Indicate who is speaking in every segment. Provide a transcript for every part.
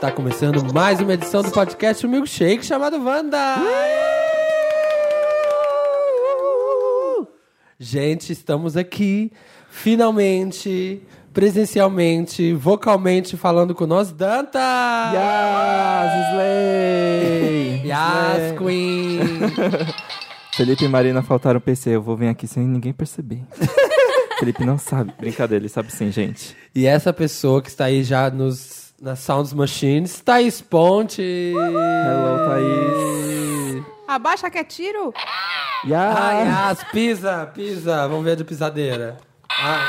Speaker 1: Tá começando mais uma edição do podcast O Milkshake chamado Wanda. Gente, estamos aqui finalmente, presencialmente, vocalmente falando com nós, Danta.
Speaker 2: Yas, Slay!
Speaker 1: Yas
Speaker 2: Slay.
Speaker 1: Queen.
Speaker 2: Felipe e Marina faltaram PC, eu vou vir aqui sem ninguém perceber. Felipe não sabe. Brincadeira, ele sabe sim, gente.
Speaker 1: e essa pessoa que está aí já nos nas Sounds Machines, Thaís Ponte.
Speaker 2: Hello, Thaís.
Speaker 3: Abaixa que é tiro?
Speaker 1: Ai,
Speaker 2: Yas!
Speaker 1: as, pisa, pisa. Vamos ver a de pisadeira. Ai,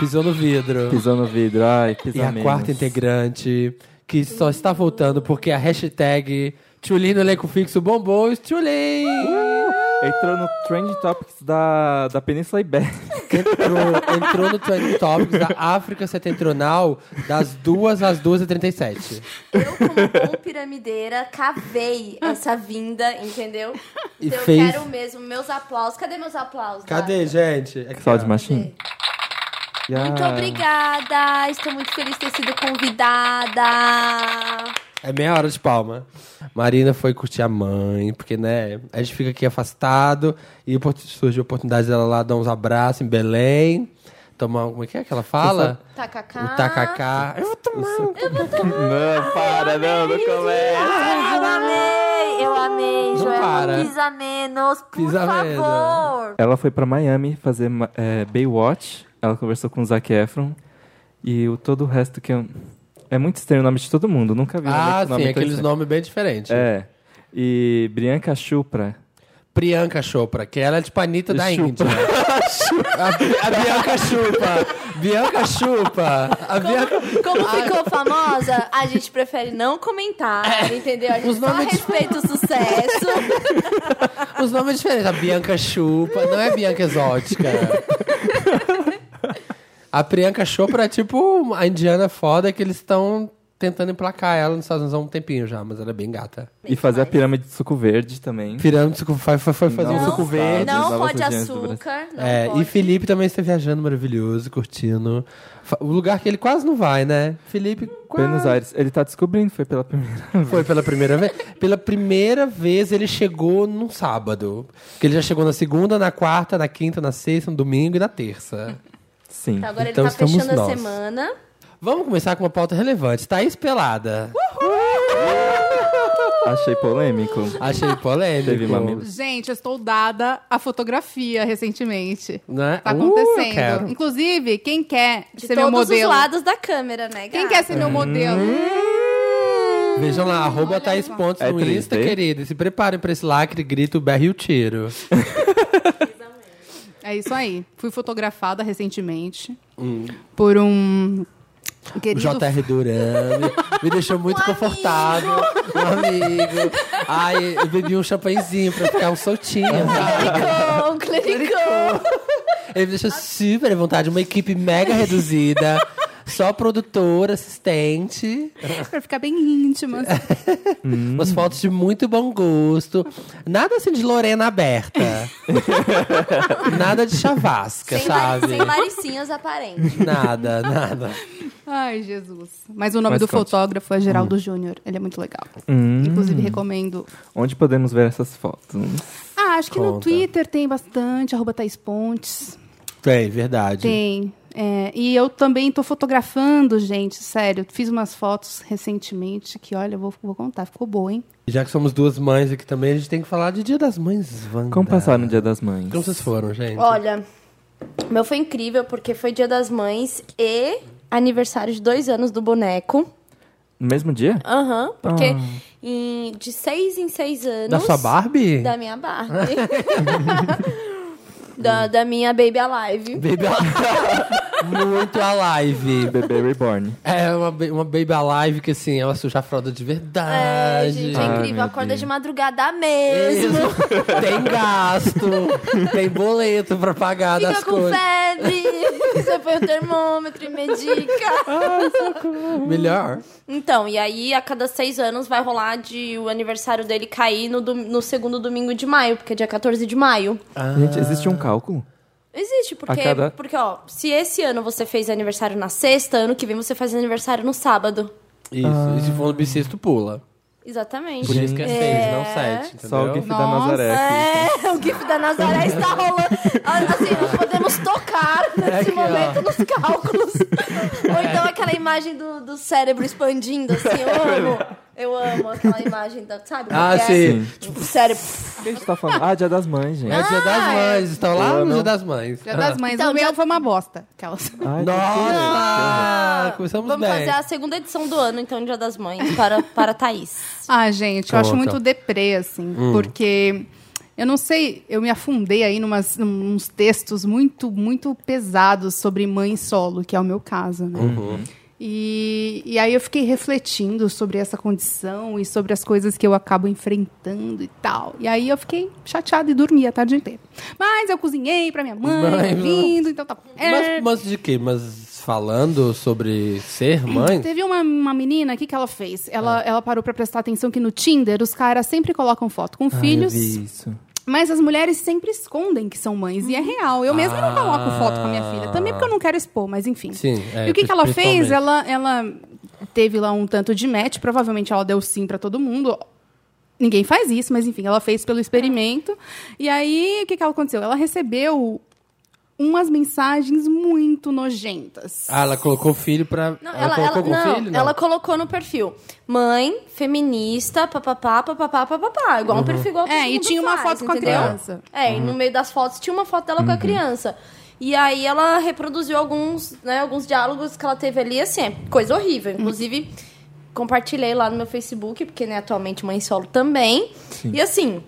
Speaker 1: pisou no vidro.
Speaker 2: Pisou no vidro, ai,
Speaker 1: e
Speaker 2: pisa
Speaker 1: a
Speaker 2: menos.
Speaker 1: quarta integrante, que só está voltando porque a hashtag Tchulin no elenco fixo bombou os Tchulin. Uh!
Speaker 2: Entrou no Trend Topics da, da Península Ibérica.
Speaker 1: Entrou, entrou no Trending Topics da África Setentrional das 2 às 2h37.
Speaker 4: Eu, como bom piramideira, cavei essa vinda, entendeu?
Speaker 1: E
Speaker 4: então
Speaker 1: fez-
Speaker 4: eu quero mesmo meus aplausos. Cadê meus aplausos?
Speaker 1: Cadê, gente? É que-
Speaker 2: Só de machinho.
Speaker 4: Lara?
Speaker 1: Ah.
Speaker 4: Muito obrigada. Estou muito feliz de ter sido convidada.
Speaker 1: É meia hora de palma. Marina foi curtir a mãe, porque, né, a gente fica aqui afastado e opor- surge a oportunidade dela lá dar uns abraços em Belém, tomar, como é que é que ela fala?
Speaker 4: Tacacá.
Speaker 1: O tacacá. Eu vou tomar um
Speaker 2: Não, para, não, não começa.
Speaker 4: Ah, Eu amei, eu amei, Joel.
Speaker 1: para.
Speaker 4: Pisa menos, por
Speaker 1: Pisa menos. é.
Speaker 4: favor.
Speaker 2: Ela foi pra Miami fazer ma- é, Baywatch. Ela conversou com o Zac Efron. E o, todo o resto que eu... É muito estranho o nome de todo mundo. Nunca vi um
Speaker 1: Ah,
Speaker 2: nome tão
Speaker 1: sim, aqueles
Speaker 2: estranho.
Speaker 1: nomes bem diferentes.
Speaker 2: É. E Brianka Chupra.
Speaker 1: Priyanka Chopra, que ela é tipo a Anitta da
Speaker 2: Chupa.
Speaker 1: Índia. a, a Bianca Chupa. Bianca Chupa. A Bianca...
Speaker 4: Como ficou famosa, a gente prefere não comentar, entendeu? A gente
Speaker 1: É. Os
Speaker 4: só
Speaker 1: nomes-
Speaker 4: respeita o sucesso.
Speaker 1: Os nomes diferentes. A Bianca Chupa, não é Bianca Exótica. A Priyanka Chopra é tipo a indiana foda que eles estão tentando emplacar ela nos Estados Unidos há um tempinho já, mas ela é bem gata.
Speaker 2: E fazer a pirâmide de suco verde também.
Speaker 1: Pirâmide suco- foi, foi, foi fazer um
Speaker 2: Não.
Speaker 1: suco verde.
Speaker 4: Não
Speaker 2: novas
Speaker 4: pode
Speaker 2: regiões do Brasil.
Speaker 4: açúcar. Não
Speaker 1: É,
Speaker 4: pode.
Speaker 1: e Felipe também está viajando maravilhoso, curtindo. Fa- O lugar que ele quase não vai, né? Felipe quase
Speaker 2: Buenos Aires. Ele tá descobrindo, foi pela primeira vez.
Speaker 1: Foi pela primeira vez. Pela primeira vez ele chegou num sábado. Porque ele já chegou na segunda, na quarta, na quinta, na sexta, no domingo e na terça.
Speaker 2: Sim.
Speaker 4: Então, agora
Speaker 1: Então
Speaker 4: ele tá
Speaker 1: estamos
Speaker 4: fechando
Speaker 1: nós.
Speaker 4: a semana.
Speaker 1: Vamos começar com uma pauta relevante. Thaís Pelada.
Speaker 2: Achei polêmico.
Speaker 1: Achei polêmico.
Speaker 2: Teve mamilos.
Speaker 3: Gente, eu estou dada a fotografia recentemente.
Speaker 1: Né?
Speaker 3: Tá
Speaker 1: Uh, eu
Speaker 3: acontecendo.
Speaker 1: quero.
Speaker 3: Inclusive, quem quer
Speaker 4: De
Speaker 3: ser meu
Speaker 4: todos os
Speaker 3: modelo?
Speaker 4: lados da câmera, né,
Speaker 3: Quem
Speaker 4: gata?
Speaker 3: quer ser meu
Speaker 1: Hum.
Speaker 3: modelo?
Speaker 1: Vejam lá, arroba Thaís Pontes
Speaker 2: É
Speaker 1: no
Speaker 2: 3D?
Speaker 1: Insta, querida. E se preparem pra esse lacre, grito, berre e o tiro.
Speaker 3: É isso aí. Fui fotografada recentemente
Speaker 1: Hum.
Speaker 3: por um
Speaker 1: O
Speaker 3: querido
Speaker 1: JR Duran me- me deixou muito confortável. Um amigo. Ai, eu bebi um champanhezinho pra ficar um soltinho. sabe?
Speaker 4: Clericão, clericão.
Speaker 1: Ele me deixou super à vontade, uma equipe mega reduzida. Só produtor, assistente,
Speaker 3: pra ficar bem íntima. assim.
Speaker 1: umas fotos de muito bom gosto. Nada assim de Lorena aberta. nada de chavasca,
Speaker 4: Sem, lar-
Speaker 1: sabe?
Speaker 4: sem laricinhas aparentes.
Speaker 1: Nada, nada.
Speaker 3: Ai, Jesus. Mas o nome
Speaker 2: Mas
Speaker 3: do
Speaker 2: conte.
Speaker 3: fotógrafo é
Speaker 1: Hum.
Speaker 3: Geraldo Júnior. Ele é muito legal. Inclusive, recomendo
Speaker 2: Onde podemos ver essas fotos?
Speaker 3: Ah, acho que no
Speaker 1: Conta.
Speaker 3: Twitter tem bastante, arroba Thaís Pontes.
Speaker 1: Tem, verdade.
Speaker 3: Tem. É, e eu também tô fotografando, gente, sério. Fiz umas fotos recentemente que, olha, eu vou, vou contar, ficou boa, hein?
Speaker 1: Já que somos duas mães aqui também, a gente tem que falar de Dia das Mães, Wanda.
Speaker 2: Como passaram o Dia das Mães?
Speaker 1: Como vocês foram, gente?
Speaker 4: Olha, o meu foi incrível porque foi Dia das Mães e aniversário de dois anos do boneco.
Speaker 2: No mesmo dia?
Speaker 4: Aham, porque em- de seis em seis anos...
Speaker 1: Ah. da sua Barbie?
Speaker 4: Da minha Barbie. da, da minha Baby Alive.
Speaker 1: Baby Alive. muito alive.
Speaker 2: Bebê Reborn.
Speaker 1: É uma, ba- uma Baby Alive que assim, ela suja a fralda de verdade. Ah,
Speaker 4: É, gente, é
Speaker 2: Ai,
Speaker 4: incrível.
Speaker 2: meu
Speaker 4: Acorda
Speaker 2: Deus.
Speaker 4: de madrugada mesmo.
Speaker 1: Isso. tem gasto, tem boleto pra pagar das
Speaker 4: Fica com
Speaker 1: coisas.
Speaker 4: febre. Você põe o termômetro e medica.
Speaker 1: Melhor.
Speaker 4: Então, e aí a cada seis anos vai rolar de o aniversário dele cair no, dom- no segundo domingo de maio, porque é dia 14 de maio.
Speaker 2: Gente, existe um cálculo?
Speaker 4: Existe, porque,
Speaker 2: A cada-
Speaker 4: porque ó, se esse ano você fez aniversário na sexta, ano que vem você faz aniversário no sábado.
Speaker 1: Isso. E
Speaker 2: Ah.
Speaker 1: se for no bissexto, pula.
Speaker 4: Exatamente.
Speaker 1: Por isso que é seis, não
Speaker 4: É.
Speaker 1: sete, entendeu?
Speaker 2: Só o GIF da
Speaker 3: Nossa,
Speaker 2: Nazaré. aqui.
Speaker 4: É, o GIF da Nazaré está rolando. Ah, Assim, não podemos tocar nesse
Speaker 1: É aqui, ó.
Speaker 4: momento nos cálculos. Ou então aquela imagem do, do cérebro expandindo, assim, eu amo. Eu amo aquela imagem da, sabe? como
Speaker 1: Ah,
Speaker 4: que é?
Speaker 1: sim.
Speaker 4: Tipo, o cérebro.
Speaker 2: O que a gente tá falando? Ah, Dia das Mães, gente.
Speaker 1: É o dia das mães. Estão lá no dia das mães. Ah.
Speaker 3: Dia das mães.
Speaker 4: Então,
Speaker 3: o meu
Speaker 4: dia-
Speaker 3: foi uma bosta. Aquelas.
Speaker 2: Ai,
Speaker 1: Nossa! Começamos
Speaker 4: Vamos
Speaker 1: bem.
Speaker 4: fazer a segunda edição do ano, então, Dia das Mães, para, para Thaís.
Speaker 3: Ah, gente, eu acho
Speaker 1: Conta.
Speaker 3: muito deprê, assim, porque eu não sei, eu me afundei aí numas, num- uns textos muito, muito pesados sobre mãe solo, que é o meu caso, né?
Speaker 2: Uhum.
Speaker 3: E, e aí eu fiquei refletindo sobre essa condição e sobre as coisas que eu acabo enfrentando e tal. E aí eu fiquei chateada e dormi a tarde inteira. Mas eu cozinhei pra minha mãe,
Speaker 1: Mas-
Speaker 3: lindo, então tá bom. É.
Speaker 1: Mas, mas de quê? Mas falando sobre ser mãe?
Speaker 3: Teve uma, uma menina, o que, que ela fez? Ela,
Speaker 1: Ah.
Speaker 3: ela parou pra prestar atenção que no Tinder os caras sempre colocam foto com filhos,
Speaker 2: Isso.
Speaker 3: mas as mulheres sempre escondem que são mães. E é real. Eu mesma não coloco foto com a minha filha. Também porque eu não quero expor, mas enfim.
Speaker 1: Ah. Sim. é,
Speaker 3: e o que, que ela fez?
Speaker 1: principalmente.
Speaker 3: Ela, ela teve lá um tanto de match, provavelmente ela deu sim pra todo mundo. Ninguém faz isso, mas enfim, ela fez pelo experimento. E aí, o que, que ela aconteceu? Ela recebeu umas mensagens muito nojentas.
Speaker 1: Ah, ela colocou o filho pra.
Speaker 4: Não,
Speaker 1: ela,
Speaker 4: ela, ela,
Speaker 1: colocou com o
Speaker 4: não,
Speaker 1: filho?
Speaker 4: ela colocou no perfil. Mãe, feminista, papapá, papapá, papapá. Igual
Speaker 1: Uhum.
Speaker 4: um perfil igual todo
Speaker 3: É, e
Speaker 4: mundo
Speaker 3: tinha uma
Speaker 4: faz,
Speaker 3: foto com a
Speaker 4: entendeu?
Speaker 3: criança.
Speaker 4: É, e no meio das fotos tinha uma foto dela com a criança. E aí ela reproduziu alguns, né, alguns diálogos que ela teve ali, assim, é coisa horrível. Inclusive, compartilhei lá no meu Facebook, porque, né, atualmente mãe solo também. E assim,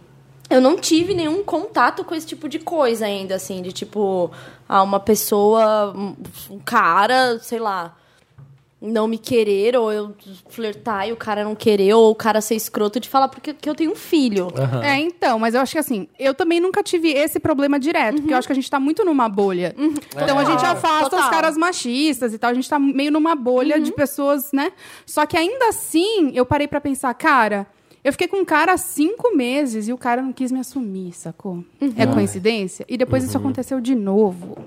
Speaker 4: eu não tive nenhum contato com esse tipo de coisa ainda, assim, de tipo, ah, uma pessoa, um- um cara, sei lá, não me querer, ou eu flertar e o cara não querer, ou o cara ser escroto de falar porque que eu tenho um filho.
Speaker 1: Aham.
Speaker 3: É, então, mas eu acho que assim, eu também nunca tive esse problema direto, porque eu acho que a gente tá muito numa bolha. Então a
Speaker 4: Total,
Speaker 3: gente afasta os
Speaker 4: Uhum. É. total. Uhum.
Speaker 3: caras machistas e tal, a gente tá meio numa bolha de pessoas, né? Só que ainda assim, eu parei pra pensar, cara, eu fiquei com um cara há cinco meses e o cara não quis me assumir, sacou?
Speaker 4: Uhum. Ah.
Speaker 3: É coincidência? E depois isso aconteceu de novo.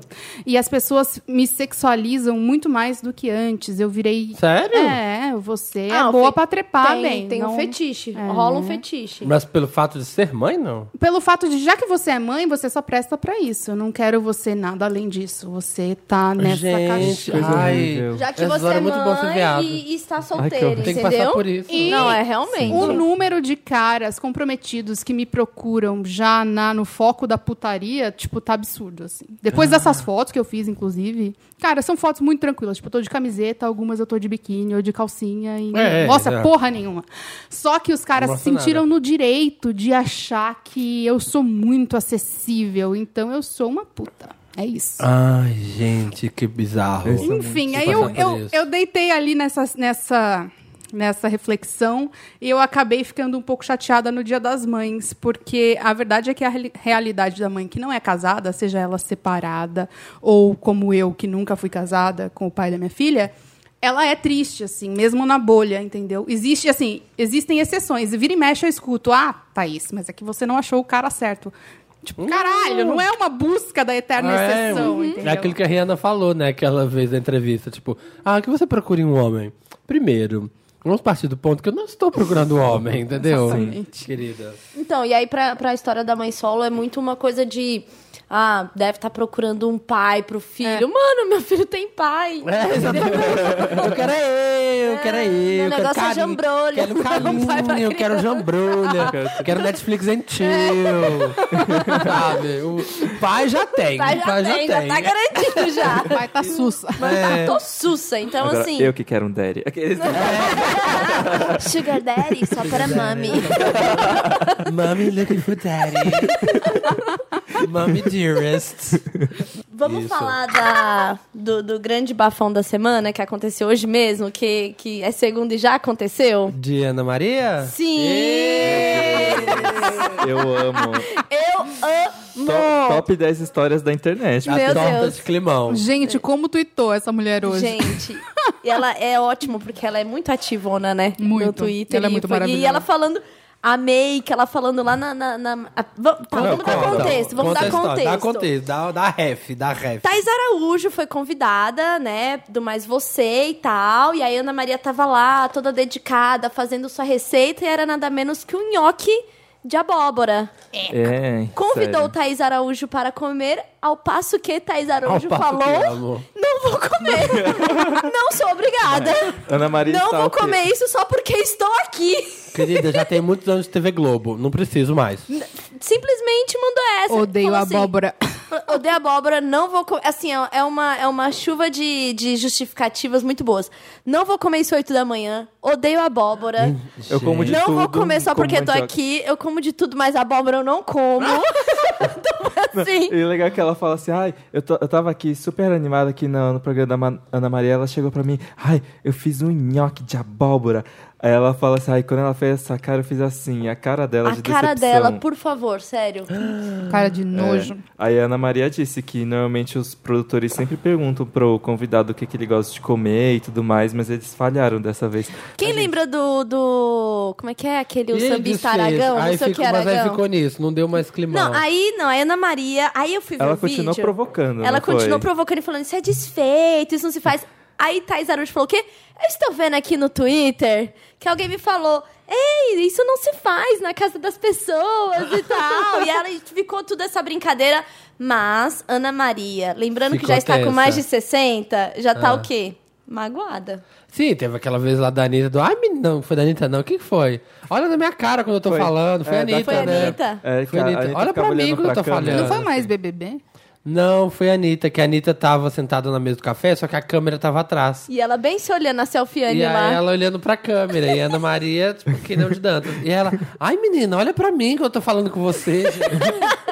Speaker 3: E as pessoas me sexualizam muito mais do que antes. Eu virei.
Speaker 1: Sério?
Speaker 3: É, você
Speaker 4: Hum. Ah,
Speaker 3: é
Speaker 4: o
Speaker 3: boa
Speaker 4: fe-
Speaker 3: pra trepar,
Speaker 4: tem,
Speaker 3: bem.
Speaker 4: tem um
Speaker 3: não-
Speaker 4: fetiche. Rola um fetiche.
Speaker 1: Mas pelo fato de ser mãe, não?
Speaker 3: pelo fato de já que você é mãe, você só presta pra isso. Eu não quero você nada além disso. Você tá nessa
Speaker 1: Gente,
Speaker 3: caixinha.
Speaker 2: coisa
Speaker 1: ai.
Speaker 2: horrível.
Speaker 4: Já que
Speaker 1: Essa
Speaker 4: você
Speaker 1: história
Speaker 4: é
Speaker 1: é muito bom ser
Speaker 4: mãe
Speaker 1: viado.
Speaker 4: e, e está
Speaker 2: Ai, que
Speaker 4: solteira,
Speaker 2: horror.
Speaker 1: Tem que
Speaker 4: entendeu?
Speaker 1: passar por isso.
Speaker 3: E-
Speaker 4: Não, é realmente.
Speaker 3: O número de caras comprometidos que me procuram já na, no foco da putaria, tipo, tá absurdo, assim. Depois
Speaker 1: Ah.
Speaker 3: dessas fotos que eu fiz, inclusive, cara, são fotos muito tranquilas. Tipo, eu tô de camiseta, algumas eu tô de biquíni ou de calcinha. E...
Speaker 1: É, é,
Speaker 3: Nossa,
Speaker 1: é.
Speaker 3: porra nenhuma. Só que os caras
Speaker 1: Não
Speaker 3: se
Speaker 1: mostra
Speaker 3: sentiram no direito de achar que eu sou muito acessível. Então eu sou uma puta. É isso.
Speaker 1: Ai, gente, que bizarro.
Speaker 2: Esse-
Speaker 3: Enfim,
Speaker 1: Você
Speaker 3: aí eu,
Speaker 1: passar por
Speaker 3: eu,
Speaker 1: isso.
Speaker 3: eu deitei ali nessa, nessa, nessa reflexão e eu acabei ficando um pouco chateada no Dia das Mães, porque a verdade é que a reali- realidade da mãe que não é casada, seja ela separada ou como eu, que nunca fui casada com o pai da minha filha, ela é triste, assim, mesmo na bolha, entendeu? Existe, assim, existem exceções. E vira e mexe eu escuto, ah, Thaís, mas é que você não achou o cara certo. Tipo, caralho, não é uma busca da eterna
Speaker 1: Hum. É,
Speaker 3: exceção,
Speaker 1: uhum.
Speaker 3: entendeu?
Speaker 1: É aquilo que a Rihanna falou, né? Aquela vez na entrevista, tipo, ah, que você procura em um homem? Primeiro, vamos partir do ponto que eu não estou procurando um homem, entendeu?
Speaker 3: Exatamente.
Speaker 1: Querida.
Speaker 4: Então, e aí pra, pra história da mãe solo é muito uma coisa de... Ah, deve estar procurando um pai pro filho. Mano, meu filho tem pai.
Speaker 1: É, exatamente. Eu quero é eu, eu quero é eu.
Speaker 4: meu
Speaker 1: eu quero
Speaker 4: negócio é
Speaker 1: carinho,
Speaker 4: jambrolha.
Speaker 1: Quero carinho, eu quero jambrolha. quero Netflix em tio. Sabe? O pai já tem.
Speaker 4: Pai já, tem, já tá garantido já.
Speaker 3: Vai, tá sussa.
Speaker 4: Mas
Speaker 1: É.
Speaker 4: tá tô sussa. Então,
Speaker 2: Agora,
Speaker 4: assim...
Speaker 2: eu que quero um daddy. Aqueles...
Speaker 4: Sugar daddy só para mami.
Speaker 1: Mommy looking for daddy. Mommy dearest.
Speaker 4: Vamos
Speaker 1: Isso.
Speaker 4: falar da, do, do grande bafão da semana que aconteceu hoje mesmo, que, que é segunda e já aconteceu?
Speaker 1: De Ana Maria? É.
Speaker 4: Sim!
Speaker 2: Eu amo.
Speaker 4: Eu
Speaker 2: To-
Speaker 4: amo!
Speaker 2: top 10 histórias da internet.
Speaker 1: A
Speaker 4: Meu
Speaker 1: torta
Speaker 4: Deus.
Speaker 1: de climão.
Speaker 3: Gente, como tuitou essa mulher hoje?
Speaker 4: Gente, e ela é ótimo porque ela é muito ativona, né?
Speaker 3: Muito.
Speaker 4: No Twitter.
Speaker 3: Ela é
Speaker 4: e
Speaker 3: muito
Speaker 4: foi- E
Speaker 3: maravilhosa.
Speaker 4: ela falando. Amei que ela falando lá na. na- na- a- va- tá,
Speaker 1: Não,
Speaker 4: vamos dar
Speaker 1: conta.
Speaker 4: contexto, vamos
Speaker 1: Conta a
Speaker 4: dar
Speaker 1: história,
Speaker 4: contexto. Tá
Speaker 1: Dá Então, contexto, dá, dá ref, dá ref.
Speaker 4: Thais Araújo foi convidada, né, do Mais Você e tal, e aí Ana Maria tava lá, toda dedicada, fazendo sua receita, e era nada menos que um nhoque de abóbora.
Speaker 2: É,
Speaker 4: Convidou
Speaker 2: sério.
Speaker 4: Thais Araújo para comer, ao passo que Thais Araújo
Speaker 1: passo que,
Speaker 4: falou:
Speaker 1: amor.
Speaker 4: Não vou comer, não sou obrigada.
Speaker 2: Ana Maria
Speaker 4: Não
Speaker 2: está
Speaker 4: vou
Speaker 2: o quê?
Speaker 4: comer isso só porque estou aqui.
Speaker 1: Querida, já tem muitos anos de TV Globo, não preciso mais.
Speaker 4: Simplesmente mandou essa.
Speaker 3: Odeio
Speaker 4: Falou
Speaker 3: a
Speaker 4: assim,
Speaker 3: abóbora.
Speaker 4: Odeio abóbora, não vou comer. Assim, é é uma, é uma chuva de, de justificativas muito boas. Não vou comer isso 8 da manhã. Odeio abóbora.
Speaker 2: Eu como Hum. de
Speaker 4: não
Speaker 2: tudo.
Speaker 4: vou comer só
Speaker 2: como
Speaker 4: porque tô
Speaker 2: mandioca.
Speaker 4: aqui. Eu como de tudo, mas abóbora eu não como. então, assim.
Speaker 2: E o legal é que ela fala assim, ai, eu, tô- eu tava aqui super animada aqui no, no programa da Ma- Ana Maria, ela chegou pra mim, ai, eu fiz um nhoque de abóbora. Aí ela fala assim, ai, quando ela fez essa cara, eu fiz assim, a cara dela
Speaker 4: A
Speaker 2: de
Speaker 4: cara
Speaker 2: decepção.
Speaker 4: dela, por favor, sério. Ah.
Speaker 3: Cara de
Speaker 2: É.
Speaker 3: nojo.
Speaker 2: Aí a Ana Maria disse que normalmente os produtores sempre perguntam pro convidado o que, que ele gosta de comer e tudo mais, mas eles falharam dessa vez.
Speaker 4: Quem lembra do, do. Como é que é aquele? O
Speaker 1: E ele
Speaker 4: sambista
Speaker 1: desfez.
Speaker 4: Aragão?
Speaker 1: aí
Speaker 4: não sei o
Speaker 1: ficou-
Speaker 4: que
Speaker 1: Mas
Speaker 4: Aragão.
Speaker 1: aí ficou nisso, não deu mais climão.
Speaker 4: Não, aí não, aí Ana Maria. Aí eu fui ver
Speaker 2: Ela
Speaker 4: o vídeo.
Speaker 2: continuou provocando,
Speaker 4: Ela
Speaker 2: não foi?
Speaker 4: continuou provocando e falando: Isso é desfeito, isso não se faz. Aí Thais Araújo falou: O quê? Eu estou vendo aqui no Twitter que alguém me falou: Ei, isso não se faz na casa das pessoas e tal. e ela ficou toda essa brincadeira. Mas Ana Maria, lembrando que
Speaker 1: Ficou
Speaker 4: já está
Speaker 1: tensa.
Speaker 4: com mais de 60, já tá
Speaker 1: Ah.
Speaker 4: o quê? Magoada.
Speaker 1: Sim, teve aquela vez lá da Anitta do. Ai, menino, não foi da Anitta, não. O que que foi? Olha na minha cara quando eu tô
Speaker 2: Foi.
Speaker 1: falando. Foi
Speaker 2: É,
Speaker 1: a
Speaker 2: da-
Speaker 1: Anitta,
Speaker 4: Foi a
Speaker 1: né?
Speaker 4: Anitta.
Speaker 2: É,
Speaker 1: Foi a Anitta. Olha
Speaker 2: ficava
Speaker 1: pra mim
Speaker 2: olhando
Speaker 1: quando eu tô
Speaker 2: câmera.
Speaker 1: falando.
Speaker 3: Não foi mais BBB?
Speaker 1: Não, foi a Anitta, que a Anitta tava sentada na mesa do café, só que a câmera tava atrás.
Speaker 4: E ela bem se olhando a selfie
Speaker 1: E
Speaker 4: lá.
Speaker 1: aí ela olhando pra câmera, e a Ana Maria, tipo, que não de dantas. E ela, ai menina, olha pra mim que eu tô falando com você. gente."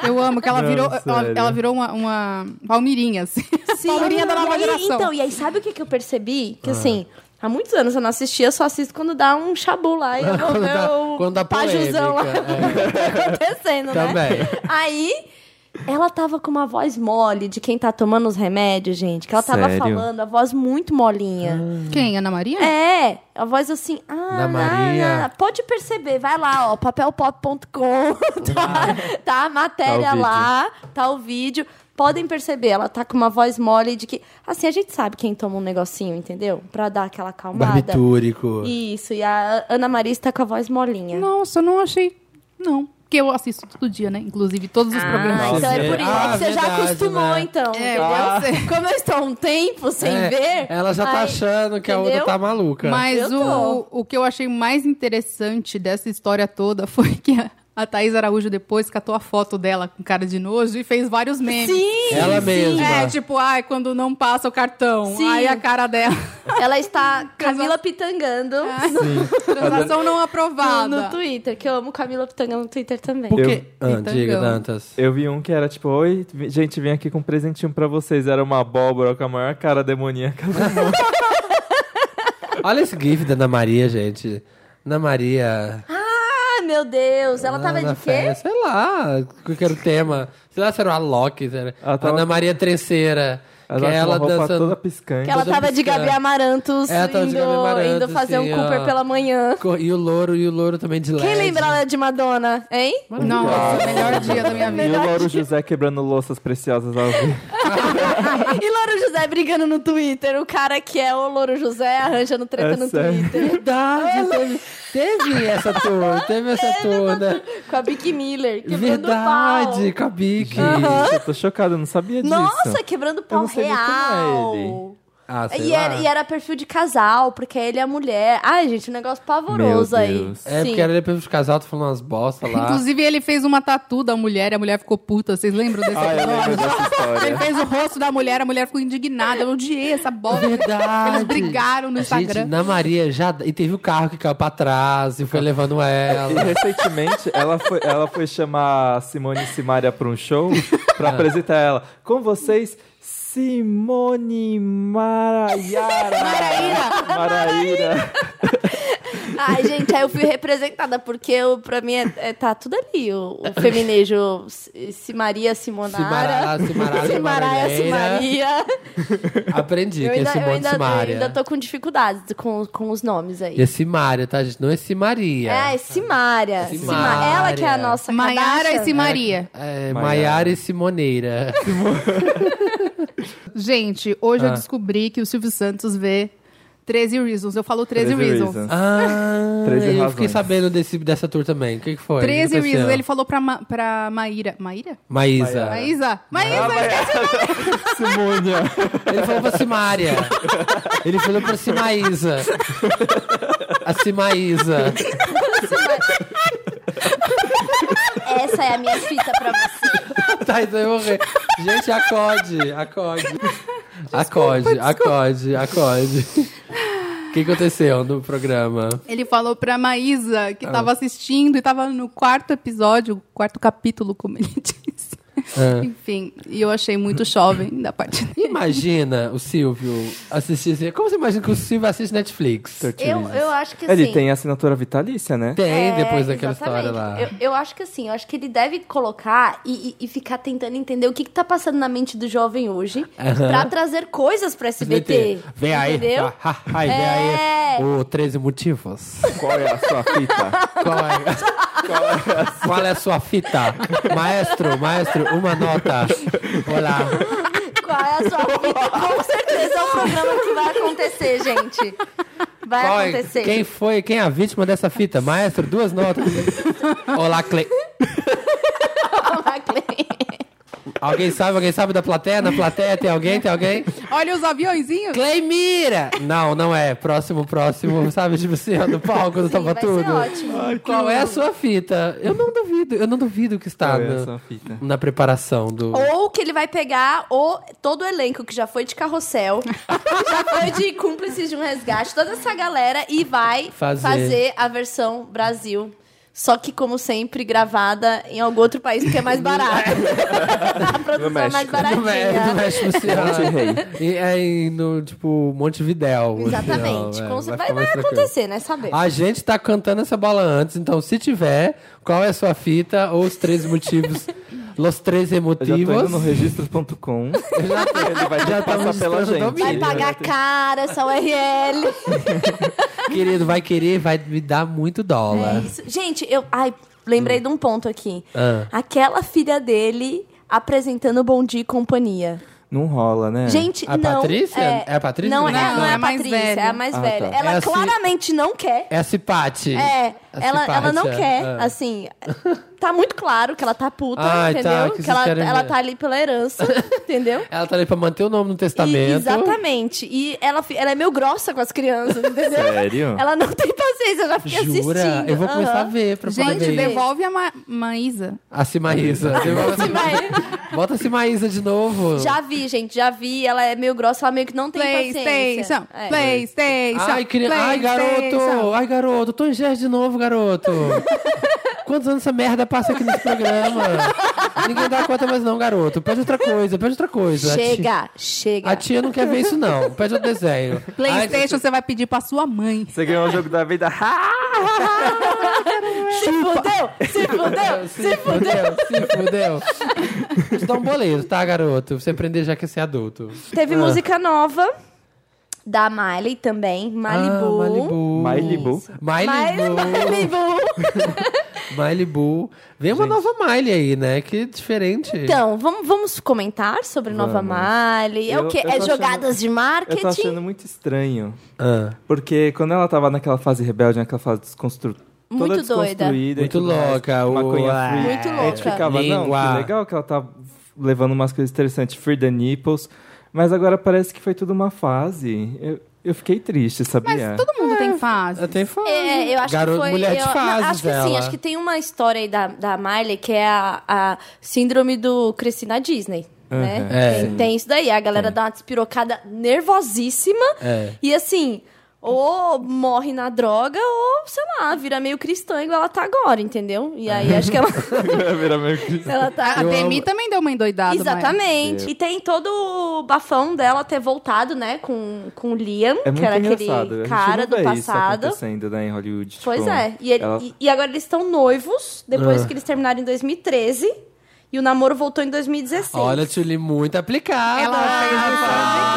Speaker 3: Eu amo que ela
Speaker 2: Não,
Speaker 3: virou, ela,
Speaker 2: sério.
Speaker 3: ela virou uma, uma palmirinha, assim. Palmirinha da
Speaker 4: E
Speaker 3: nova
Speaker 4: aí,
Speaker 3: geração.
Speaker 4: Então, e aí sabe o que, que eu percebi?
Speaker 1: Ah.
Speaker 4: Que assim, há muitos anos eu não assistia, eu só assisto quando dá um chabu lá. E eu vou
Speaker 1: Quando
Speaker 4: ver
Speaker 1: dá-
Speaker 4: o
Speaker 1: quando dá
Speaker 4: pajuzão lá.
Speaker 1: polêmica, é.
Speaker 4: vou ver o que tá acontecendo, né?
Speaker 1: Também.
Speaker 4: Aí... Ela tava com uma voz mole de quem tá tomando os remédios, gente. Que ela tava
Speaker 2: Sério?
Speaker 4: falando, a voz muito molinha.
Speaker 3: Quem? Ana Maria?
Speaker 4: É, a voz assim, ah,
Speaker 1: Hum. Da
Speaker 4: na-
Speaker 1: Maria.
Speaker 4: na- pode perceber, vai lá, ó, papelpop.com, tá, tá a matéria
Speaker 2: Tá o vídeo.
Speaker 4: lá, tá o vídeo. Podem perceber, ela tá com uma voz mole de que. Assim, a gente sabe quem toma um negocinho, entendeu? Pra dar aquela acalmada.
Speaker 1: Barbitúrico.
Speaker 4: Isso, e a Ana Maria está com a voz molinha.
Speaker 3: Nossa, eu não achei. Não. Porque eu assisto todo dia, né? Inclusive todos os
Speaker 4: Ah,
Speaker 3: programas.
Speaker 4: então é
Speaker 1: Nossa,
Speaker 4: por isso
Speaker 1: é.
Speaker 4: é que você já
Speaker 1: Ah,
Speaker 4: acostumou,
Speaker 1: verdade, né?
Speaker 4: então.
Speaker 3: É,
Speaker 4: entendeu?
Speaker 3: eu sei.
Speaker 4: Como eu estou um tempo sem
Speaker 1: É,
Speaker 4: ver.
Speaker 1: Ela já tá
Speaker 4: aí-
Speaker 1: achando que a outra
Speaker 4: entendeu?
Speaker 1: tá maluca.
Speaker 3: Mas
Speaker 4: Eu
Speaker 3: o, o que eu achei mais interessante dessa história toda foi que a, a Thaís Araújo depois catou a foto dela com cara de nojo e fez vários memes.
Speaker 4: Sim!
Speaker 1: Ela
Speaker 4: sim.
Speaker 1: mesma.
Speaker 2: né?
Speaker 3: É, tipo, ai, quando não passa o cartão.
Speaker 4: Sim.
Speaker 3: Aí a cara dela.
Speaker 4: Ela está Camila pitangando.
Speaker 3: Transação não aprovada.
Speaker 4: No, no Twitter, que eu amo Camila Pitanga no Twitter também.
Speaker 1: Porque...
Speaker 3: Eu-
Speaker 4: então
Speaker 1: Ah, diga,
Speaker 3: Pitangão.
Speaker 1: Dantas.
Speaker 2: Eu vi um que era tipo, oi, vi- gente, vim aqui com um presentinho pra vocês. Era uma abóbora com a maior cara demoníaca.
Speaker 1: Olha esse gif da Ana Maria, gente. Ana Maria.
Speaker 4: Ah, meu Deus, ela
Speaker 1: Lá
Speaker 4: tava
Speaker 1: na
Speaker 4: de quê?
Speaker 1: festa, Sei lá, qual que era o tema. Sei lá se era o Alok, se era
Speaker 2: Ela tava-
Speaker 1: Ana Maria Trenceira.
Speaker 2: Ela
Speaker 1: que
Speaker 2: tava com
Speaker 1: ela
Speaker 2: uma roupa
Speaker 1: dançando.
Speaker 2: toda piscante.
Speaker 4: Que ela
Speaker 1: Toda
Speaker 4: tava de
Speaker 1: piscando.
Speaker 4: Gabi Amarantos,
Speaker 1: É, ela tava de
Speaker 4: indo,
Speaker 1: Gabi Amarantos,
Speaker 4: indo fazer
Speaker 1: assim,
Speaker 4: um Cooper
Speaker 1: ó.
Speaker 4: pela manhã.
Speaker 1: Co- E o louro, e o louro também de LED.
Speaker 4: Quem lembra ela de Madonna, hein?
Speaker 3: Nossa, é melhor dia da minha
Speaker 2: E o
Speaker 3: vida.
Speaker 2: Lauro José quebrando louças preciosas ao vivo.
Speaker 4: e Louro José brigando no Twitter. O cara que é o Louro José arranjando treta
Speaker 2: É
Speaker 4: no
Speaker 2: sério.
Speaker 4: Twitter.
Speaker 1: Verdade, teve, teve essa tour, teve essa tour, né?
Speaker 4: Com a Bic Miller, quebrando
Speaker 1: Verdade,
Speaker 4: pau.
Speaker 1: com a Bic.
Speaker 2: Gente, eu tô chocada, eu não sabia disso.
Speaker 4: Nossa, quebrando pau
Speaker 2: não sabia
Speaker 4: real.
Speaker 2: como é ele.
Speaker 1: Ah, sei
Speaker 4: E
Speaker 1: lá.
Speaker 4: era, e era perfil de casal, porque ele é a mulher. Ai, gente, um negócio pavoroso
Speaker 2: Meu
Speaker 4: aí.
Speaker 2: Deus.
Speaker 1: É, porque era depois dos casal, tô falando umas bosta
Speaker 2: Tá.
Speaker 1: lá.
Speaker 3: Inclusive, ele fez uma tatu da mulher e a mulher ficou puta. Vocês lembram desse
Speaker 2: Ah, eu lembro
Speaker 3: episódio?
Speaker 2: dessa
Speaker 3: Ele
Speaker 2: história.
Speaker 3: fez o rosto da mulher, a mulher ficou indignada. Eu odiei essa bola.
Speaker 1: Verdade.
Speaker 3: Eles brigaram no
Speaker 1: Gente,
Speaker 3: Instagram.
Speaker 1: Ana Maria já. E teve o carro que caiu pra trás e foi levando
Speaker 2: E
Speaker 1: ela.
Speaker 2: recentemente, ela foi, ela foi chamar a Simone Simaria pra um show pra apresentar ela. Com vocês, Simone Maraiara. Maraíra. Maraíra.
Speaker 4: Ai, gente, aí eu fui representada, porque eu, pra mim é, é- tá tudo ali. O, o feminejo, se se Maria, Simonara.
Speaker 1: Simara- Simara- Simareira.
Speaker 4: Simaraia, Simaria.
Speaker 1: Aprendi
Speaker 4: Eu
Speaker 1: que é
Speaker 4: ainda, eu,
Speaker 1: Simone
Speaker 4: ainda, eu
Speaker 1: Simária.
Speaker 4: ainda tô com dificuldades com, com os nomes aí.
Speaker 1: E é Simária, tá, gente? Não é Simaria.
Speaker 4: É, é Simária.
Speaker 1: Simária.
Speaker 4: Sima- Ela que é a nossa
Speaker 3: Maiara e
Speaker 4: Kardashian.
Speaker 3: Simaria.
Speaker 1: É,
Speaker 2: Maiara
Speaker 1: Maiara e Simoneira.
Speaker 3: Gente, hoje eu
Speaker 1: Ah.
Speaker 3: descobri que o Silvio Santos vê 13 Reasons. Eu falo 13,
Speaker 2: 13
Speaker 3: Reasons.
Speaker 2: Reasons.
Speaker 1: Ah,
Speaker 2: Treze
Speaker 1: eu
Speaker 2: razões.
Speaker 1: fiquei sabendo desse, dessa tour também. O que, que foi?
Speaker 3: 13
Speaker 1: O que aconteceu?
Speaker 3: Reasons. Ele falou pra, Ma pra Maíra. Maíra?
Speaker 1: Maísa.
Speaker 3: Maísa? Maísa!
Speaker 2: Ah, Simônia.
Speaker 1: Ele falou pra Simária. Ele falou pra Simaísa. A Simaísa.
Speaker 4: Essa é a minha fita pra você.
Speaker 1: Tá, então eu vou morrer. Gente, acode, acode. acode, acode, acode. O que aconteceu no programa?
Speaker 3: Ele falou pra Maísa, que
Speaker 1: Ah.
Speaker 3: tava assistindo e tava no quarto episódio, quarto capítulo, como ele disse.
Speaker 1: Ah.
Speaker 3: Enfim, e eu achei muito jovem da parte dele.
Speaker 1: Imagina o Silvio assistir. Como você imagina que o Silvio assiste Netflix?
Speaker 4: Eu, eu acho que assim...
Speaker 2: Ele tem assinatura vitalícia, né?
Speaker 1: Tem,
Speaker 4: É,
Speaker 1: depois daquela
Speaker 4: exatamente.
Speaker 1: história lá.
Speaker 4: Eu, eu acho que assim, eu acho que ele deve colocar e, e- e ficar tentando entender o que, que tá passando na mente do jovem hoje pra trazer coisas pra SBT.
Speaker 1: Vem aí.
Speaker 4: Entendeu?
Speaker 1: Ah, ah, ai, vem
Speaker 4: É.
Speaker 1: aí. O 13 motivos.
Speaker 2: Qual é a sua fita?
Speaker 1: Qual é, Qual é a sua fita? Maestro, maestro, uma nota. Olá.
Speaker 4: Qual é a sua vida? Com certeza é um programa que vai acontecer, gente. Vai
Speaker 1: Qual é-
Speaker 4: acontecer.
Speaker 1: quem foi, quem é a vítima dessa fita? Maestro, duas notas. Olá, Cle...
Speaker 4: Olá, Cleiton.
Speaker 1: Alguém sabe? Alguém sabe da plateia? Na plateia tem alguém? Tem alguém?
Speaker 3: Olha os aviãozinhos.
Speaker 1: Cleimira! Não, não é. Próximo, próximo, sabe? Tipo assim, ó, no palco do
Speaker 4: Sim, vai
Speaker 1: Tapatudo.
Speaker 4: ser ótimo.
Speaker 1: Qual é a sua fita? Eu não duvido, eu não duvido que está
Speaker 2: Qual é a
Speaker 1: no-
Speaker 2: sua fita?
Speaker 1: na preparação do.
Speaker 4: Ou que ele vai pegar o, todo o elenco que já foi de carrossel, já foi de cúmplices de um resgate, toda essa galera e vai
Speaker 1: Fazer.
Speaker 4: fazer. a versão Brasil. Só que, como sempre, gravada em algum outro país porque é mais barato. a produção é mais
Speaker 2: México.
Speaker 1: No México, no
Speaker 4: baratinha.
Speaker 1: México, no Ceará.
Speaker 2: Monte Rei.
Speaker 1: E é em, no, tipo, Montevidéu.
Speaker 4: Exatamente.
Speaker 1: Não, é,
Speaker 4: Com- vai
Speaker 1: ficar
Speaker 4: vai
Speaker 1: mais tranquilo.
Speaker 4: acontecer, né? Saber.
Speaker 1: A gente tá cantando essa bola antes, então se tiver, qual é a sua fita ou os 13 motivos? Los 13
Speaker 2: Eu já tô indo no
Speaker 1: motivos.
Speaker 2: registros.com. Ele vai
Speaker 1: Já
Speaker 2: já passar
Speaker 1: estamos
Speaker 2: pela
Speaker 1: registrando
Speaker 2: gente.
Speaker 1: domínio.
Speaker 4: Vai pagar cara essa URL.
Speaker 1: Querido, vai querer, vai me dar muito
Speaker 4: É
Speaker 1: dólar.
Speaker 4: isso. Gente, eu. Ai, lembrei de um ponto aqui.
Speaker 1: Ah.
Speaker 4: Aquela filha dele apresentando Bom Dia e Companhia.
Speaker 2: Não rola, né?
Speaker 4: Gente,
Speaker 1: A
Speaker 4: não.
Speaker 1: Patrícia? É a Patrícia?
Speaker 4: Não, é-
Speaker 1: Não,
Speaker 4: não, é
Speaker 3: é
Speaker 4: a
Speaker 3: a mais
Speaker 4: Patrícia,
Speaker 3: velha.
Speaker 4: é a mais
Speaker 2: Ah,
Speaker 4: velha.
Speaker 2: tá.
Speaker 4: Ela
Speaker 1: É a Ci-
Speaker 4: claramente não quer.
Speaker 1: É a Cipate.
Speaker 4: É,
Speaker 1: A
Speaker 4: ela,
Speaker 1: Cipate,
Speaker 4: ela não
Speaker 1: é.
Speaker 4: quer,
Speaker 1: Ah.
Speaker 4: assim. Tá muito claro que ela tá puta,
Speaker 1: Ai, tá,
Speaker 4: entendeu?
Speaker 1: que vocês
Speaker 4: que ela,
Speaker 1: querem
Speaker 4: ela
Speaker 1: ver.
Speaker 4: tá ali pela herança, entendeu?
Speaker 1: Ela tá ali pra manter o nome no
Speaker 4: E-
Speaker 1: testamento.
Speaker 4: exatamente. E ela, fi- ela é meio grossa com as crianças, entendeu?
Speaker 2: Sério?
Speaker 4: Ela não tem paciência, ela fica
Speaker 1: Jura?
Speaker 4: assistindo.
Speaker 1: Eu vou começar a
Speaker 4: Aham.
Speaker 1: ver pra poder
Speaker 3: Gente,
Speaker 1: ver.
Speaker 3: devolve a Ma- Maísa.
Speaker 1: A Simaísa.
Speaker 4: Você vai-
Speaker 1: Bota a Simaísa de novo.
Speaker 4: Já vi, gente, já vi. Ela é meio grossa, ela meio que não tem paciência.
Speaker 3: PlayStation.
Speaker 4: É.
Speaker 3: PlayStation.
Speaker 1: Ai, queria... Ai, garoto! Ai, garoto! Tô em gesto de novo, garoto! Quantos anos essa merda passa aqui nesse programa? Ninguém dá conta mais não, garoto. Pede outra coisa, pede outra coisa. A ti-
Speaker 4: Chega, chega.
Speaker 1: A tia não quer ver isso, não. Pede outro desenho. Ai,
Speaker 3: PlayStation você vai pedir pra sua mãe.
Speaker 2: Você ganhou o jogo da vida.
Speaker 4: Se fudeu, se fudeu,
Speaker 1: se fudeu, se fudeu. Isso dá um boleto, tá, garoto? Pra Você aprender já que você é adulto.
Speaker 4: Teve música nova da Miley também, Malibu.
Speaker 1: Ah, Malibu.
Speaker 2: Miley Boo.
Speaker 4: Miley-
Speaker 1: Malibu.
Speaker 4: Malibu.
Speaker 1: Malibu. Vem uma nova Miley aí, né? Que diferente.
Speaker 4: Então, vamos, vamos comentar sobre Nova
Speaker 2: Vamos.
Speaker 4: Miley. É
Speaker 2: Eu-
Speaker 4: o quê?
Speaker 2: eu
Speaker 4: É
Speaker 2: tô
Speaker 4: jogadas
Speaker 2: achando-
Speaker 4: de
Speaker 2: Eu tô
Speaker 4: marketing?
Speaker 2: achando muito estranho.
Speaker 1: Ah.
Speaker 2: Porque quando ela tava naquela fase rebelde, naquela fase desconstruída.
Speaker 4: Muito
Speaker 2: toda
Speaker 4: doida.
Speaker 2: desconstruída e
Speaker 1: Muito
Speaker 2: tudo mais,
Speaker 1: louca,
Speaker 2: com Maconha
Speaker 1: ué.
Speaker 2: free.
Speaker 4: Muito
Speaker 2: A gente
Speaker 4: louca.
Speaker 2: ficava, não,
Speaker 1: Língua.
Speaker 2: que legal que ela tá levando umas coisas interessantes. Free the nipples. Mas agora parece que foi tudo uma fase. Eu, eu fiquei triste,
Speaker 3: Mas
Speaker 1: É.
Speaker 2: sabia?
Speaker 3: todo mundo tem fase.
Speaker 1: Até fase.
Speaker 4: É, eu acho
Speaker 1: Garoto-
Speaker 4: que foi.
Speaker 1: Mulher
Speaker 4: eu,
Speaker 1: de fases,
Speaker 4: não, acho que sim,
Speaker 1: ela.
Speaker 4: acho que tem uma história aí da, da Miley que é a, a síndrome do cresci na Disney. Né?
Speaker 1: É.
Speaker 4: Tem, tem isso daí. A galera dá uma despirocada nervosíssima.
Speaker 1: É.
Speaker 4: E assim, Ou morre na droga, ou, sei lá, vira meio cristã igual ela tá agora, entendeu? E aí acho que ela,
Speaker 2: É, Vira meio que-
Speaker 4: ela tá.
Speaker 3: A
Speaker 1: Eu é
Speaker 3: Demi
Speaker 1: amo-
Speaker 3: também deu uma endoidada. Maia.
Speaker 4: Exatamente. E tem todo o bafão dela ter voltado, né, com, com o Liam,
Speaker 2: É
Speaker 4: que
Speaker 2: muito
Speaker 4: era
Speaker 2: engraçado. A
Speaker 4: aquele
Speaker 2: gente
Speaker 4: cara
Speaker 2: não
Speaker 4: do
Speaker 2: vê
Speaker 4: passado.
Speaker 2: Isso acontecendo, né, em Hollywood.
Speaker 4: Pois
Speaker 2: tipo,
Speaker 4: é. E, ele-
Speaker 2: ela-
Speaker 4: e- e agora eles estão noivos, depois
Speaker 1: Ah.
Speaker 4: que eles terminaram em 2013. E o namoro voltou em 2016.
Speaker 1: Olha, Tchuli, muito aplicada.
Speaker 3: Ela fez lição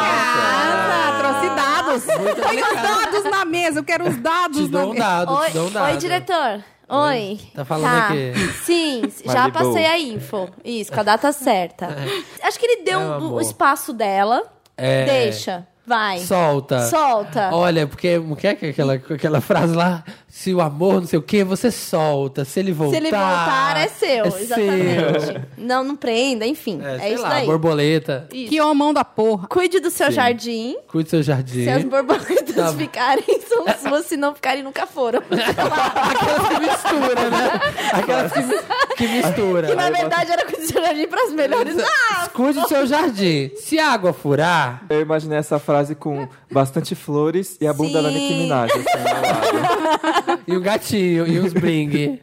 Speaker 3: de casa, trouxe dados.
Speaker 1: Muito
Speaker 3: Põe os
Speaker 1: aplicada.
Speaker 3: dados na mesa, eu quero os
Speaker 1: Te
Speaker 4: é
Speaker 3: dados na
Speaker 1: dou um
Speaker 3: mesa.
Speaker 1: dado,
Speaker 4: Oi,
Speaker 1: te dou um dado.
Speaker 4: oi, diretor. Oi.
Speaker 1: Tá falando aqui.
Speaker 4: Sim, já
Speaker 2: Validou.
Speaker 4: passei a info. Isso, com a data certa. Acho que ele deu
Speaker 1: É, amor.
Speaker 4: o espaço dela.
Speaker 1: É.
Speaker 4: Deixa, vai.
Speaker 1: Solta.
Speaker 4: Solta.
Speaker 1: Olha, porque o que é que é aquela, aquela frase lá? Se o amor não sei o quê, você solta. Se ele voltar.
Speaker 4: Se ele voltar, é seu.
Speaker 1: é
Speaker 4: exatamente.
Speaker 1: seu.
Speaker 4: Não, não prenda, enfim.
Speaker 1: É,
Speaker 4: É,
Speaker 1: sei
Speaker 4: isso
Speaker 1: lá,
Speaker 4: daí.
Speaker 1: borboleta.
Speaker 3: Que homão da porra.
Speaker 4: Cuide do seu jardim.
Speaker 1: Cuide do seu jardim.
Speaker 4: Se as borboletas
Speaker 1: Tá.
Speaker 4: ficarem, são suas. Se não ficarem, nunca foram.
Speaker 1: Aquelas que mistura, né? Aquelas que, que mistura.
Speaker 4: que na verdade era cuide do seu jardim pras melhores. Ah!
Speaker 1: Cuide do seu jardim. Se a água furar,
Speaker 2: Eu imaginei essa frase com bastante flores e a bunda da Nicki
Speaker 4: Sim.
Speaker 2: Minaj. Assim, ao lado.
Speaker 1: e o gatinho, e os bling.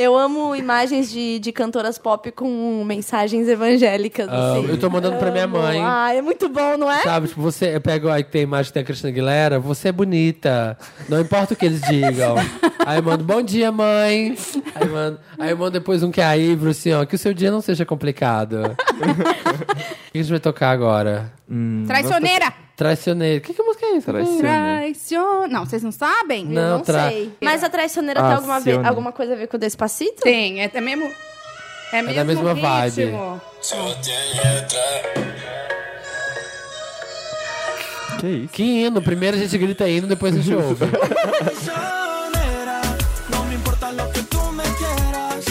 Speaker 4: Eu amo imagens de, de cantoras pop com mensagens evangélicas.
Speaker 1: Ah,
Speaker 4: assim.
Speaker 1: eu tô mandando pra minha
Speaker 4: Amo.
Speaker 1: mãe.
Speaker 4: Ah, é muito bom, não é?
Speaker 1: Sabe, tipo, você eu pego aí que tem a imagem que tem a Cristina Aguilera, você é bonita. Não importa o que eles digam. Aí eu mando, bom dia, mãe. Aí eu mando, aí eu mando depois um que é a Ivro, assim, ó, que o seu dia não seja complicado. O que a gente vai tocar agora?
Speaker 3: Traicioneira.
Speaker 1: Traicioneiro. Que, que música é isso?
Speaker 2: Traicione.
Speaker 3: Traicioneira. Não, vocês não sabem?
Speaker 1: Não.
Speaker 4: eu não
Speaker 1: tra-
Speaker 4: sei. Mas a traicioneira tem
Speaker 2: Ah,
Speaker 4: alguma,
Speaker 2: Sione.
Speaker 4: ve- alguma coisa a ver com o Despacito?
Speaker 3: Tem, é até mesmo. É, mesmo
Speaker 1: da mesma
Speaker 3: ritmo.
Speaker 1: vibe.
Speaker 5: Solo tiene letra.
Speaker 2: Que isso?
Speaker 1: Que hino? Primeiro a gente grita hino, depois a gente ouve.
Speaker 5: Sonera, no me importa lo que tú me quieras.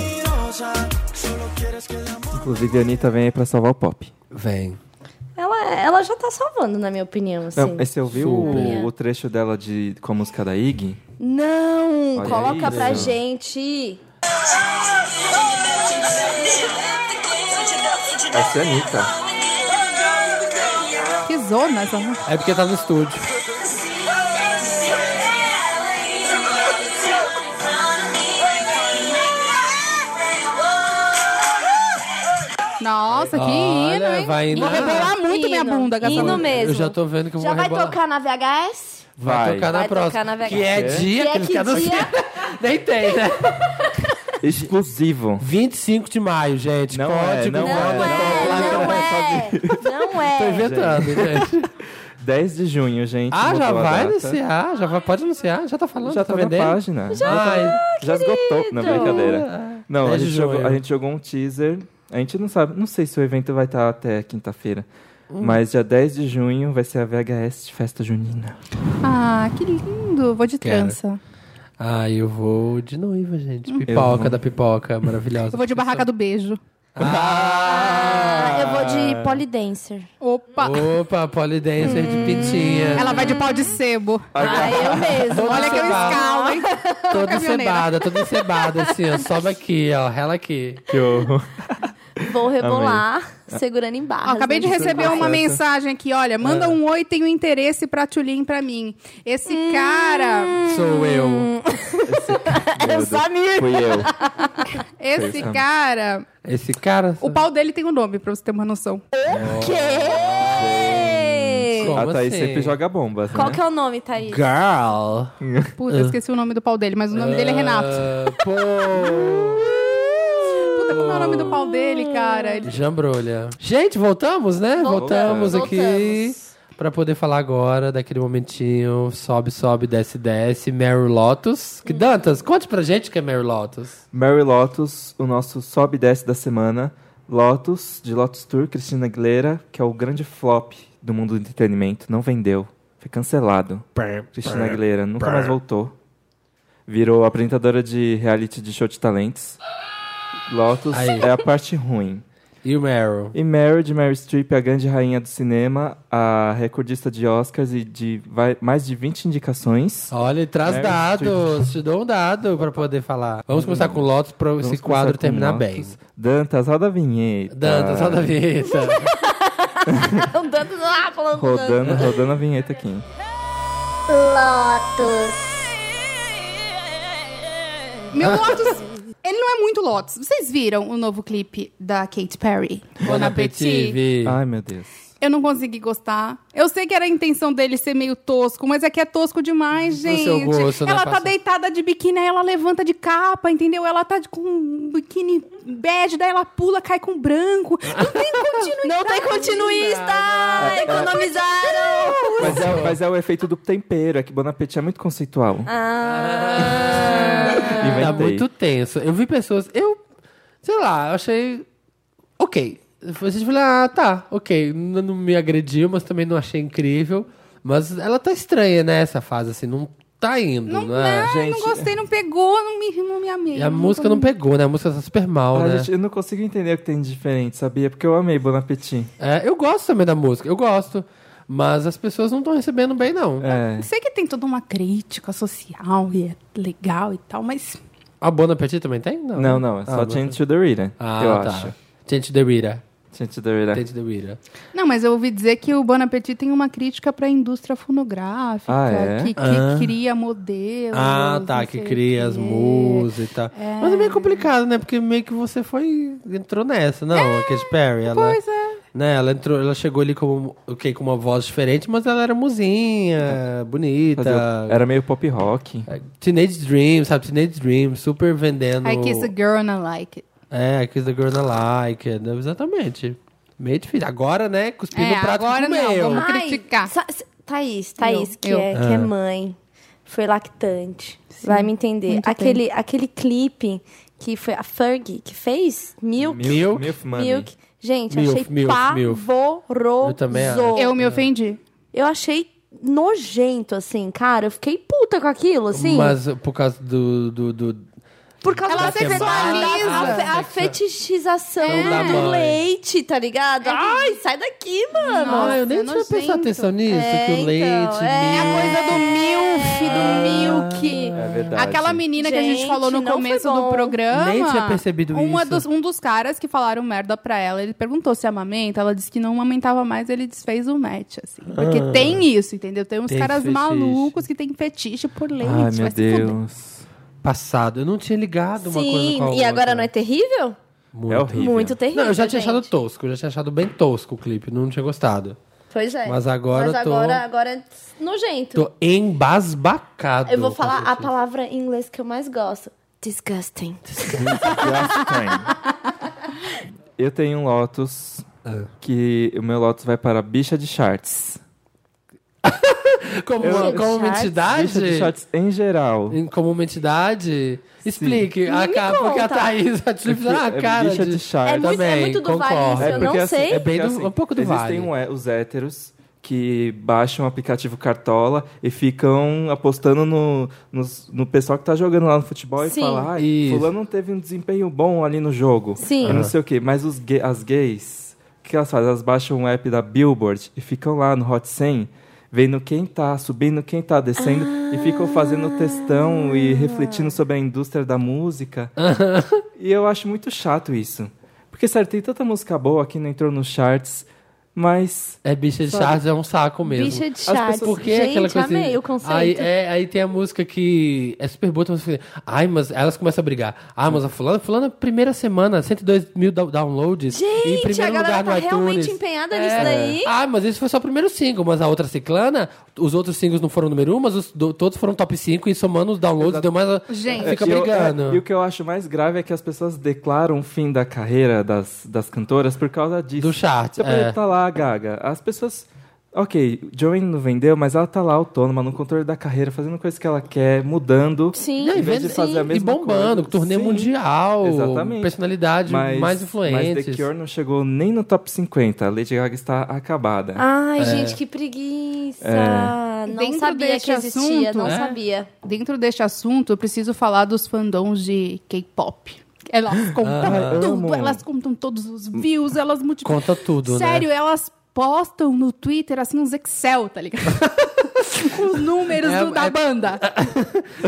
Speaker 5: Mentirosa, solo quieres que el amor.
Speaker 2: Inclusive, a Anitta vem aí pra salvar o pop.
Speaker 1: Vem.
Speaker 4: Ela, ela já tá salvando, na minha opinião, assim.
Speaker 2: Não, mas você ouviu
Speaker 1: Super.
Speaker 2: o, o trecho dela de, com a música da Iggy?
Speaker 4: Não,
Speaker 2: Olha
Speaker 4: coloca
Speaker 2: isso.
Speaker 4: pra gente.
Speaker 2: Essa é a Anitta.
Speaker 3: Que zona essa música.
Speaker 1: É porque tá no estúdio.
Speaker 3: Nossa, que
Speaker 1: Olha,
Speaker 3: hino, hein?
Speaker 1: vai indo.
Speaker 3: Vou rebolar muito
Speaker 4: Hum, Hino.
Speaker 3: minha bunda,
Speaker 4: Hino
Speaker 3: Gabriel.
Speaker 4: mesmo.
Speaker 1: Eu já tô vendo que eu
Speaker 4: Já
Speaker 1: vou
Speaker 4: vai
Speaker 1: rebolar.
Speaker 4: tocar na VHS?
Speaker 1: Vai
Speaker 2: Vai.
Speaker 1: tocar na
Speaker 4: Vai tocar
Speaker 1: próxima.
Speaker 4: na
Speaker 1: que é
Speaker 2: VHS.
Speaker 1: dia
Speaker 4: Que é
Speaker 1: que, eles
Speaker 4: que
Speaker 1: anunciam. Nem tem, né?
Speaker 2: Exclusivo.
Speaker 1: 25 de maio, gente.
Speaker 2: Não é,
Speaker 1: Código
Speaker 2: não
Speaker 4: Não
Speaker 1: moda
Speaker 4: é,
Speaker 1: popular.
Speaker 4: não é. Não
Speaker 1: né? Tô
Speaker 4: é.
Speaker 1: inventando, gente.
Speaker 2: 10 de junho, gente.
Speaker 1: Ah, já
Speaker 2: mudou a
Speaker 1: vai
Speaker 2: data.
Speaker 1: anunciar. Já vai- pode anunciar. Já tá falando,
Speaker 2: Já
Speaker 1: tá
Speaker 2: tá na
Speaker 1: vendendo.
Speaker 2: página. Já, tá
Speaker 1: Ai,
Speaker 2: já esgotou. Não, é brincadeira. Não, a
Speaker 1: 10 de
Speaker 2: gente, jogou,
Speaker 1: junho.
Speaker 2: a gente jogou um teaser. A gente não sabe, não sei se o evento vai estar até quinta-feira.
Speaker 1: Hum.
Speaker 2: Mas dia 10 de junho vai ser a VHS de Festa Junina.
Speaker 3: Ah, que lindo. Vou de
Speaker 1: Quero.
Speaker 3: trança.
Speaker 1: ai, eu vou de noiva, gente. Pipoca
Speaker 2: vou.
Speaker 1: da pipoca, maravilhosa.
Speaker 3: Eu vou de barraca do beijo.
Speaker 4: Ah, eu vou de polidancer.
Speaker 3: Opa.
Speaker 1: Opa, polidancer de pintinha.
Speaker 3: Ela vai de pau de sebo.
Speaker 1: Tá
Speaker 4: Ah, eu mesmo.
Speaker 1: Toda
Speaker 3: Olha que eu
Speaker 1: cebada.
Speaker 3: escalo, hein?
Speaker 1: Toda
Speaker 3: caminhoneira.
Speaker 1: cebada, toda cebada, assim, ó. Sobe aqui, ó. Rela aqui.
Speaker 2: Que horror.
Speaker 4: Vou rebolar, segurando em
Speaker 3: Ó,
Speaker 4: barras.
Speaker 3: acabei de
Speaker 4: né?
Speaker 3: receber uma
Speaker 2: certo.
Speaker 3: mensagem aqui, olha.
Speaker 1: Ah.
Speaker 3: Manda um oi, tem um interesse pra Tulin pra mim. Esse cara,
Speaker 1: Sou eu.
Speaker 2: É o Samir. Fui eu.
Speaker 3: esse
Speaker 2: Sim.
Speaker 3: cara,
Speaker 1: Esse cara.
Speaker 3: o pau dele tem um nome, pra você ter uma noção.
Speaker 4: Quê?
Speaker 1: Como
Speaker 2: a Thaís
Speaker 1: assim?
Speaker 2: sempre joga bombas,
Speaker 4: Qual
Speaker 2: né?
Speaker 4: que é o nome, Thaís?
Speaker 1: Girl.
Speaker 3: Puta,
Speaker 1: É.
Speaker 3: eu esqueci o nome do pau dele, mas o nome dele é Renato.
Speaker 1: Ah, pô.
Speaker 3: Puta, como é o nome do pau dele, cara? Ele-
Speaker 1: Jambrolha. Gente, voltamos, né? Voltamos,
Speaker 4: Voltamos.
Speaker 1: aqui
Speaker 4: Voltamos.
Speaker 1: pra poder falar agora daquele momentinho sobe, sobe, desce, desce, Mary Lotus. Que Dantas, conte pra gente o que é Mary Lotus.
Speaker 2: Mary Lotus, o nosso sobe e desce da semana. Lotus, de Lotus Tour, Cristina Aguilera, que é o grande flop do mundo do entretenimento. Não vendeu. Foi cancelado. Cristina Aguilera nunca mais voltou. Virou apresentadora de reality de show de talentos. Lotus
Speaker 1: Aí.
Speaker 2: é a parte ruim.
Speaker 1: E o Meryl.
Speaker 2: E Mary, de Mary Streep, a grande rainha do cinema, a recordista de Oscars e de vai- mais de 20 indicações.
Speaker 1: Olha, ele traz
Speaker 2: Meryl
Speaker 1: dados. Te dou um dado pra poder falar. Vamos começar com Lotus pra esse
Speaker 2: Vamos
Speaker 1: quadro
Speaker 2: começar com
Speaker 1: terminar
Speaker 2: Lotus.
Speaker 1: bem. Ah.
Speaker 2: Dantas, roda a vinheta.
Speaker 1: Dantas, roda a vinheta.
Speaker 4: Andando lá, falando.
Speaker 2: Rodando, rodando a vinheta aqui.
Speaker 6: Lotus.
Speaker 3: Meu Lotus, ele não é muito Lotus. Vocês viram o novo clipe da Katy Perry?
Speaker 1: Bon appétit. Vi.
Speaker 2: Ai, meu Deus.
Speaker 3: Eu não consegui gostar. Eu sei que era a intenção dele ser meio tosco, mas é que é tosco demais, gente.
Speaker 1: seu gosto, né,
Speaker 3: ela tá
Speaker 1: parceiro?
Speaker 3: deitada de biquíni, aí ela levanta de capa, entendeu? Ela tá de- com um biquíni bege, daí ela pula, cai com branco. Não tem continuidade.
Speaker 4: Não tem continuista!
Speaker 1: É,
Speaker 4: Economizaram!
Speaker 2: Mas é, mas é o efeito do tempero, é que Bon Appetit é muito conceitual.
Speaker 3: Ah,
Speaker 2: Inventei.
Speaker 1: Tá muito tenso. Eu vi pessoas. Eu, sei lá, eu achei. Ok. Vocês falaram, ah, tá, ok. Não, não me agrediu, mas também não achei incrível. Mas ela tá estranha, né? Essa fase, assim, não tá indo,
Speaker 3: Não,
Speaker 1: né?
Speaker 3: não,
Speaker 2: gente.
Speaker 3: não gostei, não pegou, não me, não me amei.
Speaker 1: E a música não pegou, né? A música tá super mal,
Speaker 2: Ah,
Speaker 1: né?
Speaker 2: gente, eu não consigo entender o que tem de diferente, sabia? Porque eu amei Bon Appetit.
Speaker 1: É, eu gosto também da música, eu gosto. Mas as pessoas não estão recebendo bem, não.
Speaker 2: É.
Speaker 3: Sei que tem toda uma crítica social e é legal e tal, mas
Speaker 1: A Bon Appetit também tem? Não,
Speaker 2: Não, não, é só
Speaker 1: Ah,
Speaker 2: Change to the Reader,
Speaker 1: Ah,
Speaker 2: eu
Speaker 1: tá.
Speaker 2: acho.
Speaker 1: Gente the Rita.
Speaker 2: Change to the Reader.
Speaker 1: Gente the Rita.
Speaker 3: Não, mas eu ouvi dizer que o Bon Appetit tem uma crítica para a indústria fonográfica,
Speaker 2: Ah, é?
Speaker 3: que, que
Speaker 1: Ah.
Speaker 3: cria modelos.
Speaker 1: Ah, tá,
Speaker 3: não
Speaker 1: que
Speaker 3: sei
Speaker 1: cria
Speaker 3: o
Speaker 1: as
Speaker 3: quê.
Speaker 1: musas e tal. Mas é meio complicado, né? Porque meio que você foi. entrou nessa, não? a Katy Perry. Ela,
Speaker 3: É, Pois é.
Speaker 1: né, ela entrou, ela chegou ali como, ok, com uma voz diferente, mas ela era musinha, bonita.
Speaker 2: Fazer o- Era meio pop rock.
Speaker 1: É, Teenage Dream, sabe? Teenage Dream, super vendendo.
Speaker 3: I kiss a girl and I like it.
Speaker 1: É, I kiss the girl I like. it, né? Exatamente. Meio difícil. Agora, né? Cuspir
Speaker 3: É,
Speaker 1: no prato tipo
Speaker 3: agora
Speaker 1: que
Speaker 3: não,
Speaker 1: comeu.
Speaker 3: vamos-
Speaker 4: Ai,
Speaker 3: criticar.
Speaker 4: sa- sa- Thaís, Thaís,
Speaker 3: Eu,
Speaker 4: que,
Speaker 3: eu.
Speaker 4: É, que é mãe, foi lactante. Vai me entender.
Speaker 3: muito
Speaker 4: Aquele, aquele clipe que foi a Ferg que fez, Milk.
Speaker 1: Milk.
Speaker 2: Milf Money.
Speaker 4: Milk. Gente,
Speaker 1: Milf,
Speaker 4: achei
Speaker 1: milf, milf.
Speaker 4: pavoroso.
Speaker 1: Eu também acho.
Speaker 3: Eu me ofendi.
Speaker 4: Eu achei nojento, assim, cara. Eu fiquei puta com aquilo, assim.
Speaker 1: Mas por causa do. do, do-
Speaker 4: por causa
Speaker 3: Ela
Speaker 4: da
Speaker 3: sexualiza.
Speaker 4: sexualidade, A, a fetichização
Speaker 1: da
Speaker 4: do
Speaker 1: mãe.
Speaker 4: leite, tá ligado? Ai, sai daqui, mano.
Speaker 1: ah, eu nem
Speaker 3: é
Speaker 1: tinha prestado
Speaker 3: nojento.
Speaker 1: atenção nisso.
Speaker 4: É,
Speaker 1: que o
Speaker 4: então,
Speaker 1: leite.
Speaker 4: é.
Speaker 3: É a coisa do MILF, do Milk.
Speaker 2: É verdade.
Speaker 3: Aquela menina que a gente
Speaker 4: Gente,
Speaker 3: falou no
Speaker 4: não foi
Speaker 3: começo do
Speaker 4: bom.
Speaker 3: programa.
Speaker 1: Nem tinha percebido
Speaker 3: uma
Speaker 1: isso.
Speaker 3: Dos, um dos caras que falaram merda pra ela, ele perguntou se amamenta, ela disse que não amamentava mais, ele desfez o match, assim. Porque tem isso, entendeu? Tem uns
Speaker 1: Ah. Tem
Speaker 3: caras
Speaker 1: fetiche.
Speaker 3: malucos que tem fetiche por leite.
Speaker 2: Ai,
Speaker 3: vai
Speaker 2: meu
Speaker 3: se fuder.
Speaker 2: Deus.
Speaker 1: Passado. Eu não tinha ligado uma coisa
Speaker 4: Sim,
Speaker 1: com a
Speaker 4: e
Speaker 1: outra.
Speaker 4: agora não é terrível?
Speaker 1: Muito.
Speaker 2: É horrível.
Speaker 4: Muito terrível.
Speaker 1: Não, eu já tinha
Speaker 4: gente.
Speaker 1: achado tosco. Eu já tinha achado bem tosco o clipe. Não tinha gostado.
Speaker 4: Pois é.
Speaker 1: Mas agora
Speaker 4: Mas
Speaker 1: eu tô-
Speaker 4: agora, agora é nojento.
Speaker 1: Tô tá embasbacado.
Speaker 4: Eu vou
Speaker 1: com
Speaker 4: falar a
Speaker 1: vocês.
Speaker 4: palavra em inglês que eu mais gosto. Disgusting.
Speaker 2: Disgusting. eu tenho um Lotus
Speaker 1: Ah.
Speaker 2: que o meu Lotus vai para Bicha de Charts.
Speaker 1: Como,
Speaker 2: Eu-
Speaker 1: como uma
Speaker 4: Chat?
Speaker 1: entidade?
Speaker 2: Bicha de Charts em geral.
Speaker 1: Em- Como uma entidade? Explique. A cara, porque a
Speaker 4: conta.
Speaker 1: Thaís a Thaís- a
Speaker 2: É
Speaker 1: cara
Speaker 2: bicha
Speaker 1: de...
Speaker 2: de Charts.
Speaker 4: É muito-
Speaker 1: também,
Speaker 4: muito do
Speaker 1: concordo.
Speaker 4: Vale, isso, eu não sei.
Speaker 1: É bem do- um pouco do
Speaker 2: existem
Speaker 1: Vale.
Speaker 2: um hé- os héteros que baixam o aplicativo Cartola e ficam apostando no, nos- no pessoal que tá jogando lá no futebol
Speaker 4: Sim.
Speaker 2: e fala, ai,
Speaker 1: Isso.
Speaker 2: fulano não teve um desempenho bom ali no jogo.
Speaker 4: Sim.
Speaker 2: E não
Speaker 4: Ah.
Speaker 2: sei o quê. Mas os ga- as gays, o que elas fazem? Elas baixam o app da Billboard e ficam lá no Hot 100 vendo quem tá subindo, quem tá descendo e ficam fazendo textão e refletindo sobre a indústria da música. E eu acho muito chato isso. Porque, sério, tem tanta música boa que não entrou nos charts, mas.
Speaker 1: É bicha de charts, é um saco mesmo.
Speaker 4: Bicha de
Speaker 2: As
Speaker 4: chat.
Speaker 2: pessoas-
Speaker 1: Porque
Speaker 4: gente,
Speaker 1: é aquela coisa assim,
Speaker 4: amei o conceito.
Speaker 1: Aí, é, aí tem a música que é super boa, tem música que- ai, mas elas começam a brigar. Ah, mas a fulana, fulana, primeira semana, 102 mil da- downloads. e
Speaker 4: Gente, a
Speaker 1: primeiro
Speaker 4: galera
Speaker 1: lugar
Speaker 4: tá
Speaker 1: no
Speaker 4: realmente
Speaker 1: iTunes.
Speaker 4: empenhada
Speaker 1: É.
Speaker 4: nisso daí.
Speaker 1: Ah, mas esse foi só o primeiro single, mas a outra ciclana, os outros singles não foram número um, mas os do- todos foram top 5 e somando os downloads, deu mais... a-
Speaker 3: Gente.
Speaker 1: fica
Speaker 2: E eu-
Speaker 1: brigando.
Speaker 2: é, e o que eu acho mais grave é que as pessoas declaram o fim da carreira das, das cantoras por causa disso.
Speaker 1: Do chart,
Speaker 2: Você pode
Speaker 1: é.
Speaker 2: tá lá, Gaga. As pessoas. Ok, Joanne não vendeu, mas ela tá lá autônoma, no controle da carreira, fazendo coisa que ela quer, mudando.
Speaker 4: Sim.
Speaker 1: Não,
Speaker 2: Em vez de
Speaker 1: vendo-
Speaker 2: fazer a mesma
Speaker 1: e bombando,
Speaker 2: coisa.
Speaker 1: turnê
Speaker 2: Sim.
Speaker 1: mundial,
Speaker 2: Exatamente.
Speaker 1: personalidade mais
Speaker 2: Mas The
Speaker 1: influentes.
Speaker 2: Cure não chegou nem no top 50. A Lady Gaga está acabada.
Speaker 4: Ai,
Speaker 1: É.
Speaker 4: gente, que preguiça. Não
Speaker 3: Dentro
Speaker 4: sabia
Speaker 3: deste
Speaker 4: que existia,
Speaker 3: assunto,
Speaker 4: não
Speaker 1: né?
Speaker 4: sabia.
Speaker 3: Dentro deste assunto, eu preciso falar dos fandoms de K-pop. Elas contam
Speaker 2: Ah,
Speaker 3: tudo,
Speaker 2: amo.
Speaker 3: elas contam todos os views, elas multiplicam.
Speaker 1: Conta tudo, né?
Speaker 3: Sério, elas postam no Twitter assim uns Excel, tá ligado? com os números
Speaker 1: É-
Speaker 3: do- da
Speaker 1: é-
Speaker 3: banda.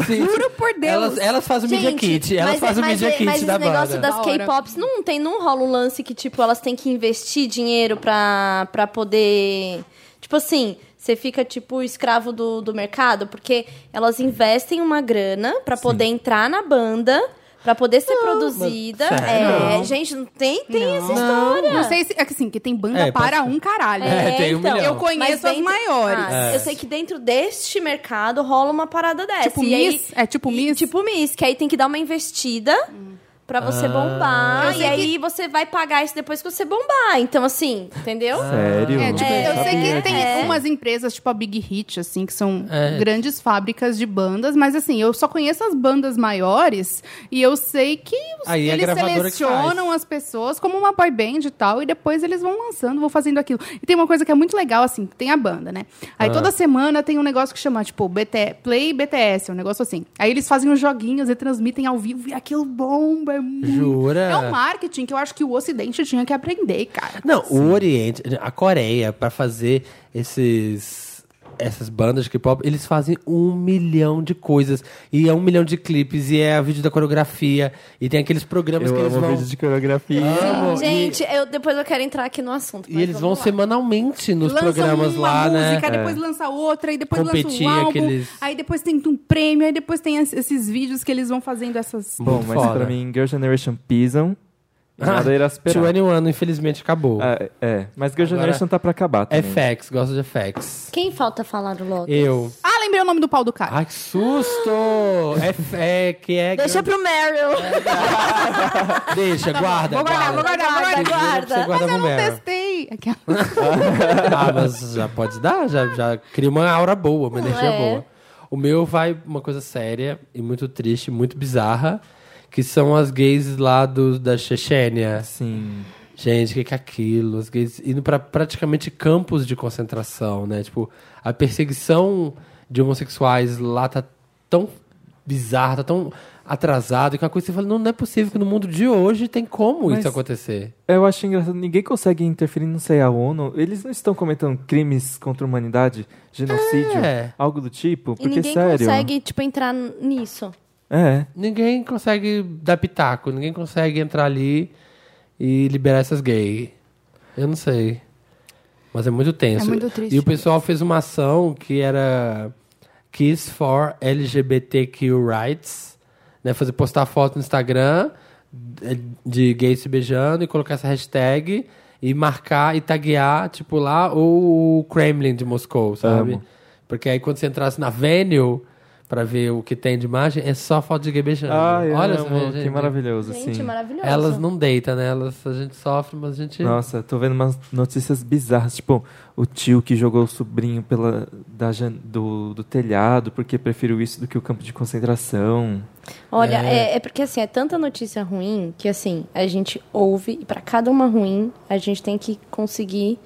Speaker 1: Sim.
Speaker 3: Juro por Deus.
Speaker 1: Elas, elas fazem o Media Kit. Elas
Speaker 4: mas- é-
Speaker 1: fazem o
Speaker 4: mas-
Speaker 1: Media Kit
Speaker 4: mas
Speaker 1: da
Speaker 4: esse negócio
Speaker 1: banda.
Speaker 3: Da
Speaker 4: das
Speaker 3: hora.
Speaker 4: K-Pops não tem, não rola um lance que, tipo, elas têm que investir dinheiro pra, pra poder. Tipo assim, você fica, tipo, escravo do, do mercado, porque elas investem uma grana pra poder entrar na banda, pra poder ser produzida.
Speaker 1: mas-
Speaker 4: É,
Speaker 1: Não.
Speaker 4: gente, não tem, tem
Speaker 3: Não.
Speaker 4: essa história.
Speaker 3: Não sei se. É que assim, que tem banda
Speaker 1: É, pode
Speaker 3: para
Speaker 1: ser.
Speaker 3: um caralho.
Speaker 1: É, tem um
Speaker 4: então,
Speaker 1: milhão. É.
Speaker 3: Eu conheço
Speaker 4: Mas
Speaker 3: as maiores.
Speaker 4: Ah, Eu sei que dentro deste mercado rola uma parada dessa.
Speaker 3: Tipo
Speaker 4: e aí-
Speaker 3: Miss? é tipo
Speaker 4: e
Speaker 3: Miss?
Speaker 4: Tipo Miss, que aí tem que dar uma investida pra você
Speaker 1: Ah. Eu
Speaker 4: bombar.
Speaker 3: sei
Speaker 4: E
Speaker 3: que-
Speaker 4: aí você vai pagar isso depois que você bombar. Então, assim, entendeu?
Speaker 1: Ah.
Speaker 2: Sério?
Speaker 3: É, tipo,
Speaker 4: É,
Speaker 3: eu sei que
Speaker 4: é,
Speaker 3: tem
Speaker 4: é.
Speaker 3: umas empresas, tipo a Big Hit, assim, que são
Speaker 1: É.
Speaker 3: grandes fábricas de bandas, mas assim, eu só conheço as bandas maiores e eu sei que os-
Speaker 1: Aí é a
Speaker 3: eles
Speaker 1: gravadora que
Speaker 3: selecionam
Speaker 1: faz.
Speaker 3: as pessoas como uma boy band e tal, e depois eles vão lançando, vão fazendo aquilo. E tem uma coisa que é muito legal, assim, que tem a banda, né?
Speaker 1: Ah.
Speaker 3: Aí toda semana tem um negócio que chama, tipo, BT, Play BTS, um negócio assim. Aí eles fazem uns joguinhos e transmitem ao vivo e aquilo bomba, é muito...
Speaker 1: Jura?
Speaker 3: É um marketing que eu acho que o Ocidente tinha que aprender, cara.
Speaker 1: Não, o Oriente, a Coreia, pra fazer esses essas bandas de K-pop, eles fazem um milhão de coisas. E é um milhão de clipes, e é a vídeo da coreografia, e tem aqueles programas
Speaker 2: Eu
Speaker 1: que eles
Speaker 2: amo
Speaker 1: vão.
Speaker 2: vídeo de coreografia.
Speaker 1: Amo,
Speaker 4: Gente,
Speaker 1: e,
Speaker 4: eu, depois eu quero entrar aqui no assunto.
Speaker 1: e
Speaker 4: mas
Speaker 1: eles vão
Speaker 4: vamos lá.
Speaker 1: semanalmente nos
Speaker 3: lança
Speaker 1: programas
Speaker 3: uma
Speaker 1: lá, né?
Speaker 3: música, depois lança outra, e depois
Speaker 1: Competir,
Speaker 3: lança um álbum,
Speaker 1: aqueles-
Speaker 3: aí depois tem um prêmio, aí depois tem es- esses vídeos que eles vão fazendo essas...
Speaker 1: Bom,
Speaker 2: Bom,
Speaker 1: Muito
Speaker 2: mas
Speaker 1: foda.
Speaker 2: pra mim, Girl Generation pisam. e Nada irá superar.
Speaker 1: 21, Ah, infelizmente, acabou.
Speaker 2: Ah, é, mas
Speaker 1: Agora-
Speaker 2: Girl
Speaker 1: é
Speaker 2: Generation tá pra acabar também.
Speaker 1: FX, gosto de FX.
Speaker 4: Quem falta falar logo?
Speaker 1: Eu.
Speaker 3: Ah, lembrei o nome do pau do cara.
Speaker 1: Ai, que susto! F- é, que é.
Speaker 4: Deixa pro Meryl.
Speaker 1: Deixa, guarda.
Speaker 3: Tá
Speaker 1: guarda.
Speaker 3: vou guardar, vou guardar, vou guardar.
Speaker 1: Você
Speaker 4: guarda.
Speaker 1: guarda
Speaker 3: Mas eu
Speaker 1: pro
Speaker 3: não
Speaker 1: Meryl.
Speaker 3: testei. Aquela-
Speaker 1: Ah, mas já pode dar, já, já cria uma aura boa, uma energia
Speaker 4: é.
Speaker 1: boa. O meu vai uma coisa séria e muito triste, muito bizarra, que são as gays lá do, da Chechênia.
Speaker 2: Sim.
Speaker 1: Gente, o que, que é aquilo? As gays indo pra praticamente campos de concentração, né? Tipo, a perseguição de homossexuais lá tá tão bizarra, tá tão atrasada, que é uma coisa que você fala, não, não é possível que no mundo de hoje tem como
Speaker 2: Mas-
Speaker 1: isso acontecer.
Speaker 2: Eu acho engraçado, ninguém consegue interferir, não sei, a ONU. Eles não estão cometendo crimes contra a humanidade, genocídio,
Speaker 1: É.
Speaker 2: algo do tipo.
Speaker 4: E
Speaker 2: Porque,
Speaker 4: ninguém
Speaker 2: sério.
Speaker 4: consegue, tipo, entrar n- nisso.
Speaker 2: É.
Speaker 1: Ninguém consegue dar pitaco, ninguém consegue entrar ali e liberar essas gays. Eu não sei. Mas é muito tenso.
Speaker 3: É muito triste.
Speaker 1: E o pessoal fez uma ação que era Kiss for LGBTQ Rights, né? Fazer postar foto no Instagram de- de gays se beijando e colocar essa hashtag e marcar e taguear, tipo lá, o Kremlin de Moscou, sabe?
Speaker 2: Amo.
Speaker 1: Porque aí quando você entrasse na venue pra ver o que tem de imagem, é só foto de gay beijando.
Speaker 2: Ah, eu
Speaker 1: Olha
Speaker 2: amo,
Speaker 1: essa imagem,
Speaker 2: que
Speaker 1: gente.
Speaker 2: maravilhoso,
Speaker 4: Gente,
Speaker 2: sim.
Speaker 4: maravilhoso.
Speaker 1: Assim, Elas não deitam, né? Elas, a gente sofre, mas a gente...
Speaker 2: Nossa, tô vendo umas notícias bizarras, tipo, o tio que jogou o sobrinho pela, da, jan- do, do telhado porque preferiu isso do que o campo de concentração.
Speaker 4: Olha,
Speaker 1: É.
Speaker 4: é. é porque assim, é tanta notícia ruim que assim, a gente ouve e pra cada uma ruim, a gente tem que conseguir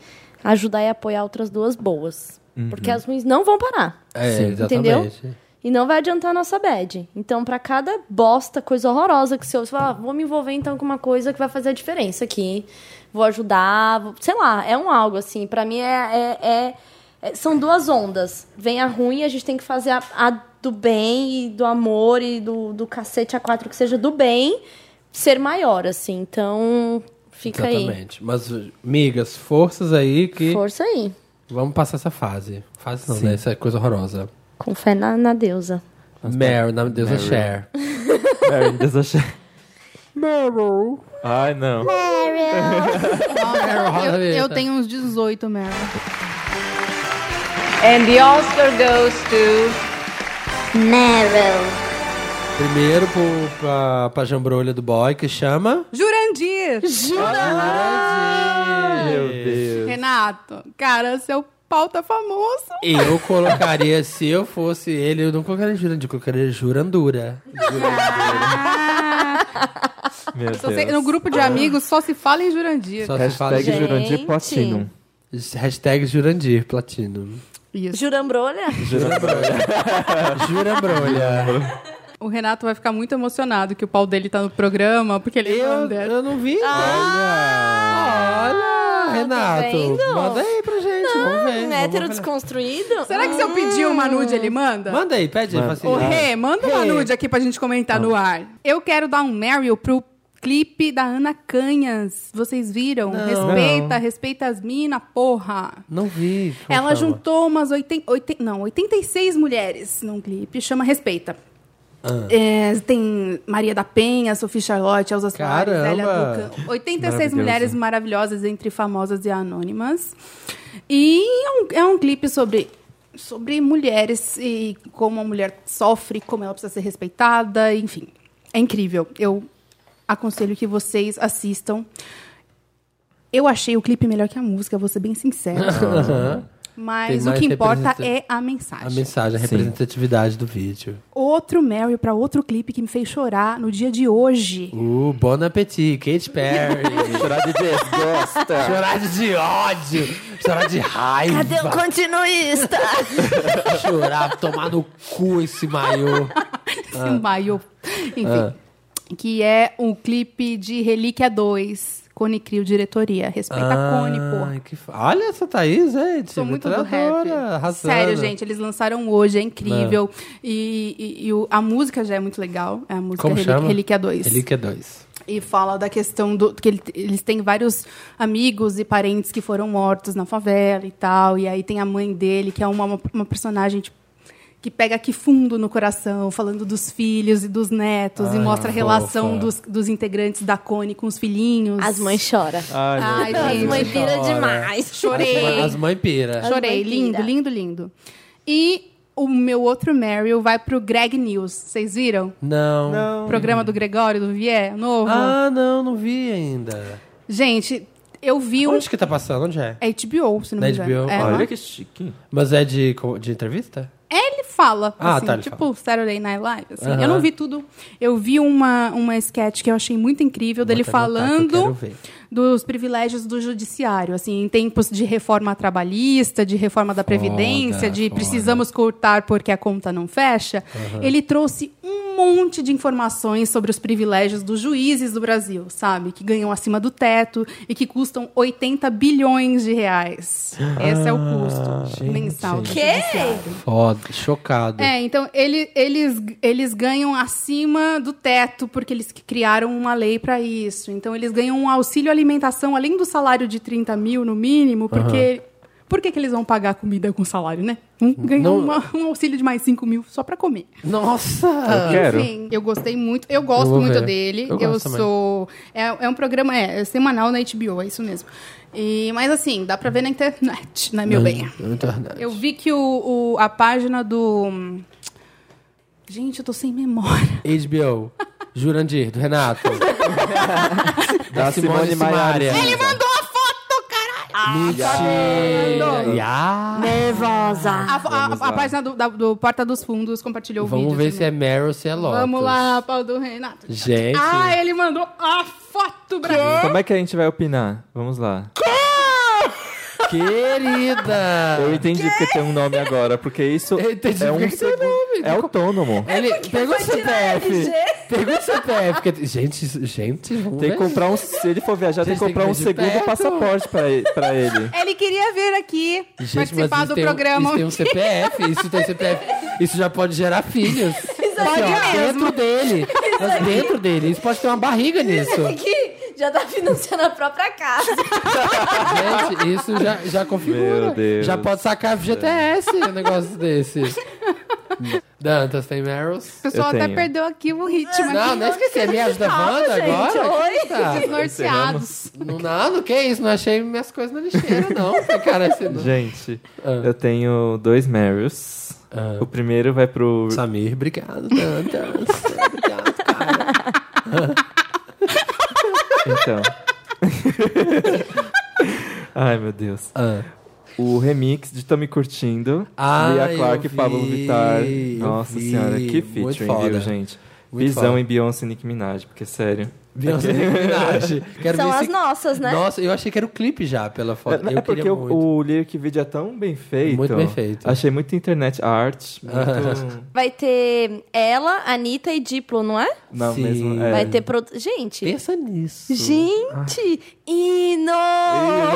Speaker 4: ajudar e apoiar outras duas boas. Porque as ruins não vão parar.
Speaker 1: Uhum. É,
Speaker 2: Sim.
Speaker 1: exatamente.
Speaker 4: E não vai adiantar a nossa bad. Então, pra cada bosta, coisa horrorosa que você ouve, você fala, ah, vou me envolver então com uma coisa que vai fazer a diferença aqui. Vou ajudar, vou- sei lá, é um algo assim. Pra mim é, é- é- é- São duas ondas. Vem a ruim, a gente tem que fazer a, a do bem e do amor e do, do cacete a quatro, que seja do bem, ser maior, assim. Então, fica
Speaker 1: Exatamente. Mas, migas, forças aí que
Speaker 4: aí. Força aí.
Speaker 1: vamos passar essa fase. Fase não, né? Essa coisa horrorosa.
Speaker 4: Com fé na, na deusa.
Speaker 1: Mary, na deusa
Speaker 2: Mary.
Speaker 1: é Cher.
Speaker 2: Mary, desachei. Ai, não.
Speaker 1: roda a
Speaker 3: eu,
Speaker 1: vinheta.
Speaker 3: eu tenho uns 18 mesmo.
Speaker 6: And the Oscar goes to.
Speaker 4: Meryl.
Speaker 1: Primeiro pro, pra, pra jambrolha do boy, que chama...
Speaker 3: Jurandir!
Speaker 2: Meu Deus.
Speaker 3: Renato, cara, seu pau tá famoso.
Speaker 1: Eu colocaria, se eu fosse ele, eu não colocaria Jurandir, eu colocaria Jurandura. Ah,
Speaker 2: Meu
Speaker 3: Eu Ah, sei-
Speaker 2: Deus.
Speaker 3: no grupo de amigos só se fala em Jurandir.
Speaker 1: Só se fala
Speaker 2: Hashtag
Speaker 4: Gente.
Speaker 2: Jurandir Platinum.
Speaker 1: Hashtag Jurandir Platino.
Speaker 3: Isso.
Speaker 4: Jurambrolha?
Speaker 1: Jurambrolha.
Speaker 3: O Renato vai ficar muito emocionado que o pau dele tá no programa, porque ele
Speaker 1: Eu,
Speaker 3: manda.
Speaker 1: eu não vi. Olha! Olha, Renato.
Speaker 4: vendo?
Speaker 1: manda aí pra gente, vamos ver.
Speaker 4: um hétero desconstruído? Ah.
Speaker 3: Será que se eu pedir uma nude, ele manda?
Speaker 1: Manda aí, pede aí.
Speaker 2: Manda.
Speaker 1: fala
Speaker 3: Ô,
Speaker 1: assim,
Speaker 3: Rê, manda uma
Speaker 1: Rê.
Speaker 3: nude aqui pra gente comentar no ar. Eu quero dar um Meryl pro clipe da Ana Canhas. Vocês viram? respeita,
Speaker 2: Não.
Speaker 3: respeita as mina, porra.
Speaker 1: Não vi. como
Speaker 3: Ela
Speaker 1: chama.
Speaker 3: juntou umas 80, 80, não, 86 mulheres num clipe, chama Respeita.
Speaker 1: Ah.
Speaker 3: É, tem Maria da Penha, Sophie Charlotte, Elza Soares,
Speaker 1: Caramba!
Speaker 3: Elia Ducan. 86
Speaker 2: Maravilhoso.
Speaker 3: mulheres maravilhosas entre famosas e anônimas. E é um, é um clipe sobre, sobre mulheres e como a mulher sofre, como ela precisa ser respeitada, enfim. É incrível. Eu aconselho que vocês assistam. Eu achei o clipe melhor que a música, vou ser bem sincera.
Speaker 1: Aham. Tem
Speaker 3: Mas o
Speaker 1: mais
Speaker 3: que importa
Speaker 1: representa-
Speaker 3: é a mensagem.
Speaker 1: A mensagem, a
Speaker 2: Sim.
Speaker 1: representatividade do vídeo.
Speaker 3: Outro Mary para outro clipe que me fez chorar no dia de hoje.
Speaker 1: Uh, Bon Appetit, Katy Perry.
Speaker 2: Chorar de desgosta.
Speaker 1: chorar de ódio, chorar de raiva.
Speaker 4: Cadê o continuista?
Speaker 1: Chorar, tomar no cu esse maiô.
Speaker 3: Esse
Speaker 1: Ah.
Speaker 3: maiô.
Speaker 2: Ah.
Speaker 3: Enfim. Que é um clipe de Relíquia 2. Cone Crio Diretoria. Respeita
Speaker 1: Ah,
Speaker 3: a Cone, porra.
Speaker 1: que fa- Olha essa Thaís, gente.
Speaker 3: Sou muito do rap.
Speaker 1: lutadora, arrasando. Ah.
Speaker 3: Sério, gente, eles lançaram hoje, é incrível. E, e- e o- a música já é muito legal. É a música
Speaker 1: Como
Speaker 3: Relíquia,
Speaker 1: chama?
Speaker 3: Relíquia 2.
Speaker 1: Relíquia 2.
Speaker 3: E fala da questão do que ele- eles têm vários amigos e parentes que foram mortos na favela e tal. E aí tem a mãe dele, que é uma, uma, uma personagem tipo, que pega aqui fundo no coração, falando dos filhos e dos netos,
Speaker 1: Ai,
Speaker 3: e mostra a
Speaker 1: fofa.
Speaker 3: relação dos, dos integrantes da Cone com os filhinhos.
Speaker 4: As mães choram.
Speaker 2: Ai, meu
Speaker 3: Ai,
Speaker 2: Deus.
Speaker 4: As
Speaker 3: gente.
Speaker 4: mães viram
Speaker 1: chora.
Speaker 4: demais.
Speaker 1: As
Speaker 3: Chorei.
Speaker 1: mãe- As mães pira.
Speaker 3: Chorei,
Speaker 4: As mães
Speaker 3: lindo,
Speaker 4: linda.
Speaker 3: lindo, lindo. E o meu outro Meryl vai pro Greg News. Vocês viram?
Speaker 1: Não.
Speaker 2: Não.
Speaker 3: Programa do Gregório, do Vier, novo.
Speaker 1: Ah, não, não vi ainda.
Speaker 3: Gente, eu vi um...
Speaker 1: Onde que tá passando? Onde é?
Speaker 3: É HBO, se não
Speaker 1: Da
Speaker 3: me engano.
Speaker 1: HBO?
Speaker 3: É,
Speaker 2: Olha
Speaker 3: aham.
Speaker 2: que chique.
Speaker 1: Mas é de, co- de entrevista?
Speaker 3: Ele fala,
Speaker 1: Ah,
Speaker 3: assim,
Speaker 1: tá, ele
Speaker 3: tipo Saturday Night Live. assim.
Speaker 1: Aham.
Speaker 3: Eu não vi tudo. Eu vi uma, uma sketch que eu achei muito incrível dele
Speaker 1: Vou até anotar que eu quero
Speaker 3: falando
Speaker 1: ver.
Speaker 3: dos privilégios do judiciário, assim, em tempos de reforma trabalhista, de reforma da Previdência, de
Speaker 1: foda.
Speaker 3: precisamos cortar porque a conta não fecha. Ele trouxe um monte de informações sobre os privilégios dos juízes do Brasil, sabe? Que ganham acima do teto e que custam 80 bilhões de reais. Esse é o custo mensal. do
Speaker 4: Quê?
Speaker 3: judiciário.
Speaker 1: Foda, chocado.
Speaker 3: É, então ele- eles, eles ganham acima do teto, porque eles que criaram uma lei para isso. Então eles ganham um auxílio alimentação, além do salário de 30 mil no mínimo, porque. Por que, que eles vão pagar comida com salário, né? Um ganha
Speaker 1: Não-
Speaker 3: uma- um auxílio de mais 5 mil só para comer.
Speaker 1: Nossa!
Speaker 2: Eu quero.
Speaker 3: Enfim, eu gostei muito. Eu
Speaker 1: Eu
Speaker 3: gosto
Speaker 1: vou
Speaker 3: muito
Speaker 1: ver.
Speaker 3: dele.
Speaker 1: Eu
Speaker 3: Eu,
Speaker 1: gosto também.
Speaker 3: sou. É, é um programa é, é semanal na HBO, é isso mesmo. E, mas assim, dá pra ver na internet, né, meu bem?
Speaker 1: Internet.
Speaker 3: Eu vi que o, o- a página do. Gente, eu tô sem memória.
Speaker 1: HBO. Jurandir, do Renato.
Speaker 2: Da Simone Maiara.
Speaker 1: Ele mandou
Speaker 3: Uma foto, caralho!
Speaker 1: Mentira! Ya.
Speaker 4: Nervosa.
Speaker 3: A, fo- a- a página do, da- do Porta dos Fundos compartilhou o
Speaker 1: Ah, Vamos
Speaker 3: vídeo.
Speaker 1: ver
Speaker 3: assim.
Speaker 1: se é Meryl ou se é Lotus.
Speaker 3: Vamos lá, pau do Renato.
Speaker 1: Gente.
Speaker 3: Ah, ele mandou a foto, Brasil!
Speaker 2: Como é que a gente vai opinar? Vamos lá. Eu
Speaker 1: Querida!
Speaker 2: entendi porque tem um nome agora, porque isso
Speaker 1: Eu entendi
Speaker 2: é um
Speaker 1: porque tem
Speaker 2: segu-
Speaker 1: nome.
Speaker 2: É autônomo.
Speaker 1: Ele pergunta o CPF. Pergunta o CPF. que- Gente, isso- gente, vamos
Speaker 2: Tem
Speaker 1: ver.
Speaker 2: que comprar um. Se ele for viajar, tem
Speaker 1: Gente,
Speaker 2: que comprar
Speaker 1: tem
Speaker 2: um
Speaker 1: que ver de
Speaker 2: segundo
Speaker 1: perto.
Speaker 2: passaporte pra ele. Pra ele.
Speaker 3: Ele queria vir aqui
Speaker 1: Gente,
Speaker 3: participar
Speaker 1: mas isso
Speaker 3: do
Speaker 1: tem um-
Speaker 3: programa.
Speaker 1: Isso tem um CPF, isso tem CPF. Isso já pode gerar filhos. Assim, ó, dentro dele. Mas dentro dele. Isso pode ter uma barriga nisso.
Speaker 4: Aqui já tá financiando a própria casa.
Speaker 1: Gente, isso já, já configura.
Speaker 2: Meu Deus.
Speaker 1: É
Speaker 2: É.
Speaker 1: Já pode sacar FGTS, um negócio desse. Dantas, tem Meryl's?
Speaker 3: O pessoal
Speaker 2: Eu
Speaker 3: até
Speaker 2: tenho.
Speaker 3: perdeu aqui o ritmo.
Speaker 1: Não, né?
Speaker 3: aqui.
Speaker 1: não esqueci. Me ajuda a Wanda
Speaker 4: gente,
Speaker 1: agora?
Speaker 4: oi.
Speaker 1: Que tá?
Speaker 3: Desnorteados.
Speaker 1: Não, não, que isso? Não achei minhas coisas na lixeira, não. Cara, esse não.
Speaker 2: Gente,
Speaker 1: Ah.
Speaker 2: eu tenho dois Marys.
Speaker 1: Ah.
Speaker 2: O primeiro vai pro.
Speaker 1: Samir, obrigado, Dantas. Obrigado, cara.
Speaker 2: Então. Ai, meu Deus.
Speaker 1: Ah.
Speaker 2: O remix de Tô Me Curtindo.
Speaker 1: Ah,
Speaker 2: Lia
Speaker 1: eu
Speaker 2: Clark e
Speaker 1: vi,
Speaker 2: Pablo Vittar.
Speaker 1: eu
Speaker 2: Nossa
Speaker 1: vi.
Speaker 2: senhora, que
Speaker 1: Muito
Speaker 2: featuring,
Speaker 1: foda.
Speaker 2: viu, gente?
Speaker 1: Muito
Speaker 2: Visão
Speaker 1: foda.
Speaker 2: em Beyoncé e Nicki Minaj, porque é sério.
Speaker 1: Beyoncé e Nicki Minaj. Quero
Speaker 4: São
Speaker 1: ver
Speaker 4: as
Speaker 1: esse-
Speaker 4: nossas, né?
Speaker 1: Nossa, eu achei que era o clipe já, pela foto.
Speaker 2: É,
Speaker 1: eu
Speaker 2: é porque
Speaker 1: queria
Speaker 2: o,
Speaker 1: muito.
Speaker 2: o lyric video é tão bem feito.
Speaker 1: Muito bem feito.
Speaker 2: Achei muito internet art. Muito...
Speaker 4: Vai ter ela, Anitta e Diplo, não é?
Speaker 2: Não,
Speaker 1: Sim.
Speaker 2: mesmo. é.
Speaker 4: Vai ter... produ- Gente...
Speaker 1: Pensa nisso.
Speaker 4: Gente! Hino!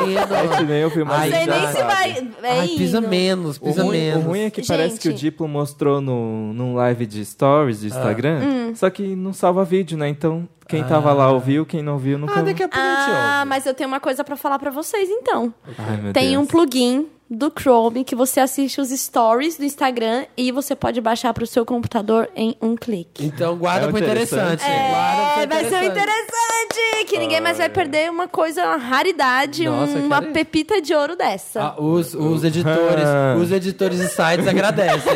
Speaker 1: Menino.
Speaker 2: A gente nem ouviu mais.
Speaker 1: Ah. Ai,
Speaker 4: Não
Speaker 1: já
Speaker 4: sei nem se
Speaker 1: sabe.
Speaker 4: vai... É
Speaker 1: Ai, pisa
Speaker 4: hino.
Speaker 1: menos,
Speaker 2: O
Speaker 1: pisa
Speaker 2: ruim, o
Speaker 1: menos.
Speaker 2: ruim é que
Speaker 4: Gente.
Speaker 2: parece que o Diplo mostrou no, num live de stories
Speaker 1: Ah.
Speaker 2: do Instagram,
Speaker 4: Hum.
Speaker 2: só que não salva vídeo, né? Então, quem tava lá ouviu, quem não viu, nunca...
Speaker 1: Ah, daqui a pouco a gente
Speaker 4: Ah,
Speaker 1: ouve.
Speaker 4: mas eu tenho uma coisa pra falar pra vocês, então.
Speaker 2: Ai, meu
Speaker 4: Tem
Speaker 2: Deus.
Speaker 4: um plugin do Chrome que você assiste os stories do Instagram e você pode baixar pro seu computador em um clique.
Speaker 1: Então guarda
Speaker 2: É
Speaker 1: pro
Speaker 2: interessante.
Speaker 1: interessante. Guarda pro
Speaker 4: É, vai ser um
Speaker 1: interessante.
Speaker 4: interessante! Que ninguém mais vai perder uma coisa, uma raridade, um-
Speaker 1: Nossa,
Speaker 4: uma
Speaker 1: cara.
Speaker 4: pepita de ouro dessa.
Speaker 1: Ah, os, os editores,
Speaker 2: Ah.
Speaker 1: os editores de sites agradecem.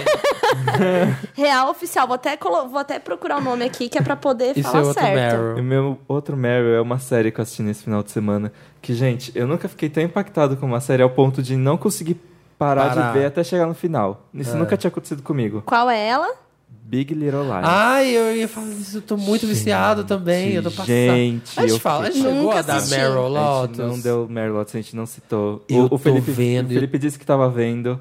Speaker 4: Real oficial. Vou até, colo- vou até procurar o nome aqui que é pra poder
Speaker 1: Isso é
Speaker 4: falar
Speaker 1: outro
Speaker 4: certo.
Speaker 2: E o
Speaker 1: Meryl.
Speaker 2: meu outro Meryl é uma série que eu assisti nesse final de semana. Que, gente, eu nunca fiquei tão impactado com uma série ao ponto de não conseguir parar,
Speaker 1: Parar. É.
Speaker 2: de ver até chegar no final. Isso nunca tinha acontecido comigo.
Speaker 4: Qual é ela?
Speaker 2: Big Little Lies.
Speaker 1: Ai, eu ia falar isso, eu tô muito viciado também, eu tô passando.
Speaker 2: gente,
Speaker 1: a gente
Speaker 2: eu
Speaker 1: fala, a gente
Speaker 4: fiquei-
Speaker 1: chegou
Speaker 4: Nunca
Speaker 1: a dar
Speaker 4: assisti.
Speaker 1: Meryl
Speaker 2: A gente
Speaker 1: Lotus.
Speaker 2: não deu Meryl Lotus, a gente não citou.
Speaker 1: Eu
Speaker 2: o,
Speaker 1: tô
Speaker 2: o Felipe,
Speaker 1: vendo,
Speaker 2: o Felipe disse que tava vendo.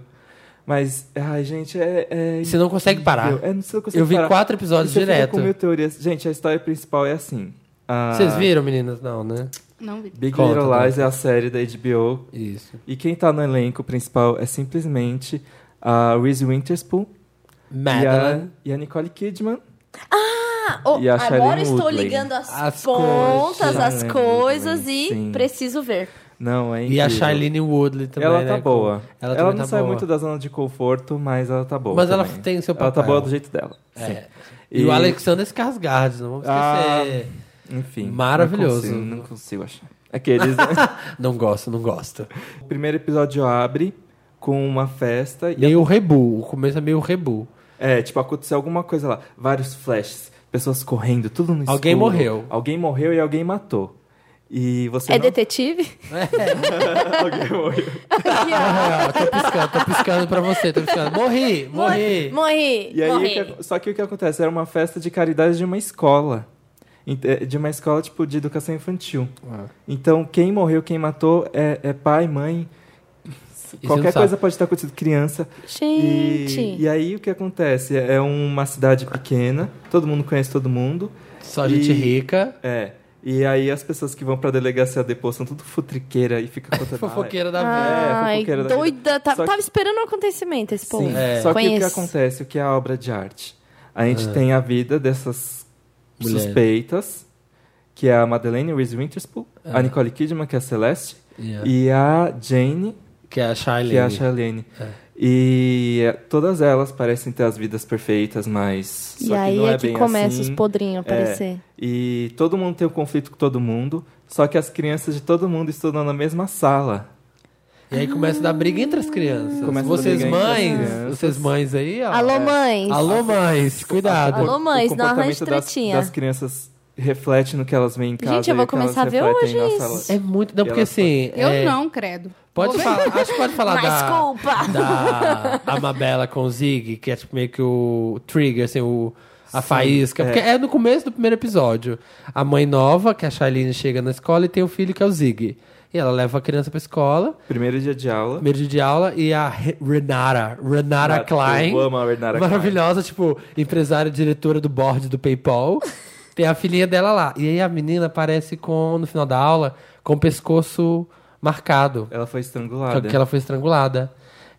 Speaker 2: Mas, ai, gente, é. é
Speaker 1: Você não consegue parar.
Speaker 2: incrível. É, não sei, eu consigo
Speaker 1: Eu vi
Speaker 2: parar.
Speaker 1: quatro episódios
Speaker 2: Você fica
Speaker 1: direto.
Speaker 2: com mil teorias. Gente, a história principal é assim. a
Speaker 1: Vocês viram, meninas? Não, né?
Speaker 3: Não vi.
Speaker 2: Big
Speaker 1: Conta,
Speaker 2: Little
Speaker 1: né?
Speaker 2: Lies é a série da HBO
Speaker 1: Isso.
Speaker 2: E quem tá no elenco principal é simplesmente a Reese Witherspoon e a,
Speaker 1: Madeline.
Speaker 2: e a Nicole Kidman.
Speaker 4: Ah, oh,
Speaker 2: E a
Speaker 4: agora
Speaker 2: Shailene
Speaker 4: estou
Speaker 2: Woodley.
Speaker 4: ligando as,
Speaker 1: As
Speaker 4: pontas,
Speaker 1: coisas.
Speaker 4: as
Speaker 2: Shailene
Speaker 4: coisas
Speaker 2: Woodley,
Speaker 4: e
Speaker 2: sim.
Speaker 4: preciso ver.
Speaker 2: Não, é
Speaker 1: E a
Speaker 2: incrível.
Speaker 1: Shailene Woodley também.
Speaker 2: Ela tá
Speaker 1: né?
Speaker 2: boa. Ela,
Speaker 1: Ela, também
Speaker 2: não
Speaker 1: tá
Speaker 2: sai
Speaker 1: boa.
Speaker 2: muito da zona de conforto, mas ela tá boa.
Speaker 1: Mas ela
Speaker 2: também.
Speaker 1: tem o seu
Speaker 2: Ela tá
Speaker 1: papel.
Speaker 2: boa do jeito dela.
Speaker 1: É.
Speaker 2: Sim.
Speaker 1: E, o Alexander Skarsgård, não vamos
Speaker 2: Ah.
Speaker 1: esquecer.
Speaker 2: Enfim.
Speaker 1: Maravilhoso.
Speaker 2: Não consigo, não consigo achar. Aqueles. né?
Speaker 1: Não gosto, não gosto.
Speaker 2: o primeiro episódio abre com uma festa e
Speaker 1: Meio rebu, o começo é meio rebu.
Speaker 2: É, tipo, aconteceu alguma coisa lá. Vários flashes, pessoas correndo, tudo no escuro.
Speaker 1: Alguém morreu.
Speaker 2: Alguém morreu e alguém matou. E você
Speaker 4: é
Speaker 2: não...
Speaker 4: detetive?
Speaker 2: alguém morreu.
Speaker 4: Aqui, ó.
Speaker 1: Ah, tô piscando, tô piscando pra você, tô piscando. Morri, morri.
Speaker 4: Morri.
Speaker 2: E aí, o
Speaker 4: morri.
Speaker 2: que é- ac- só que o que acontece? Era uma festa de caridade de uma escola. Ent- eh, De uma escola, tipo, de educação infantil. Então, quem morreu, quem matou é, é pai, mãe.
Speaker 1: não
Speaker 2: Qualquer
Speaker 1: sabe.
Speaker 2: coisa pode ter acontecido criança.
Speaker 4: Gente.
Speaker 2: E, e aí, o que acontece? É uma cidade pequena, todo mundo conhece todo mundo.
Speaker 1: Só gente
Speaker 2: E-
Speaker 1: rica,
Speaker 2: É. E aí as pessoas que vão pra delegacia depois são tudo futriqueira e fica contando.
Speaker 1: fofoqueira da vida.
Speaker 4: Ai,
Speaker 2: é, fofoqueira da vida.
Speaker 4: doida. Tá-
Speaker 2: Só que-
Speaker 4: Tava esperando um acontecimento esse
Speaker 2: Sim.
Speaker 4: povo.
Speaker 1: É. Ah.
Speaker 2: Só que o que
Speaker 4: Conheço.
Speaker 2: acontece, o que é a obra de arte? A gente tem a vida dessas
Speaker 1: Mulheres.
Speaker 2: suspeitas, que é a Madeleine Reese Witherspoon,
Speaker 1: Ah.
Speaker 2: a Nicole Kidman, que é a Celeste,
Speaker 1: Yeah.
Speaker 2: e a Jane,
Speaker 1: Que é a Shailene.
Speaker 2: que é a Shailene.
Speaker 1: Ah.
Speaker 2: E eh, todas elas parecem ter as vidas perfeitas, mas
Speaker 4: E
Speaker 2: só que
Speaker 4: aí
Speaker 2: não
Speaker 4: é,
Speaker 2: é,
Speaker 4: que
Speaker 2: bem
Speaker 4: começa
Speaker 2: assim.
Speaker 4: os podrinhos a
Speaker 2: É,
Speaker 4: aparecer.
Speaker 2: e todo mundo tem um conflito com todo mundo, só que as crianças de todo mundo estudam na mesma sala.
Speaker 1: E aí começa a dar briga entre as crianças.
Speaker 2: Começa a dar
Speaker 1: vocês
Speaker 2: briga entre as
Speaker 1: mães,
Speaker 2: crianças.
Speaker 1: vocês mães aí, ó.
Speaker 4: Alô, mães.
Speaker 1: é. Alô, mães, cuidado.
Speaker 4: Alô, mães,
Speaker 2: o
Speaker 4: não arranje
Speaker 2: comportamento das,
Speaker 4: tretinha.
Speaker 2: das crianças reflete no que elas veem em casa.
Speaker 4: Gente, eu
Speaker 2: e
Speaker 4: vou
Speaker 2: o que elas
Speaker 4: começar a ver
Speaker 2: refletem
Speaker 4: hoje
Speaker 2: na
Speaker 4: isso.
Speaker 1: É muito. Não, porque
Speaker 2: Elas-
Speaker 1: assim.
Speaker 3: Eu
Speaker 1: é,
Speaker 3: não, credo.
Speaker 1: Pode
Speaker 3: Vou ver.
Speaker 1: falar, acho que pode falar
Speaker 4: Mas
Speaker 1: da.
Speaker 4: culpa.
Speaker 1: Da Amabela com o Zig, que é tipo meio que o trigger, assim, o. A
Speaker 2: Sim,
Speaker 1: faísca,
Speaker 2: é.
Speaker 1: porque é no começo do primeiro episódio. A mãe nova, que é a Shailene, chega na escola e tem o filho que é o Zig. E ela leva a criança pra escola,
Speaker 2: Primeiro dia de aula.
Speaker 1: primeiro dia de aula, e a Re- Renata, Renata
Speaker 2: Renata,
Speaker 1: Klein.
Speaker 2: eu amo a Renata Klein.
Speaker 1: Maravilhosa, tipo, empresária, diretora do board do PayPal. tem a filhinha dela lá. E aí a menina aparece com, no final da aula, com o pescoço marcado.
Speaker 2: Ela foi
Speaker 1: Só
Speaker 2: estrangulada.
Speaker 1: que ela foi estrangulada.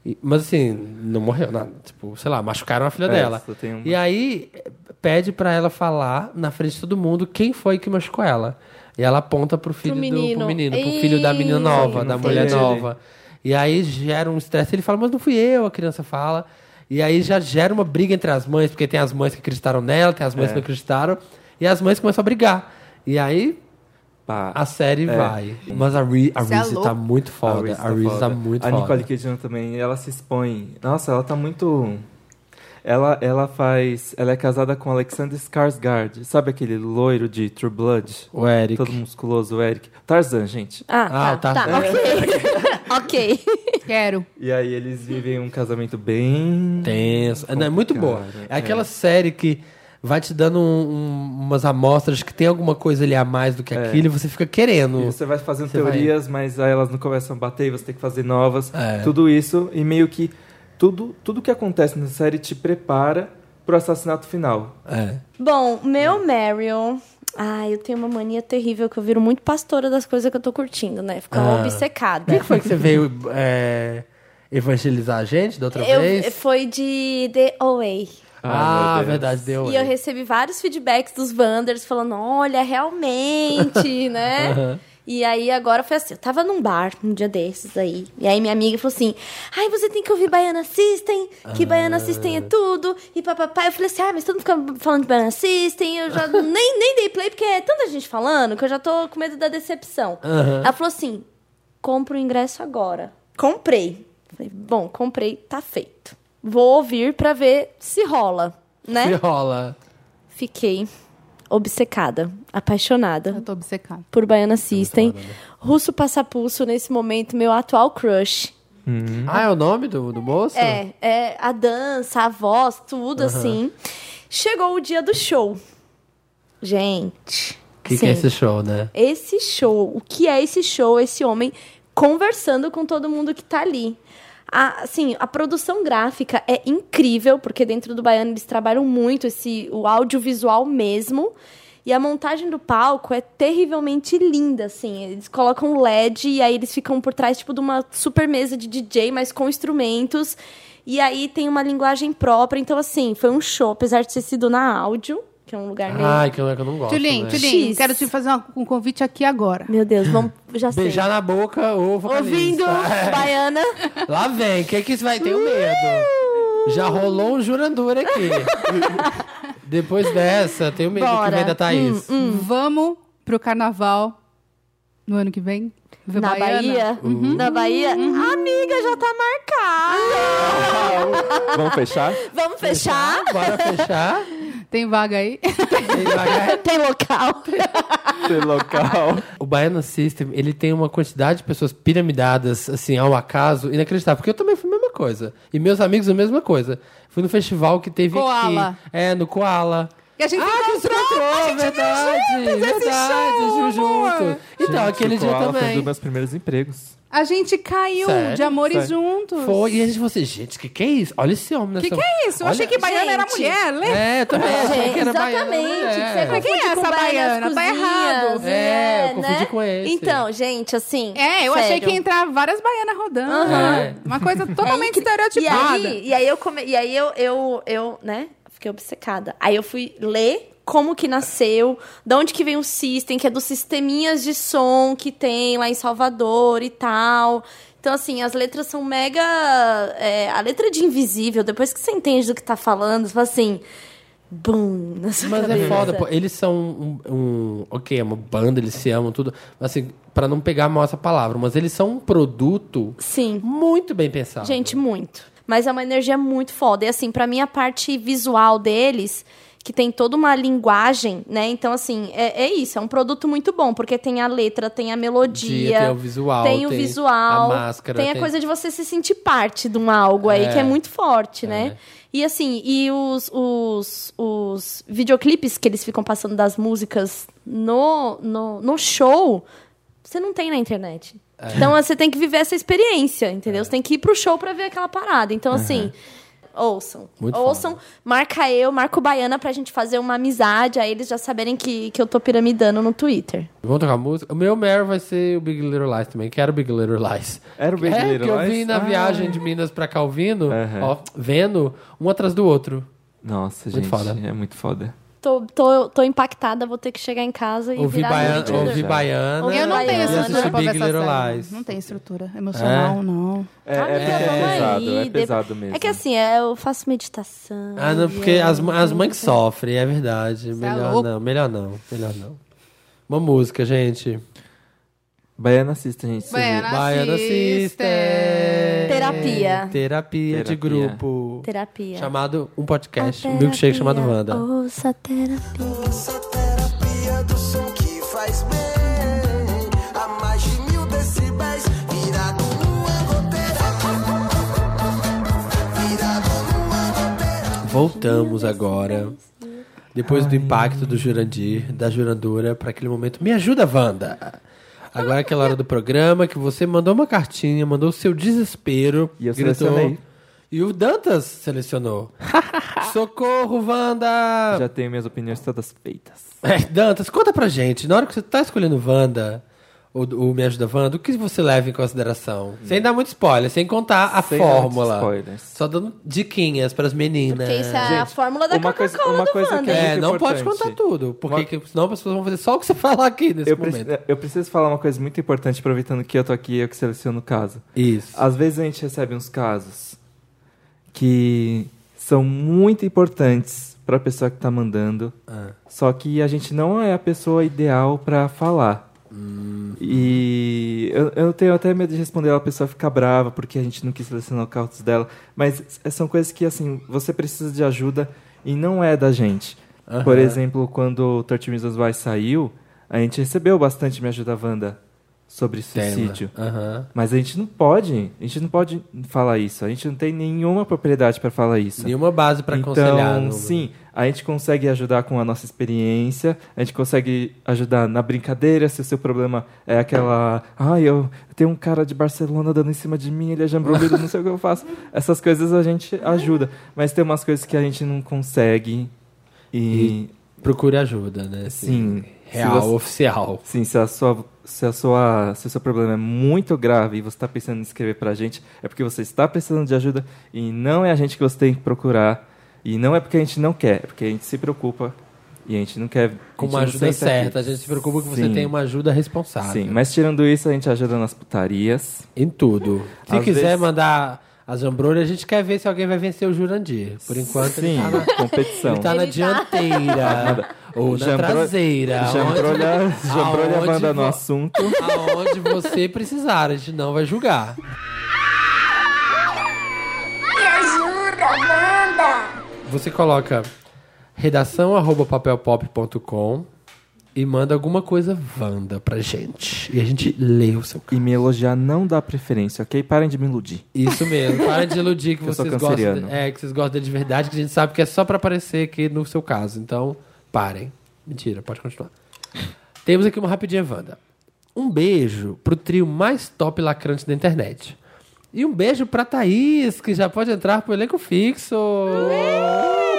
Speaker 1: E- mas assim, não morreu nada. Tipo, sei lá, machucaram a filha
Speaker 2: É,
Speaker 1: dela.
Speaker 2: só tem uma.
Speaker 1: E aí eh, pede pra ela falar na frente de todo mundo quem foi que machucou ela. E ela aponta pro filho do
Speaker 4: menino.
Speaker 1: pro menino, pro filho da menina
Speaker 4: Ih,
Speaker 1: nova, da
Speaker 2: não foi
Speaker 1: mulher
Speaker 2: ele.
Speaker 1: nova. E aí gera um estresse, ele fala: "Mas não fui eu", a criança fala. E aí já gera uma briga entre as mães, porque tem as mães que acreditaram nela, tem as
Speaker 2: É.
Speaker 1: mães que não acreditaram, e as mães começam a brigar. E aí
Speaker 2: Pá.
Speaker 1: a série
Speaker 2: É.
Speaker 1: vai. Mas a, Re a
Speaker 3: Você é
Speaker 1: Reese tá
Speaker 3: louco.
Speaker 1: muito
Speaker 2: A
Speaker 1: foda.
Speaker 2: Reese
Speaker 1: A Reese tá
Speaker 2: foda.
Speaker 1: muito
Speaker 2: A
Speaker 1: foda.
Speaker 2: Nicole Kidman também, ela se expõe. Nossa, ela tá muito... Ela, ela faz... Ela é casada com Alexander Skarsgård. Sabe aquele loiro de True Blood?
Speaker 1: O Eric.
Speaker 2: Todo musculoso, o Eric. Tarzan, gente.
Speaker 4: Ah,
Speaker 1: Ah,
Speaker 4: tá,
Speaker 1: tá.
Speaker 4: tá. Ok. ok.
Speaker 3: Quero.
Speaker 2: E aí eles vivem um casamento bem...
Speaker 1: Tenso. Não, é muito boa.
Speaker 2: Complicado,
Speaker 1: É aquela série que vai te dando um- um- umas amostras que tem alguma coisa ali a mais do que
Speaker 2: É.
Speaker 1: aquilo e você fica querendo.
Speaker 2: E você vai fazendo
Speaker 1: Você vai-
Speaker 2: teorias, mas aí elas não começam a bater e você tem que fazer novas.
Speaker 1: É.
Speaker 2: Tudo isso e meio que tudo, tudo que acontece na série te prepara pro assassinato final.
Speaker 1: É.
Speaker 4: Bom, meu Marion. Ai, eu tenho uma mania terrível que eu viro muito pastora das coisas que eu tô curtindo, né? Fico
Speaker 1: Ah.
Speaker 4: obcecada.
Speaker 1: O que foi que você veio é, evangelizar a gente da outra
Speaker 4: Eu,
Speaker 1: vez?
Speaker 4: foi de The Away.
Speaker 1: Ah,
Speaker 2: meu Deus.
Speaker 1: verdade, deu.
Speaker 4: E eu recebi vários feedbacks dos Wanders falando, olha, realmente, né?
Speaker 1: Aham.
Speaker 4: E aí agora foi assim, eu tava num bar um dia desses aí. E aí minha amiga falou assim: Ai, você tem que ouvir Baiana System,
Speaker 1: Ah.
Speaker 4: que Baiana System é tudo, e papapá. Eu falei assim, ai, mas todo mundo fica falando de Baiana System, eu já nem, nem dei play, porque é tanta gente falando que eu já tô com medo da decepção.
Speaker 1: Aham.
Speaker 4: Ela falou assim: compra o ingresso agora. Comprei. Falei, bom, comprei, tá feito. Vou ouvir pra ver se rola, né?
Speaker 1: Se rola.
Speaker 4: Fiquei obcecada, apaixonada
Speaker 3: Eu tô obcecada.
Speaker 4: por Baiana System. Russo Passapulso, nesse momento, meu atual crush.
Speaker 2: Uhum.
Speaker 1: Ah, é o nome do, do moço?
Speaker 4: É, é a dança, a voz, tudo assim. Chegou o dia do show. Gente.
Speaker 1: O que, que é
Speaker 4: assim,
Speaker 1: esse show, né?
Speaker 4: esse show, o que é esse show, esse homem conversando com todo mundo que tá ali. A, assim, a produção gráfica é incrível, porque dentro do Baiano eles trabalham muito esse, o audiovisual mesmo. E a montagem do palco é terrivelmente linda, assim. Eles colocam LED e aí eles ficam por trás, tipo, de uma super mesa de DJ, mas com instrumentos. E aí tem uma linguagem própria. Então, assim, foi um show, apesar de ter sido na áudio, que é um lugar meio...
Speaker 1: Ai, que eu, que eu não gosto.
Speaker 3: Tulin,
Speaker 1: né?
Speaker 3: Tulin,
Speaker 4: X.
Speaker 3: quero te fazer uma- um convite aqui agora.
Speaker 4: Meu Deus, vamos... Já sei.
Speaker 1: Beijar na boca ou vocalista.
Speaker 4: assim. Ouvindo Baiana.
Speaker 1: Lá vem, que que isso vai ter o medo? Já rolou um jurandura aqui. Depois dessa, tenho medo que
Speaker 4: Bora.
Speaker 1: vem da Thaís.
Speaker 3: Hum, Vamos pro carnaval no ano que vem? Ver
Speaker 4: Na
Speaker 3: Baiana?
Speaker 4: Bahia. Na Bahia. Amiga, já tá marcada.
Speaker 2: Vamos fechar?
Speaker 4: Vamos Ah. fechar?
Speaker 3: hum.
Speaker 1: Bora fechar.
Speaker 3: Tem vaga aí?
Speaker 1: Tem vaga-
Speaker 4: Tem local.
Speaker 2: Ter local.
Speaker 1: O Baiana System, ele tem uma quantidade de pessoas piramidadas, assim, ao acaso, inacreditável. Porque eu também fui a mesma coisa. E meus amigos, a mesma coisa. Fui no festival que teve
Speaker 3: Koala.
Speaker 1: aqui. É, no Koala.
Speaker 3: E a gente
Speaker 1: ah, que se encontrou, verdade, verdade,
Speaker 3: show,
Speaker 1: ju- junto.
Speaker 3: amor.
Speaker 1: Então,
Speaker 2: Gente,
Speaker 1: aquele
Speaker 2: o
Speaker 1: dia
Speaker 2: Koala Foi um dos
Speaker 1: também.
Speaker 2: meus primeiros empregos.
Speaker 3: A gente caiu
Speaker 1: Sério?
Speaker 3: de amores
Speaker 2: Sério.
Speaker 3: juntos.
Speaker 1: Foi, e a gente falou assim, gente, que que é isso? Olha esse homem nessa...
Speaker 3: Que que é isso? Eu achei que baiana era
Speaker 4: Gente.
Speaker 3: mulher, lembra?
Speaker 1: É, eu
Speaker 4: Tá,
Speaker 1: também achei que era
Speaker 4: Exatamente.
Speaker 1: baiana.
Speaker 4: que você
Speaker 1: É.
Speaker 3: Pra quem é
Speaker 4: confunde com
Speaker 3: essa
Speaker 4: baianas
Speaker 3: baiana? Tá errado.
Speaker 4: cozinhas,
Speaker 1: É,
Speaker 4: né?
Speaker 1: eu confundi com esse.
Speaker 4: Então, gente, assim.
Speaker 3: É, eu achei
Speaker 4: sério.
Speaker 3: que ia entrar várias baianas rodando.
Speaker 1: É.
Speaker 3: Uma coisa totalmente
Speaker 4: E
Speaker 3: estereotipada.
Speaker 4: aí, e aí eu come... E aí eu, eu, eu, né? Fiquei obcecada. Aí eu fui ler como que nasceu, de onde que vem o System, que é dos sisteminhas de som que tem lá em Salvador e tal. Então, assim, as letras são mega. é, a letra de invisível, depois que você entende do que tá falando, você fala assim. Bum, na sua
Speaker 1: Mas
Speaker 4: cabeça.
Speaker 1: é foda, pô. Eles são um, um- Ok, é uma banda, eles se amam, tudo. Mas assim, pra não pegar mal essa palavra, mas eles são um produto
Speaker 4: Sim.
Speaker 1: muito bem pensado.
Speaker 4: Gente, muito. Mas é uma energia muito foda. E assim, pra mim a parte visual deles, que tem toda uma linguagem, né? Então, assim, é, é isso, é um produto muito bom, porque tem a letra, tem a melodia.
Speaker 1: Dia, tem o visual,
Speaker 4: tem o
Speaker 1: tem
Speaker 4: visual,
Speaker 1: a máscara,
Speaker 4: tem a
Speaker 1: tem-
Speaker 4: coisa de você se sentir parte de um algo aí,
Speaker 1: É.
Speaker 4: que é muito forte, né? E assim, e os, os, os videoclipes que eles ficam passando das músicas no, no, no show, você não tem na internet.
Speaker 1: É.
Speaker 4: Então você tem que viver essa experiência, entendeu? Você tem que ir pro show pra ver aquela parada. Então, assim, ouçam.
Speaker 1: Muito
Speaker 4: ouçam, marca eu, marca o Baiana pra gente fazer uma amizade, aí eles já saberem que, que eu tô piramidando no Twitter.
Speaker 1: Vamos tocar música? O meu Mare vai ser o Big Little Lies também, que era o Big Little Lies.
Speaker 2: Era o Big
Speaker 1: é,
Speaker 2: Little
Speaker 1: que eu
Speaker 2: Lies?
Speaker 1: vi na
Speaker 2: Ah.
Speaker 1: viagem de Minas pra Calvino,
Speaker 2: Aham.
Speaker 1: ó, vendo um atrás do outro.
Speaker 2: Nossa,
Speaker 1: Muito
Speaker 2: gente.
Speaker 1: foda.
Speaker 2: É muito foda.
Speaker 4: Tô, tô, tô impactada, vou ter que chegar em casa e
Speaker 1: Ouvi
Speaker 4: virar
Speaker 1: baiana,
Speaker 4: noite.
Speaker 1: ouvi
Speaker 2: Já.
Speaker 1: baiana.
Speaker 4: Eu
Speaker 3: Eu não
Speaker 4: Baiana.
Speaker 1: e
Speaker 3: tenho
Speaker 4: Baiana.
Speaker 1: assisti
Speaker 3: estrutura pra ver
Speaker 1: Big
Speaker 3: essa
Speaker 1: Little
Speaker 3: série.
Speaker 1: Lies.
Speaker 3: Não tem estrutura emocional, não.
Speaker 2: É,
Speaker 4: Amiga,
Speaker 2: é, é
Speaker 4: vamos
Speaker 2: pesado,
Speaker 4: aí,
Speaker 2: é
Speaker 4: depois-
Speaker 2: pesado mesmo.
Speaker 4: É que assim, é, eu faço meditação.
Speaker 1: Ah, não, porque
Speaker 4: e é-
Speaker 1: as, as mães que sofrem, é verdade.
Speaker 3: é
Speaker 1: Melhor
Speaker 3: louco.
Speaker 1: não, melhor não, melhor não. Uma música, gente.
Speaker 2: Baiana assista, gente. se vê.
Speaker 1: Baiana Sister.
Speaker 4: Terapia.
Speaker 1: Terapia. de
Speaker 2: Terapia.
Speaker 1: grupo.
Speaker 4: Terapia.
Speaker 1: Chamado um podcast,
Speaker 4: A
Speaker 1: um milkshake
Speaker 4: terapia.
Speaker 1: chamado Wanda.
Speaker 4: Ouça a terapia.
Speaker 5: Essa terapia do som que faz bem A mais de mil decibéis Virado numa goteira Virado numa goteira
Speaker 1: Voltamos agora Depois do impacto do Jurandir, da Jurandura, para aquele momento. Me ajuda, Wanda! Agora é aquela hora do programa que você mandou uma cartinha, mandou o seu desespero.
Speaker 2: E eu selecionei.
Speaker 1: E o Dantas selecionou. Socorro, Wanda!
Speaker 2: Já tenho minhas opiniões todas feitas.
Speaker 1: É, Dantas, conta pra gente, na hora que você tá escolhendo Wanda, ou, ou Me Ajuda Wanda, o que você leva em consideração? Sem dar muito spoiler, sem contar a
Speaker 2: Hum. Sem dar muitos
Speaker 1: fórmula.
Speaker 2: spoilers.
Speaker 1: Só dando diquinhas pras meninas.
Speaker 4: Porque isso é a
Speaker 2: Gente,
Speaker 4: fórmula da
Speaker 2: uma coisa-
Speaker 4: Coca-Cola
Speaker 2: uma
Speaker 4: do
Speaker 2: coisa que
Speaker 4: Wanda.
Speaker 2: é
Speaker 1: É,
Speaker 2: muito
Speaker 1: não pode
Speaker 2: importante.
Speaker 1: contar tudo, porque que- senão as pessoas vão fazer só o que você falar aqui nesse
Speaker 2: Eu,
Speaker 1: momento.
Speaker 2: preci- eu preciso falar uma coisa muito importante, aproveitando que eu tô aqui e eu que seleciono o caso.
Speaker 1: Isso.
Speaker 2: Às vezes a gente recebe uns casos que são muito importantes pra pessoa que tá mandando,
Speaker 1: Ah.
Speaker 2: só que a gente não é a pessoa ideal pra falar.
Speaker 1: Hum.
Speaker 2: E eu, eu tenho até medo de responder a pessoa ficar brava porque a gente não quis selecionar o caso dela, mas s- são coisas que assim, você precisa de ajuda e não é da gente.
Speaker 1: Aham.
Speaker 2: Por exemplo, quando o 13 Reasons Why saiu, a gente recebeu bastante Me Ajuda Wanda sobre
Speaker 1: Tema.
Speaker 2: suicídio.
Speaker 1: Aham.
Speaker 2: Mas a gente não pode, a gente não pode falar isso. A gente não tem nenhuma propriedade para falar isso.
Speaker 1: Nenhuma base pra aconselhar.
Speaker 2: Então,
Speaker 1: não- né?
Speaker 2: sim, a gente consegue ajudar com a nossa experiência, a gente consegue ajudar na brincadeira, se o seu problema é aquela. Ai, eu tenho um cara de Barcelona dando em cima de mim, ele é jambrolido, não sei o que eu faço. Essas coisas a gente ajuda. Mas tem umas coisas que a gente não consegue. E.
Speaker 1: Procure ajuda, né?
Speaker 2: Sim.
Speaker 1: Real,
Speaker 2: Se você-
Speaker 1: oficial.
Speaker 2: Sim, se, a sua, se, a sua, se o seu problema é muito grave e você está pensando em escrever para a gente, é porque você está precisando de ajuda e não é a gente que você tem que procurar. E não é porque a gente não quer, é porque a gente se preocupa e a gente não quer.
Speaker 1: Com
Speaker 2: a gente
Speaker 1: uma
Speaker 2: não
Speaker 1: ajuda
Speaker 2: sente aqui.
Speaker 1: certa. A gente se preocupa que você
Speaker 2: Sim.
Speaker 1: tem uma ajuda responsável.
Speaker 2: Sim, mas tirando isso, a gente ajuda nas putarias.
Speaker 1: Em tudo. Se
Speaker 2: Às
Speaker 1: quiser
Speaker 2: vezes-
Speaker 1: mandar as jambrolhas, a gente quer ver se alguém vai vencer o Jurandir. Por enquanto,
Speaker 2: Sim,
Speaker 1: ele tá na,
Speaker 2: competição.
Speaker 1: ele tá na dianteira. ou na
Speaker 2: Jambro-
Speaker 1: traseira.
Speaker 2: Jambrolha, jambrolha
Speaker 1: aonde
Speaker 2: manda no
Speaker 1: vo-
Speaker 2: assunto.
Speaker 1: Aonde, aonde você precisar. A gente não vai julgar.
Speaker 7: Me ajuda, Wanda!
Speaker 1: Você coloca redação arroba papelpop.com e manda alguma coisa Wanda pra gente. E a gente lê o seu
Speaker 2: E me elogiar não dá preferência, ok? Parem de me iludir.
Speaker 1: Isso mesmo. Para de iludir que,
Speaker 2: Eu sou
Speaker 1: vocês gostam.
Speaker 2: canceriano.
Speaker 1: de- é, que vocês gostam dele de verdade, que a gente sabe que é só pra aparecer aqui no seu caso. Então, parem. Mentira, pode continuar. Temos aqui uma rapidinha, Wanda. Um beijo pro trio mais top lacrante da internet. E um beijo pra Thaís, que já pode entrar pro elenco fixo.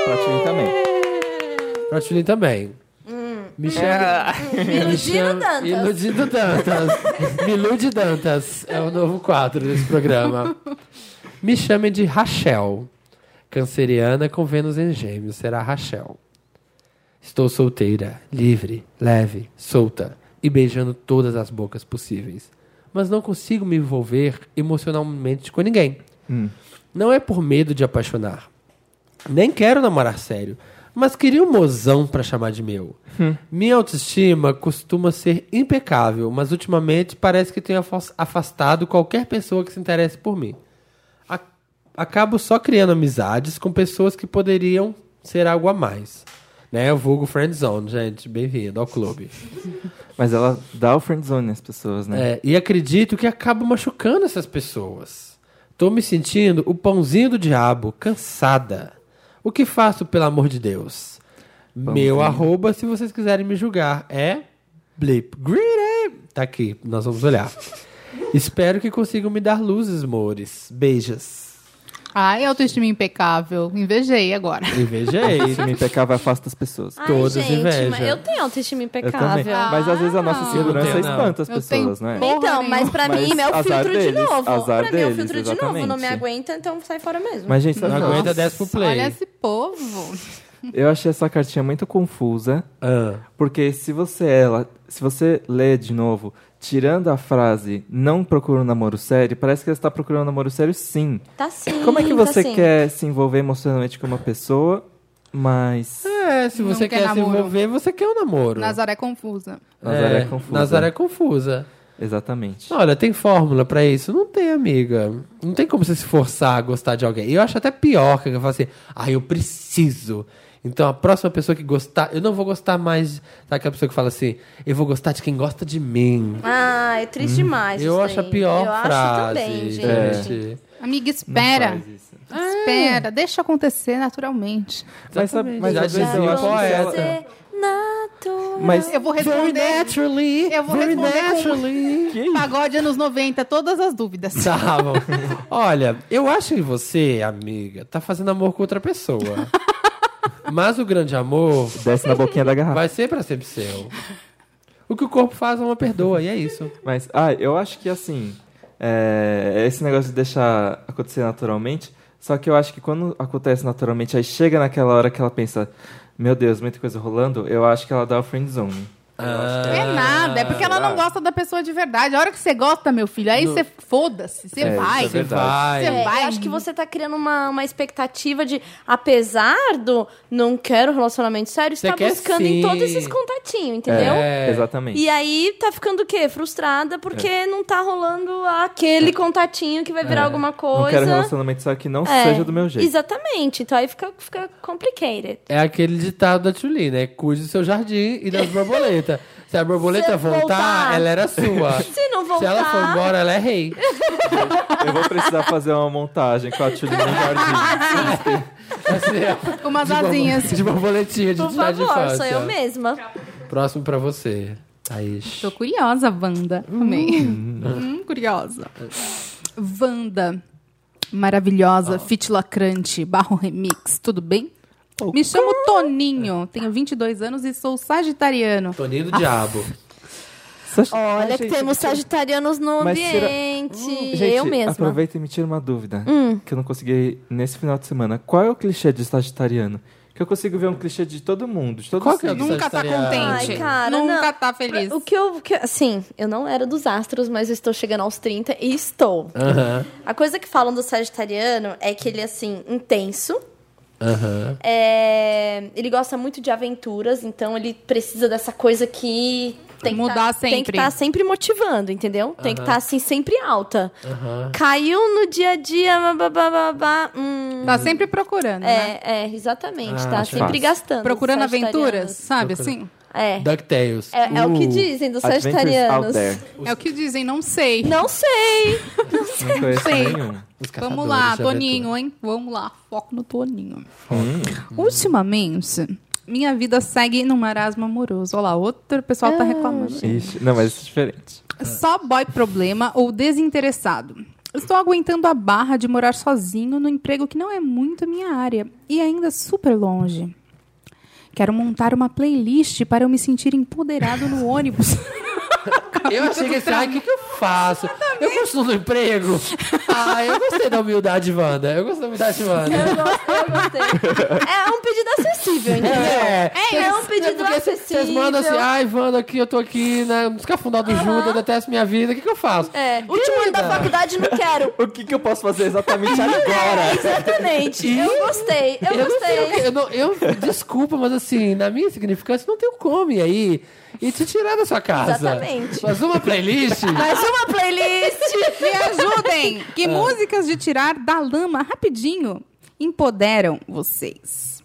Speaker 2: Pra ti também.
Speaker 1: Pra Tulin também. Me chama.
Speaker 4: Iludindo
Speaker 1: me chama-
Speaker 4: Dantas.
Speaker 1: Iludindo Dantas. Me ilude Dantas. É o novo quadro desse programa. Me chamem de Rachel. Canceriana com Vênus em Gêmeos. Será Rachel. Estou solteira, livre, leve, solta e beijando todas as bocas possíveis. Mas não consigo me envolver emocionalmente com ninguém. Não é por medo de apaixonar. Nem quero namorar sério, mas queria um mozão pra chamar de meu. Minha autoestima costuma ser impecável, mas ultimamente parece que tenho afas- afastado qualquer pessoa que se interesse por mim. A- acabo só criando amizades com pessoas que poderiam ser algo a mais. Né? O vulgo friendzone, gente. Bem-vindo ao clube.
Speaker 2: Mas ela dá o friendzone nas pessoas, né?
Speaker 1: É, e acredito que acabo machucando essas pessoas. Tô me sentindo o pãozinho do diabo, cansada. O que faço, pelo amor de Deus? Meu arroba, se vocês quiserem me julgar, é blip. Greedy! Tá aqui, nós vamos olhar. Espero que consigam me dar luzes, mores. Beijos.
Speaker 8: Ai, autoestima impecável. Invejei agora.
Speaker 1: Invejei.
Speaker 2: Se me pecar, vai afastar as pessoas.
Speaker 4: Ai,
Speaker 1: Todas
Speaker 4: gente,
Speaker 1: inveja.
Speaker 4: mas eu tenho autoestima
Speaker 2: Eu também.
Speaker 4: Ah, impecável. Ah.
Speaker 2: Mas às vezes a nossa segurança
Speaker 1: tenho, não.
Speaker 2: espanta as
Speaker 8: Eu
Speaker 2: pessoas,
Speaker 8: tenho
Speaker 2: né?
Speaker 8: bem-
Speaker 4: Então,
Speaker 8: Porra
Speaker 4: mas pra
Speaker 2: nenhuma.
Speaker 4: mim é o
Speaker 2: Mas azar
Speaker 4: filtro de
Speaker 2: deles,
Speaker 4: novo.
Speaker 2: azar
Speaker 4: pra mim é o
Speaker 2: deles,
Speaker 4: filtro de novo. Não me
Speaker 2: exatamente.
Speaker 4: aguenta, então sai fora mesmo.
Speaker 2: Mas, gente,
Speaker 1: Não aguenta, desce pro play.
Speaker 8: Olha esse povo.
Speaker 2: eu achei essa cartinha muito confusa,
Speaker 1: Ah,
Speaker 2: porque se você é ela, se você lê de novo, tirando a frase não procura um namoro sério, parece que ela está procurando um namoro sério sim.
Speaker 4: Tá sim.
Speaker 2: Como é que
Speaker 4: tá
Speaker 2: você
Speaker 4: sim.
Speaker 2: quer se envolver emocionalmente com uma pessoa, mas
Speaker 1: É, se
Speaker 8: Não
Speaker 1: você
Speaker 8: quer
Speaker 1: quer, se
Speaker 8: namoro.
Speaker 1: envolver, você quer um namoro.
Speaker 8: Nazaré confusa.
Speaker 2: Nazaré
Speaker 1: é,
Speaker 2: confusa.
Speaker 1: Nazaré confusa.
Speaker 2: Exatamente.
Speaker 1: Olha, tem fórmula pra isso? Não tem, amiga. Não tem como você se forçar a gostar de alguém. E eu acho até pior que eu falo assim, ah, eu preciso. Então a próxima pessoa que gostar, eu não vou gostar mais daquela pessoa que fala assim, eu vou gostar de quem gosta de mim.
Speaker 4: Ah, é
Speaker 2: Hum.
Speaker 4: triste demais.
Speaker 1: eu
Speaker 4: isso
Speaker 1: acho a
Speaker 4: daí.
Speaker 1: pior
Speaker 4: Eu
Speaker 1: frase.
Speaker 2: É.
Speaker 4: acho também, gente.
Speaker 1: gente.
Speaker 8: Amiga,
Speaker 2: Não
Speaker 8: espera.
Speaker 2: faz isso.
Speaker 3: Espera, deixa acontecer naturalmente.
Speaker 2: Mas, sabe, mas
Speaker 1: Já
Speaker 2: às vezes
Speaker 1: dizia
Speaker 2: eu acho
Speaker 1: o
Speaker 2: que ela-
Speaker 1: poeta.
Speaker 4: Natural.
Speaker 2: Mas
Speaker 3: Eu vou responder.
Speaker 1: naturally.
Speaker 3: Eu vou responder com-
Speaker 1: naturally.
Speaker 3: Pagode anos 90, todas as dúvidas.
Speaker 1: Tá bom. Olha, eu acho que você, amiga, tá fazendo amor com outra pessoa. Mas o grande amor
Speaker 2: desce na boquinha da garrafa.
Speaker 1: vai ser pra sempre seu. O que o corpo faz, a alma perdoa, e é isso.
Speaker 2: Mas, ah, eu acho que assim, é, esse negócio de deixar acontecer naturalmente, só que eu acho que quando acontece naturalmente, aí chega naquela hora que ela pensa, meu Deus, muita coisa rolando, eu acho que ela dá o friend zone.
Speaker 1: Ah.
Speaker 3: Não
Speaker 2: Ah,
Speaker 3: é nada, é porque ela
Speaker 2: tá.
Speaker 3: não gosta da pessoa de verdade. A hora que você gosta, meu filho, aí você foda-se, você
Speaker 2: É,
Speaker 3: vai.
Speaker 2: isso é verdade.
Speaker 1: Vai.
Speaker 3: Você
Speaker 4: É,
Speaker 3: vai.
Speaker 4: eu acho que você tá criando uma, uma expectativa de, apesar do não quero um relacionamento sério,
Speaker 1: Você
Speaker 4: você tá
Speaker 1: quer
Speaker 4: buscando
Speaker 1: sim.
Speaker 4: em todos esses contatinhos, entendeu?
Speaker 1: É.
Speaker 2: Exatamente.
Speaker 4: E aí tá ficando o quê? Frustrada porque
Speaker 2: É.
Speaker 4: não tá rolando aquele contatinho que vai virar alguma coisa.
Speaker 2: Não quero relacionamento só que não
Speaker 4: É,
Speaker 2: seja do meu jeito.
Speaker 4: Exatamente. Então aí fica, fica complicated.
Speaker 1: É aquele ditado da Tchuli, né? Cuide do seu jardim e das borboletas. Se a borboleta
Speaker 4: Se
Speaker 1: voltar,
Speaker 4: voltar-
Speaker 1: ela era sua.
Speaker 4: Se não voltar,
Speaker 1: Se ela for embora, ela é rei.
Speaker 2: Eu vou precisar fazer uma montagem com a Tilly no jardim.
Speaker 1: Assim,
Speaker 3: Com umas
Speaker 1: ó,
Speaker 3: asinhas.
Speaker 1: de borboletinha, de
Speaker 4: por
Speaker 1: tirar de
Speaker 4: favor,
Speaker 1: infância.
Speaker 4: sou
Speaker 2: é.
Speaker 4: eu mesma.
Speaker 1: Próximo pra você, Thaís.
Speaker 3: Tô curiosa, Wanda. Amei. Hum, curiosa. Wanda, maravilhosa,
Speaker 2: Ah.
Speaker 3: fit lacrante, barro remix, tudo bem?
Speaker 2: Oh,
Speaker 3: Me chamo Toninho, tenho 22 anos e sou sagitariano.
Speaker 1: Toninho do Diabo.
Speaker 4: Olha que temos sagitarianos no
Speaker 2: é- mas será- Hum,
Speaker 4: ambiente.
Speaker 2: Gente,
Speaker 4: eu mesma. Hum.
Speaker 2: aproveita e me tira uma dúvida que eu não consegui nesse final de semana. Qual é o clichê de sagitariano? Que eu consigo ver um clichê de todo mundo, de todo
Speaker 1: Qual que é o
Speaker 2: signo.
Speaker 1: do
Speaker 3: Nunca tá
Speaker 1: sagitariano?
Speaker 3: contente.
Speaker 4: Ai, cara,
Speaker 3: nunca
Speaker 4: não.
Speaker 3: tá feliz.
Speaker 4: O que eu. que- assim, eu não era dos astros, mas eu estou chegando aos 30 e estou.
Speaker 1: Aham,
Speaker 4: A coisa que falam do Sagitariano é que ele é, assim, intenso.
Speaker 1: aham.
Speaker 4: é, ele gosta muito de aventuras, então ele precisa dessa coisa que. Tem que
Speaker 3: Mudar
Speaker 4: tá- Tem que
Speaker 3: sempre.
Speaker 4: estar sempre motivando, entendeu? Tem que estar, assim, sempre alta.
Speaker 1: aham.
Speaker 4: Caiu no dia a dia, babá, hum,
Speaker 3: Tá sempre procurando, né?
Speaker 4: é, é, exatamente.
Speaker 2: Ah,
Speaker 4: tá
Speaker 2: acho
Speaker 4: sempre
Speaker 2: fácil.
Speaker 4: gastando.
Speaker 3: Procurando
Speaker 4: os sagitarianos.
Speaker 3: aventuras, sabe assim?
Speaker 4: É.
Speaker 1: DuckTales.
Speaker 4: É, é o que
Speaker 1: Uh,
Speaker 4: dizem
Speaker 2: Adventures
Speaker 4: dos
Speaker 2: out
Speaker 4: sagitarianos.
Speaker 2: there.
Speaker 3: É o que dizem, não sei.
Speaker 4: Não sei.
Speaker 2: Não conheço
Speaker 3: Sei.
Speaker 2: nenhum.
Speaker 1: os caçadores
Speaker 3: Vamos lá,
Speaker 1: de
Speaker 3: Toninho, hein? Vamos lá, foco no Toninho.
Speaker 1: Hum.
Speaker 3: Ultimamente, minha vida segue num marasmo amoroso. Olha lá, outro pessoal
Speaker 4: Ah,
Speaker 3: tá reclamando.
Speaker 2: Ixi, não, mas isso é diferente.
Speaker 3: Só boy problema ou desinteressado. Estou aguentando a barra de morar sozinho no emprego que não é muito a minha área e ainda super longe. Quero montar uma playlist para eu me sentir empoderado no ônibus.
Speaker 1: aventura. Eu achei que esse, ai, o que, que eu faço? Eu gosto do emprego. Ah, eu gostei da humildade, Wanda. Eu gostei da humildade, Wanda.
Speaker 4: Eu gosto, eu gostei. É um pedido acessível, entendeu?
Speaker 1: É.
Speaker 4: É um pedido
Speaker 1: Porque cê-
Speaker 4: acessível.
Speaker 1: Vocês mandam
Speaker 4: "Ah,
Speaker 1: assim, ai, Wanda, aqui, eu tô aqui, né? Música fundal do Judas, eu detesto minha vida, o que, que eu faço?
Speaker 4: É, último ano da faculdade não quero.
Speaker 2: O que, que eu posso fazer exatamente
Speaker 4: É,
Speaker 2: agora?
Speaker 4: exatamente. Eu gostei, eu,
Speaker 1: Eu não sei o
Speaker 4: gostei.
Speaker 1: que. Eu, não- eu- desculpa, mas assim, na minha significância, não tem como ir aí e te tirar da sua casa.
Speaker 4: Exatamente.
Speaker 1: Mas uma playlist.
Speaker 4: Mais uma playlist.
Speaker 3: Me ajudem! Que
Speaker 1: Ah.
Speaker 3: músicas de tirar da lama rapidinho empoderam vocês.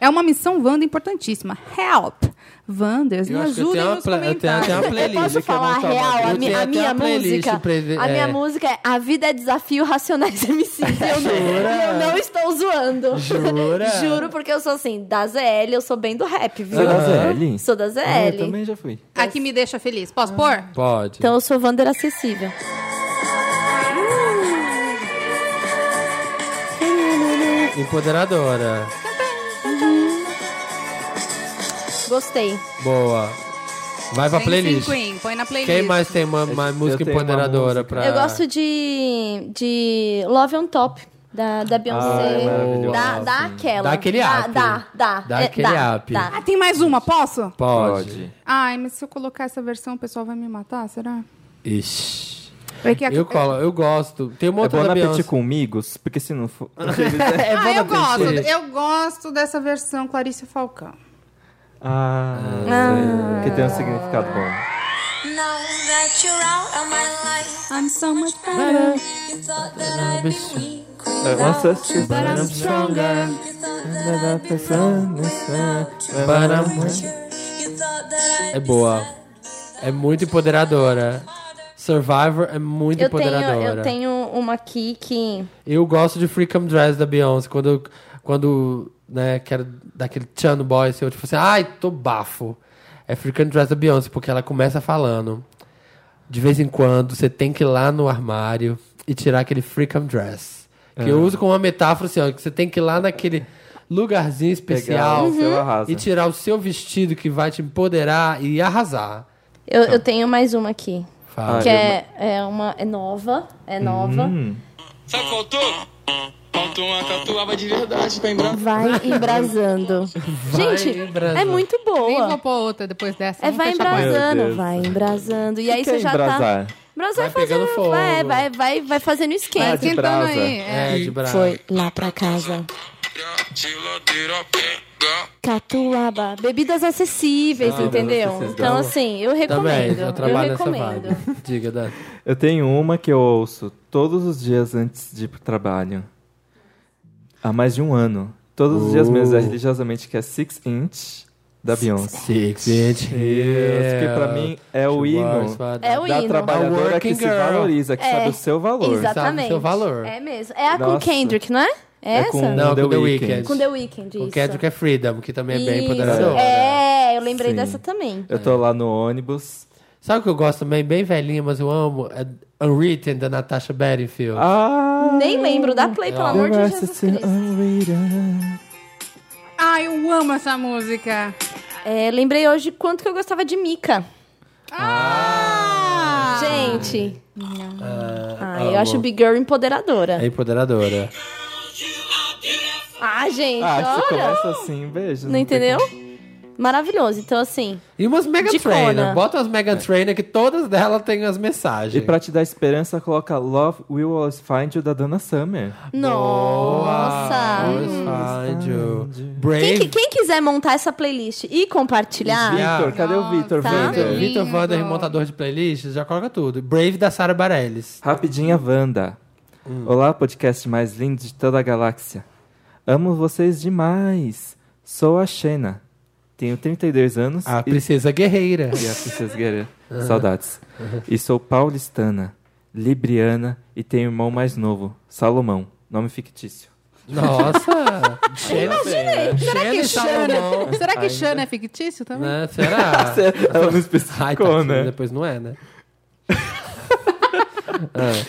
Speaker 3: É uma missão Wanda importantíssima. Help! Wanders, me
Speaker 1: Eu acho que eu
Speaker 3: ajudem
Speaker 1: tenho uma
Speaker 3: nos
Speaker 1: pla- eu tenho até uma
Speaker 3: comentários.
Speaker 1: playlist.
Speaker 4: Eu posso
Speaker 1: que é eu
Speaker 4: falar a
Speaker 1: não tava-
Speaker 4: real, a,
Speaker 1: Eu
Speaker 4: mi-
Speaker 1: tenho
Speaker 4: a
Speaker 1: até
Speaker 4: minha
Speaker 1: uma playlist
Speaker 4: música.
Speaker 1: pra ver-
Speaker 4: A minha
Speaker 1: é.
Speaker 4: música é A Vida é Desafio Racionais MCs. Eu não,
Speaker 1: Jura?
Speaker 4: eu não estou zoando.
Speaker 1: Jura?
Speaker 4: Juro, porque eu sou assim, da ZL, eu sou bem do rap, viu?
Speaker 2: Você é da ZL?
Speaker 4: Sou da ZL.
Speaker 2: Ah, eu também já fui.
Speaker 3: A que me deixa feliz. Posso pôr?
Speaker 1: Pode.
Speaker 4: Então eu sou Wander acessível.
Speaker 1: Empoderadora.
Speaker 4: Gostei.
Speaker 1: Boa. Vai pra
Speaker 3: Tem
Speaker 1: playlist.
Speaker 3: cinco, hein? Põe na playlist.
Speaker 1: Quem mais tem uma, uma
Speaker 2: Eu
Speaker 1: música
Speaker 2: tenho uma
Speaker 1: empoderadora
Speaker 2: música.
Speaker 1: pra.
Speaker 4: Eu gosto de, de Love on Top, da, da Beyoncé.
Speaker 2: Ah, é maravilhoso.
Speaker 4: da, daquela.
Speaker 1: Dá aquele
Speaker 4: da,
Speaker 1: up.
Speaker 4: Dá, dá.
Speaker 1: Dá
Speaker 4: É,
Speaker 1: aquele
Speaker 4: dá,
Speaker 1: up.
Speaker 4: dá.
Speaker 3: Ah, tem mais uma, posso?
Speaker 2: É
Speaker 1: Pode.
Speaker 3: Ai, mas se eu colocar essa versão, o pessoal vai me matar, será?
Speaker 1: Ixi.
Speaker 3: É que a-
Speaker 1: Eu, colo, eu gosto. Tem uma
Speaker 2: É
Speaker 1: outra
Speaker 2: bom
Speaker 1: da Beyoncé.
Speaker 2: apetite comigo, porque se não for.
Speaker 1: É
Speaker 3: Ah, eu gosto.
Speaker 1: apetite.
Speaker 3: Eu gosto dessa versão Clarice Falcão.
Speaker 2: ah, sei.
Speaker 4: Ah.
Speaker 2: que tem um significado bom.
Speaker 9: Now that you're out of my life,
Speaker 3: I'm so much better.
Speaker 9: you thought that I'd be weak.
Speaker 2: É,
Speaker 9: without
Speaker 2: Once I see-
Speaker 1: But I'm stronger.
Speaker 9: you. You thought that I'd be
Speaker 2: né?
Speaker 9: found
Speaker 1: But I'm-
Speaker 9: out. You thought that
Speaker 1: É boa. É muito empoderadora. Survivor é muito
Speaker 4: Eu tenho,
Speaker 1: empoderadora.
Speaker 4: eu tenho uma aqui que.
Speaker 1: Eu gosto de Free Come Dress da Beyoncé. Quando, eu- quando né, quero dar aquele tchan no boy, assim, eu tipo assim, ai, tô bafo. É Free Come Dress da Beyoncé, porque ela começa falando. De vez em quando, você tem que ir lá no armário e tirar aquele Free Come Dress. Que
Speaker 2: É.
Speaker 1: eu uso como uma metáfora, assim, ó, que você tem que ir lá naquele lugarzinho especial
Speaker 2: o seu Uhum. arrasa.
Speaker 1: e tirar o seu vestido que vai te empoderar e arrasar.
Speaker 4: Eu,
Speaker 2: Tá.
Speaker 4: eu tenho mais uma aqui.
Speaker 1: Fala.
Speaker 4: que é, é uma. É nova. É nova.
Speaker 2: Hum.
Speaker 10: Sabe o que Tá faltou? Faltou uma catuaba de verdade tá pra embrançar.
Speaker 4: Vai embrasando.
Speaker 1: Vai
Speaker 4: Gente,
Speaker 1: embrasando.
Speaker 4: é muito
Speaker 8: Nem vou
Speaker 4: boa.
Speaker 8: pôr outra depois dessa.
Speaker 4: É
Speaker 8: vamos
Speaker 4: vai
Speaker 8: fechar com ela.
Speaker 2: Meu
Speaker 4: embrasando,
Speaker 2: Deus.
Speaker 4: vai embrasando. E
Speaker 2: Que
Speaker 4: aí
Speaker 2: que
Speaker 4: você
Speaker 2: é
Speaker 4: já
Speaker 2: embrasar?
Speaker 4: tá. Embrasar
Speaker 1: Vai
Speaker 4: é fazendo.
Speaker 1: pegando fogo.
Speaker 4: Vai, vai, vai, vai fazendo
Speaker 8: Vai
Speaker 2: Ah,
Speaker 4: esquenta.
Speaker 2: de
Speaker 8: esquentando
Speaker 2: brasa.
Speaker 8: aí. é.
Speaker 1: É, de braço.
Speaker 4: Foi lá pra casa.
Speaker 10: Geladeira pega.
Speaker 4: Catuaba. Bebidas acessíveis, entendeu? Então, assim, eu
Speaker 1: Também,
Speaker 4: recomendo.
Speaker 1: eu trabalho nessa
Speaker 4: recomendo.
Speaker 1: vibe. Diga, Dan.
Speaker 2: Eu tenho uma que eu ouço todos os dias antes de ir pro trabalho. Há mais de um ano. Todos os dias mesmo, é religiosamente, que é Six Inch, da Beyoncé.
Speaker 1: Uh. Six Inch
Speaker 2: Isso, que pra mim é o hino
Speaker 4: É o
Speaker 2: da
Speaker 4: hino.
Speaker 1: A
Speaker 2: trabalhadora
Speaker 1: working
Speaker 2: que se
Speaker 1: girl.
Speaker 2: valoriza, que
Speaker 4: É,
Speaker 2: sabe o seu valor.
Speaker 1: Exato.
Speaker 4: Exatamente.
Speaker 1: seu valor.
Speaker 4: É mesmo. É a com
Speaker 2: Nossa.
Speaker 4: Kendrick, não é? É,
Speaker 2: É
Speaker 4: essa?
Speaker 2: com-
Speaker 1: Não, com The Weeknd.
Speaker 4: Com The Weeknd, isso.
Speaker 1: O Kendrick é Freedom, que também é bem
Speaker 4: Isso.
Speaker 1: empoderador.
Speaker 4: É, eu lembrei
Speaker 2: Sim.
Speaker 4: dessa também.
Speaker 2: Eu tô lá no ônibus.
Speaker 1: Sabe o que eu gosto também? Bem velhinha, mas eu amo. É Unwritten, da Natasha Bedingfield.
Speaker 2: Ah!
Speaker 4: Nem lembro da Play, pelo amor de Jesus Cristo.
Speaker 8: Ai, eu amo essa música.
Speaker 4: É, lembrei hoje quanto que eu gostava de Mika. Ah! Gente. Ah, eu
Speaker 1: amo.
Speaker 4: acho Big Girl empoderadora.
Speaker 1: É empoderadora.
Speaker 4: Ah, gente,
Speaker 2: Ah, se
Speaker 4: olha.
Speaker 2: começa assim, beijo.
Speaker 4: Não entendeu? Maravilhoso. Então, assim,
Speaker 1: E umas Mega
Speaker 4: Dicona.
Speaker 1: Trainer. Bota umas Mega Trainer que todas delas têm as mensagens.
Speaker 2: E pra te dar esperança, coloca Love Will Always Find You da Dana Summer.
Speaker 4: nossa.
Speaker 1: Always find you. Brave.
Speaker 4: Hum. Quem, que- quem quiser montar essa playlist e compartilhar,
Speaker 1: Ah,
Speaker 2: Victor, cadê o Victor?
Speaker 4: tá.
Speaker 2: Vander?
Speaker 1: Vitor, Vitor
Speaker 8: Lindo.
Speaker 1: Então, Vander, montador de playlists, já coloca tudo. Brave da Sarah Bareilles.
Speaker 2: Rapidinha Wanda. Olá, podcast mais lindo de toda a galáxia. Amo vocês demais. Sou a Xena. Tenho 32 anos
Speaker 1: A
Speaker 2: e,
Speaker 1: princesa guerreira.
Speaker 2: e a Princesa Guerreira. Saudades. E sou paulistana, libriana e tenho um irmão mais novo, Salomão. Nome fictício.
Speaker 1: Nossa! né? Imaginei. Será
Speaker 8: que
Speaker 4: tá
Speaker 1: Salomão,
Speaker 8: Será que Xana é fictício também?
Speaker 1: né? Será?
Speaker 2: Ela não
Speaker 1: Ai,
Speaker 2: especificou,
Speaker 1: tá,
Speaker 2: né?
Speaker 1: depois não é, né?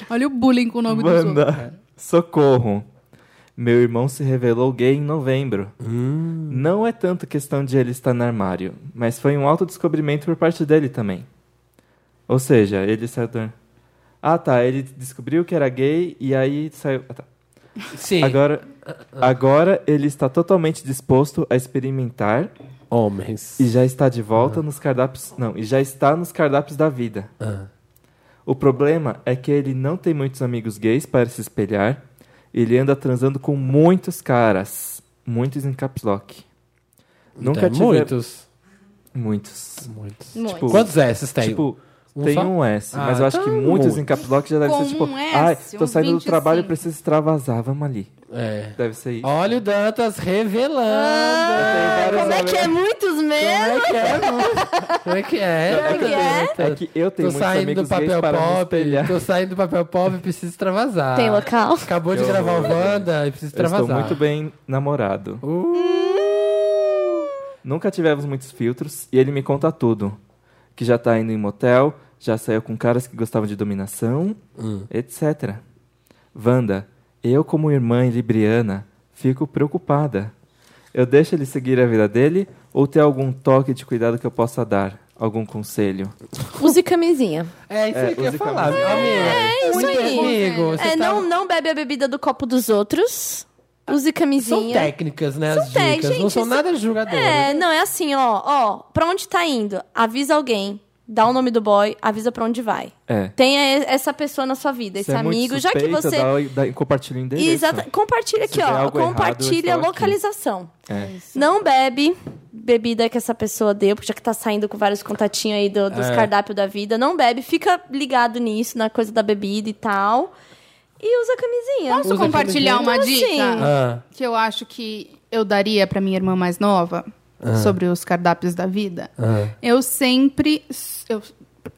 Speaker 8: Olha o bullying com o nome do jogo.
Speaker 2: Wanda, socorro. Meu irmão se revelou gay em novembro. Não é tanto questão de ele estar no armário, mas foi um autodescobrimento por parte dele também. Ou seja, ele saiu do... Ah, tá. Ele descobriu que era gay e aí saiu... Ah, tá.
Speaker 1: Sim.
Speaker 2: Agora, agora ele está totalmente disposto a experimentar
Speaker 1: Homens.
Speaker 2: e já está de volta nos cardápios. Não, e já está nos cardápios da vida.
Speaker 1: Ah.
Speaker 2: O problema é que ele não tem muitos amigos gays para se espelhar. Ele anda transando com muitos caras. Muitos em caps lock. Nunca
Speaker 1: Tem
Speaker 2: tive-
Speaker 1: Então, é Muitos.
Speaker 2: Muitos.
Speaker 1: Muitos.
Speaker 4: muito.
Speaker 2: Tipo,
Speaker 1: Quantos é S's tem?
Speaker 2: Tipo,
Speaker 1: Um
Speaker 2: tem
Speaker 1: só?
Speaker 2: um S,
Speaker 1: Ah,
Speaker 2: mas eu acho que
Speaker 1: então
Speaker 2: muitos
Speaker 1: muito.
Speaker 2: em caps lock já deve
Speaker 8: Com
Speaker 2: ser tipo.
Speaker 8: um S,
Speaker 2: Ai, tô
Speaker 8: uns
Speaker 2: saindo do
Speaker 8: 25.
Speaker 2: trabalho, preciso extravasar, vamos ali.
Speaker 1: É.
Speaker 2: Deve ser isso.
Speaker 1: Olha o Dantas revelando.
Speaker 4: Como é que é muitos mesmo?
Speaker 1: Como é que é?
Speaker 4: Como é que é?
Speaker 2: É que eu tenho
Speaker 1: Tô
Speaker 2: muitos
Speaker 1: saindo
Speaker 2: amigos
Speaker 1: do papel
Speaker 2: gays para me
Speaker 1: pop,
Speaker 2: espelhar.
Speaker 1: tô saindo do papel pop e preciso extravasar.
Speaker 4: é Tem local?
Speaker 1: Acabou de
Speaker 2: Eu-
Speaker 1: gravar o Wanda e preciso
Speaker 2: Eu
Speaker 1: extravasar.
Speaker 2: estou muito bem namorado.
Speaker 4: Uh!
Speaker 2: Nunca tivemos muitos filtros e ele me conta tudo. Que já tá indo em motel, já saiu com caras que gostavam de dominação,
Speaker 4: Hum.
Speaker 2: etc. Wanda, eu como irmã e libriana, fico preocupada. Eu deixo ele seguir a vida dele ou tem algum toque de cuidado que eu possa dar? Algum conselho?
Speaker 4: Use camisinha.
Speaker 1: É isso
Speaker 2: É,
Speaker 1: aí que eu ia
Speaker 2: use
Speaker 1: falar, meu amigo. É,
Speaker 4: isso aí.
Speaker 1: Amigo, você tá-
Speaker 4: É, não, não bebe a bebida do copo dos outros. Use
Speaker 1: São
Speaker 4: camisinha.
Speaker 1: técnicas, né? as
Speaker 4: técnicas,
Speaker 1: dicas. não
Speaker 4: gente,
Speaker 1: são
Speaker 4: isso-
Speaker 1: nada julgadoras.
Speaker 4: É, não, é assim, ó, ó, pra onde tá indo? Avisa alguém, dá o nome do boy, avisa pra onde vai.
Speaker 2: É.
Speaker 4: Tenha e- essa pessoa na sua vida, esse
Speaker 2: Se é muito
Speaker 4: amigo, já que
Speaker 2: suspeito,
Speaker 4: você.
Speaker 2: Dá, dá, compartilha o endereço.
Speaker 4: Exata... Compartilha
Speaker 2: Se
Speaker 4: aqui,
Speaker 2: der
Speaker 4: ó.
Speaker 2: algo errado,
Speaker 4: Compartilha
Speaker 2: eu estou
Speaker 4: a localização.
Speaker 2: É.
Speaker 4: Não bebe bebida que essa pessoa deu, porque já que tá saindo com vários contatinhos aí do-
Speaker 1: É.
Speaker 4: dos cardápios da vida. Não bebe, fica ligado nisso, na coisa da bebida e tal. E usa a camisinha.
Speaker 8: Posso compartilhar uma
Speaker 4: Então,
Speaker 8: dica?
Speaker 4: assim,
Speaker 1: Ah,
Speaker 8: que eu acho que eu daria pra minha irmã
Speaker 1: Ah.
Speaker 2: ah.
Speaker 8: mais nova sobre os cardápios da vida. Eu sempre eu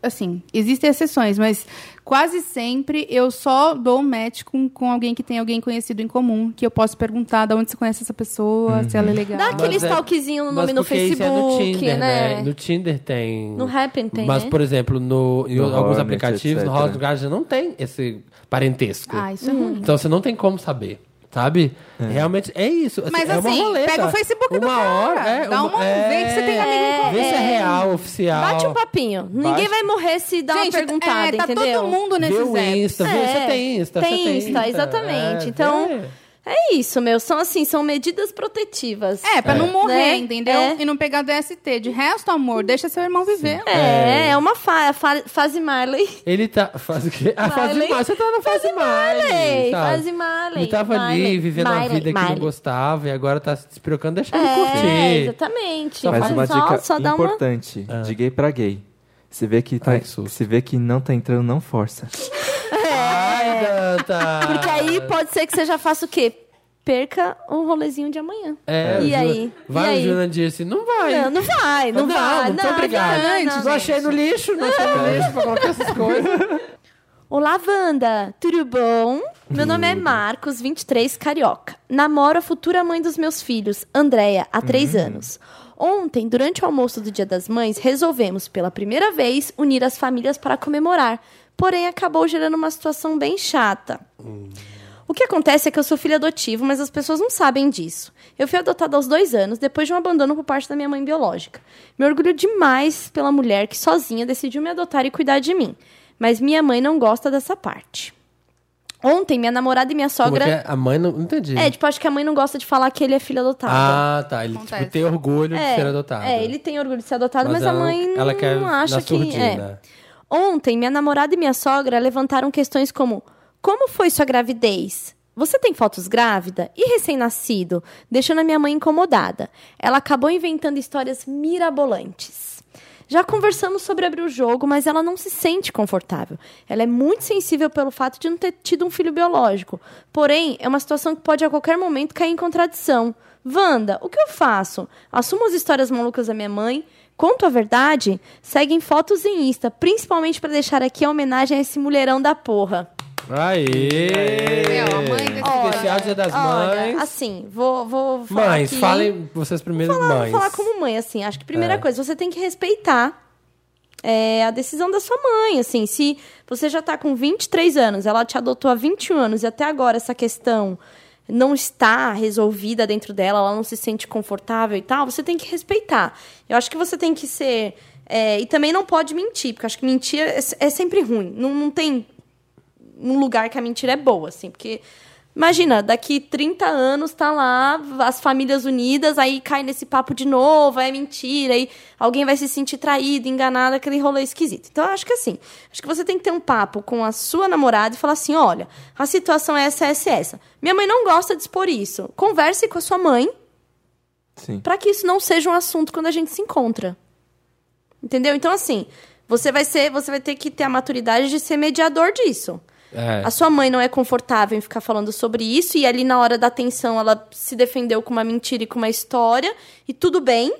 Speaker 8: assim, existem exceções, mas quase sempre eu só dou um match com, com alguém que tem alguém conhecido em comum, que eu posso perguntar de onde você conhece essa pessoa, se ela é legal.
Speaker 4: Dá aquele
Speaker 1: Mas é-
Speaker 4: stalkzinho no nome
Speaker 1: Mas
Speaker 4: no
Speaker 1: porque isso é no
Speaker 4: Facebook,
Speaker 1: Tinder,
Speaker 4: né?
Speaker 1: No Tinder tem.
Speaker 4: No Happn tem,
Speaker 1: Mas,
Speaker 4: né?
Speaker 1: por exemplo, no, em
Speaker 2: No
Speaker 1: alguns
Speaker 2: Hornet,
Speaker 1: aplicativos, no
Speaker 2: etc. né?
Speaker 1: Hornet Guard não tem esse parentesco.
Speaker 8: Ah, isso é
Speaker 4: Uhum.
Speaker 8: ruim.
Speaker 1: Então você não tem como saber, sabe? Realmente é isso. assim,
Speaker 8: Mas
Speaker 1: é uma
Speaker 8: assim,
Speaker 1: roleta.
Speaker 8: pega o Facebook
Speaker 1: uma
Speaker 8: do cara,
Speaker 1: Hora, é,
Speaker 4: um
Speaker 8: dá uma- vê que você tem amigo em comum.
Speaker 1: Vê se é real, oficial.
Speaker 4: Bate um papinho. Ninguém vai morrer se dar
Speaker 8: Gente,
Speaker 4: uma perguntada,
Speaker 8: é, tá
Speaker 4: entendeu?
Speaker 8: todo mundo
Speaker 1: Vê
Speaker 8: nesses
Speaker 1: o
Speaker 8: apps.
Speaker 1: Insta, vê, você
Speaker 4: É,
Speaker 1: tem Insta,
Speaker 4: tem
Speaker 1: você tem
Speaker 4: Insta, exatamente.
Speaker 1: é,
Speaker 4: Então,
Speaker 1: vê.
Speaker 4: É isso, meu. São assim, são medidas protetivas.
Speaker 8: É, pra não morrer,
Speaker 4: Né?
Speaker 8: entendeu?
Speaker 4: É.
Speaker 8: E não pegar DST. De resto, amor, deixa seu irmão viver.
Speaker 4: É, é uma fa fa- fase Marley.
Speaker 1: Ele tá. Faz o quê? Ah, fase
Speaker 4: Marley.
Speaker 1: Marley. Você tá na fase Marley.
Speaker 4: Marley,
Speaker 1: sabe?
Speaker 4: fase Marley,
Speaker 1: Ele tava
Speaker 4: Marley,
Speaker 1: ali vivendo a
Speaker 4: Marley,
Speaker 1: vida que
Speaker 4: Marley.
Speaker 1: não gostava e agora tá se despirocando, deixa ele
Speaker 4: É,
Speaker 1: curtir.
Speaker 4: exatamente.
Speaker 1: Só
Speaker 2: Mas
Speaker 1: faz-
Speaker 2: uma
Speaker 4: só,
Speaker 2: dica
Speaker 4: um só dá uma.
Speaker 2: importante, de gay pra gay. Se vê Ah. que, tá,
Speaker 1: Ai, que susto.
Speaker 2: se vê que não tá entrando, não força.
Speaker 1: Ai, Danta.
Speaker 4: É, Porque aí pode ser que você já faça o quê? Perca o rolezinho de amanhã.
Speaker 1: É,
Speaker 4: e
Speaker 1: Ju-
Speaker 4: aí?
Speaker 1: Vai
Speaker 4: e
Speaker 1: o
Speaker 4: aí?
Speaker 1: Jurandir assim, não vai.
Speaker 4: Não, não vai, não, vai.
Speaker 1: muito obrigado.
Speaker 4: não, não,
Speaker 1: Não,
Speaker 4: não.
Speaker 1: achei no lixo, não achei no lixo pra colocar essas coisas.
Speaker 4: Olá, Wanda! Tudo bom? Meu nome é Marcos, 23, carioca. Namoro a futura mãe dos meus filhos, Andréia, há três anos. Ontem, durante o almoço do Dia das Mães, resolvemos, pela primeira vez, unir as famílias para comemorar. Porém, acabou gerando uma situação bem chata. O que acontece é que eu sou filha adotiva, mas as pessoas não sabem disso. Eu fui adotada aos dois anos, depois de um abandono por parte da minha mãe biológica. Me orgulho demais pela mulher que sozinha decidiu me adotar e cuidar de mim. Mas minha mãe não gosta dessa parte. Ontem, minha namorada e minha
Speaker 1: Como que
Speaker 4: sogra.
Speaker 1: é? A mãe não. não Entendi.
Speaker 4: É, tipo, acho que a mãe não gosta de falar que ele é filho adotado.
Speaker 1: ah, tá. Ele
Speaker 8: Acontece.
Speaker 1: tipo, tem orgulho de
Speaker 4: É,
Speaker 1: ser adotado.
Speaker 4: É, ele tem orgulho de ser adotado, mas,
Speaker 1: Mas
Speaker 4: a
Speaker 1: ela não-
Speaker 4: mãe não,
Speaker 1: ela quer
Speaker 4: acha
Speaker 1: na
Speaker 4: que. É.
Speaker 1: surdina.
Speaker 4: Ontem, minha namorada e minha sogra levantaram questões como: como foi sua gravidez? Você tem fotos grávida e recém-nascido, deixando a minha mãe incomodada. Ela acabou inventando histórias mirabolantes. Já conversamos sobre abrir o jogo, mas ela não se sente confortável. Ela é muito sensível pelo fato de não ter tido um filho biológico. Porém, é uma situação que pode a qualquer momento cair em contradição. Wanda, o que eu faço? Assumo as histórias malucas da minha mãe, conto a verdade, seguem fotos em Insta, principalmente pra deixar aqui a homenagem a esse mulherão da porra.
Speaker 1: Aê!
Speaker 8: Meu, a mãe desse é
Speaker 1: Especial Dia é das
Speaker 4: Olha,
Speaker 1: Mães.
Speaker 4: assim, vou, vou falar
Speaker 1: Mães,
Speaker 4: aqui.
Speaker 1: falem vocês primeiro,
Speaker 4: Vou falar,
Speaker 1: mães.
Speaker 4: vou falar como mãe, assim. Acho que primeira
Speaker 1: É.
Speaker 4: coisa, você tem que respeitar é, a decisão da sua mãe, assim. Se você já tá com 23 anos, ela te adotou há 21 anos e até agora essa questão não está resolvida dentro dela, ela não se sente confortável e tal, você tem que respeitar. Eu acho que você tem que ser... é, e também não pode mentir, porque eu acho que mentir é, é sempre ruim. Não, não tem um lugar que a mentira é boa, assim, porque imagina, daqui 30 anos tá lá as famílias unidas, aí cai nesse papo de novo, aí é mentira, aí alguém vai se sentir traído, enganado, aquele rolê esquisito. Então, eu acho que assim, acho que você tem que ter um papo com a sua namorada e falar assim, olha, a situação é essa, essa, e essa. Minha mãe não gosta de expor isso. Converse com a sua mãe
Speaker 2: Sim.
Speaker 4: para que isso não seja um assunto quando a gente se encontra. Entendeu? Então, assim, você vai ser, você vai ter que ter a maturidade de ser mediador disso.
Speaker 1: É.
Speaker 4: A sua mãe não é confortável em ficar falando sobre isso, e ali na hora da tensão ela se defendeu com uma mentira e com uma história, e tudo bem,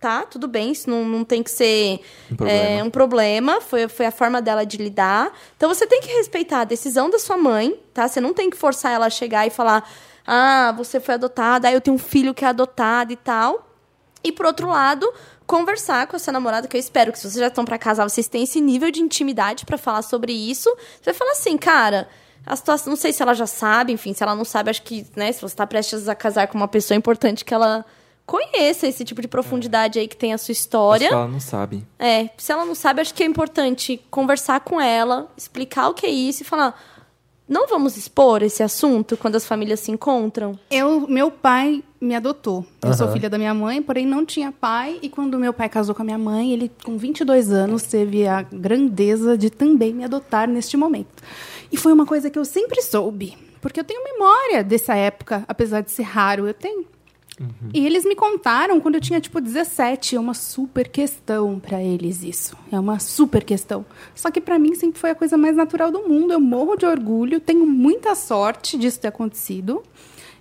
Speaker 4: tá? Tudo bem, isso não, não tem que ser
Speaker 2: Um problema.
Speaker 4: é, um problema, foi, foi a forma dela de lidar. Então você tem que respeitar a decisão da sua mãe, tá? Você não tem que forçar ela a chegar e falar: ah, você foi adotada, ah, eu tenho um filho que é adotado e tal. E por outro lado, conversar com a sua namorada, que eu espero que se vocês já estão pra casar, vocês têm esse nível de intimidade pra falar sobre isso. Você vai falar assim, cara, a situação, não sei se ela já sabe, enfim, se ela não sabe, acho que, né, se você tá prestes a casar com uma pessoa é importante que ela conheça esse tipo de profundidade aí que tem a sua
Speaker 2: Olha.
Speaker 4: história.
Speaker 2: ela não sabe.
Speaker 4: É, se ela não sabe, acho que é importante conversar com ela, explicar o que é isso e falar, não vamos expor esse assunto quando as famílias se encontram?
Speaker 8: Eu, meu pai me adotou. Eu sou
Speaker 1: Aham.
Speaker 8: filha da minha mãe, porém não tinha pai. E quando meu pai casou com a minha mãe, ele, com 22 anos, teve a grandeza de também me adotar neste momento. E foi uma coisa que eu sempre soube, porque eu tenho memória dessa época, apesar de ser raro, eu tenho.
Speaker 3: E eles me contaram quando eu tinha tipo 17, é uma super questão pra eles isso. É uma super questão. Só que pra mim sempre foi a coisa mais natural do mundo. Eu morro de orgulho, tenho muita sorte disso ter acontecido.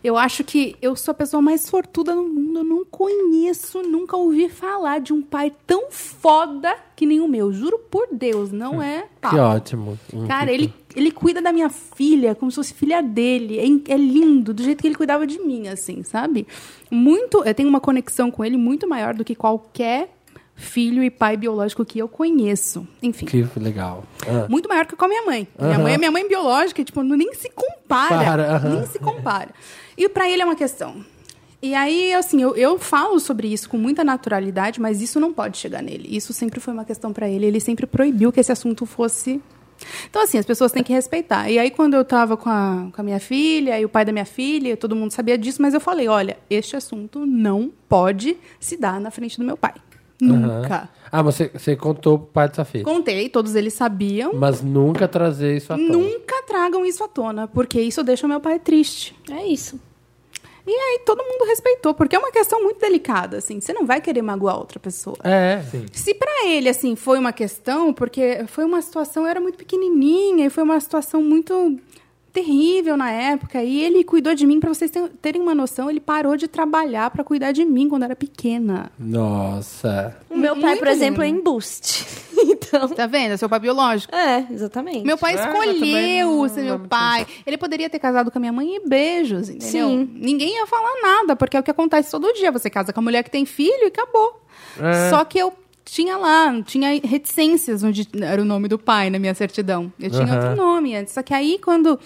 Speaker 3: Eu acho que eu sou a pessoa mais sortuda no mundo. Eu não conheço, nunca ouvi falar de um pai tão foda que nem o meu. Juro por Deus, não é
Speaker 1: Que
Speaker 3: papo.
Speaker 1: ótimo. Hum,
Speaker 3: Cara,
Speaker 1: que-
Speaker 3: ele, ele cuida da minha filha como se fosse filha dele. É, in- é lindo, do jeito que ele cuidava de mim, assim, sabe? Muito. Eu tenho uma conexão com ele muito maior do que qualquer filho e pai biológico que eu conheço. Enfim.
Speaker 1: Que legal. Ah.
Speaker 3: Muito maior que com a minha mãe. Minha
Speaker 1: Aham.
Speaker 3: mãe é minha mãe biológica, e, tipo, não- nem se compara.
Speaker 1: Para, aham.
Speaker 3: Nem se compara. E pra ele é uma questão. E aí, assim, eu, eu falo sobre isso com muita naturalidade, mas isso não pode chegar nele. Isso sempre foi uma questão pra ele. Ele sempre proibiu que esse assunto fosse. Então, assim, as pessoas têm que respeitar. E aí, quando eu tava com a, com a minha filha e o pai da minha filha, todo mundo sabia disso, mas eu falei: olha, este assunto não pode se dar na frente do meu pai.
Speaker 1: Aham.
Speaker 3: Nunca.
Speaker 1: Ah, mas você, você contou pro pai da sua filha.
Speaker 3: Contei, todos eles sabiam.
Speaker 1: Mas nunca trazer isso à tona.
Speaker 3: Nunca tragam isso à tona, porque isso deixa meu pai triste.
Speaker 4: É isso.
Speaker 3: E aí todo mundo respeitou, porque é uma questão muito delicada, assim. Você não vai querer magoar outra pessoa.
Speaker 1: É.
Speaker 3: Se pra ele, assim, foi uma questão, porque foi uma situação, eu era muito pequenininha e foi uma situação muito terrível na época. E ele cuidou de mim, pra vocês te- terem uma noção, ele parou de trabalhar pra cuidar de mim quando eu era pequena.
Speaker 1: Nossa.
Speaker 4: O meu pai,
Speaker 3: Muito
Speaker 4: por exemplo, é
Speaker 3: lindo.
Speaker 4: embuste. Então.
Speaker 3: Tá vendo? É seu pai biológico.
Speaker 4: É, exatamente.
Speaker 3: Meu pai
Speaker 1: Ah, eu também
Speaker 3: escolheu
Speaker 1: não-
Speaker 3: ser
Speaker 1: não é
Speaker 3: meu
Speaker 1: me
Speaker 3: pai. Ele poderia ter casado com a minha mãe e beijos, entendeu?
Speaker 4: Sim.
Speaker 3: Ninguém ia falar nada, porque é o que acontece todo dia. Você casa com a mulher que tem filho e acabou.
Speaker 1: É.
Speaker 3: Só que eu tinha lá, tinha reticências onde era o nome do pai na minha certidão. Eu tinha
Speaker 1: Aham.
Speaker 3: outro nome antes. Só que aí quando.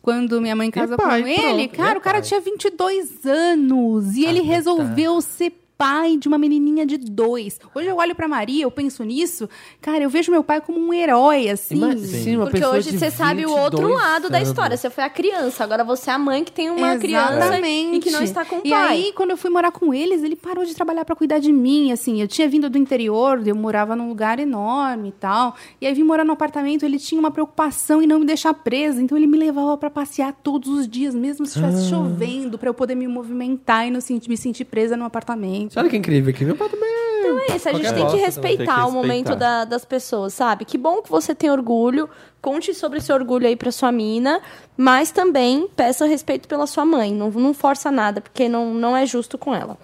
Speaker 3: Quando minha mãe casou
Speaker 1: pai,
Speaker 3: com
Speaker 1: pronto.
Speaker 3: ele, cara,
Speaker 1: E é
Speaker 3: o cara
Speaker 1: pai. Ah, tá.
Speaker 3: tinha 22 anos e ele resolveu ser pai de uma menininha de dois. Hoje eu olho pra Maria, eu penso nisso, cara, eu vejo meu pai como um herói, assim.
Speaker 1: Imagina uma
Speaker 4: Porque
Speaker 1: pessoa
Speaker 4: hoje
Speaker 1: de
Speaker 4: você sabe o outro
Speaker 1: 22
Speaker 4: lado da
Speaker 1: anos.
Speaker 4: história. Você foi a criança, agora você é a mãe que tem uma criança e que não está com o
Speaker 3: E
Speaker 4: pai.
Speaker 3: aí, quando eu fui morar com eles, ele parou de trabalhar pra cuidar de mim, assim. Eu tinha vindo do interior, eu morava num lugar enorme e tal. E aí vim morar no apartamento, ele tinha uma preocupação em não me deixar presa, então ele me levava pra passear todos os dias, mesmo se
Speaker 1: Ah.
Speaker 3: estivesse chovendo, pra eu poder me movimentar e não senti- me sentir presa no apartamento.
Speaker 1: Sabe que incrível aqui? Meu pai também é-
Speaker 4: É isso,
Speaker 1: Qualquer
Speaker 4: a gente tem que
Speaker 1: bosta,
Speaker 2: tem que
Speaker 4: respeitar o momento
Speaker 2: respeitar.
Speaker 4: da- das pessoas, sabe? Que bom que você tem orgulho, conte sobre esse orgulho aí pra sua mina, mas também peça respeito pela sua mãe. Não, não força nada, porque não, não é justo com ela.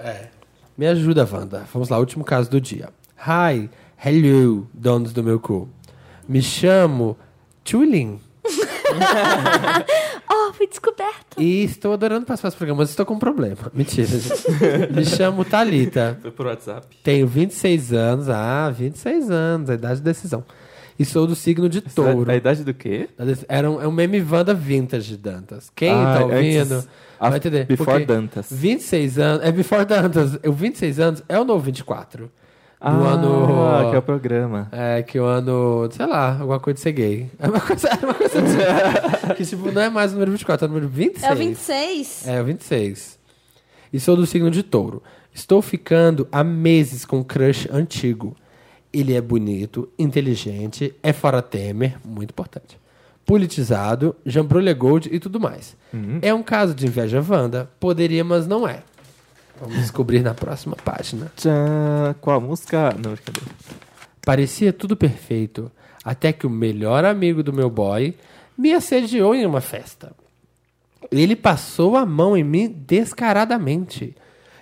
Speaker 1: Me ajuda, Wanda. Vamos lá, último caso do dia. Hi, hello, donos do meu cu. Me chamo Tulin
Speaker 4: Oh, fui descoberta!
Speaker 1: e estou adorando participar dos programas. Estou com um problema. Mentira. gente. Me chamo Thalita.
Speaker 2: Foi por WhatsApp.
Speaker 1: Tenho 26 anos. Ah, 26 anos, a idade da decisão. E sou do signo de touro.
Speaker 2: Na é idade do quê?
Speaker 1: Era um, é um meme Wanda vintage de Dantas. Quem
Speaker 2: Ah,
Speaker 1: tá
Speaker 2: antes-
Speaker 1: ouvindo
Speaker 2: a-
Speaker 1: vai entender.
Speaker 2: before
Speaker 1: porque
Speaker 2: Dantas.
Speaker 1: 26 anos. É Before Dantas. O 26 anos é o novo 24. Do
Speaker 2: Ah,
Speaker 1: ano.
Speaker 2: que é o programa.
Speaker 1: É, que o ano, sei lá, alguma coisa de ser gay. É uma coisa, é uma coisa de ser Que, tipo, não é mais o número 24, é o número 26.
Speaker 4: É o 26?
Speaker 1: É, o 26. E sou do signo de touro. Estou ficando há meses com um crush antigo. Ele é bonito, inteligente, é fora Temer, muito importante. Politizado, jambrulha gold e tudo mais. É um caso de inveja Wanda. Poderia, mas não é. Vamos descobrir na próxima página.
Speaker 2: Tchan, qual a música? Não, brincadeira.
Speaker 1: Parecia tudo perfeito, até que o melhor amigo do meu boy me assediou em uma festa. Ele passou a mão em mim descaradamente.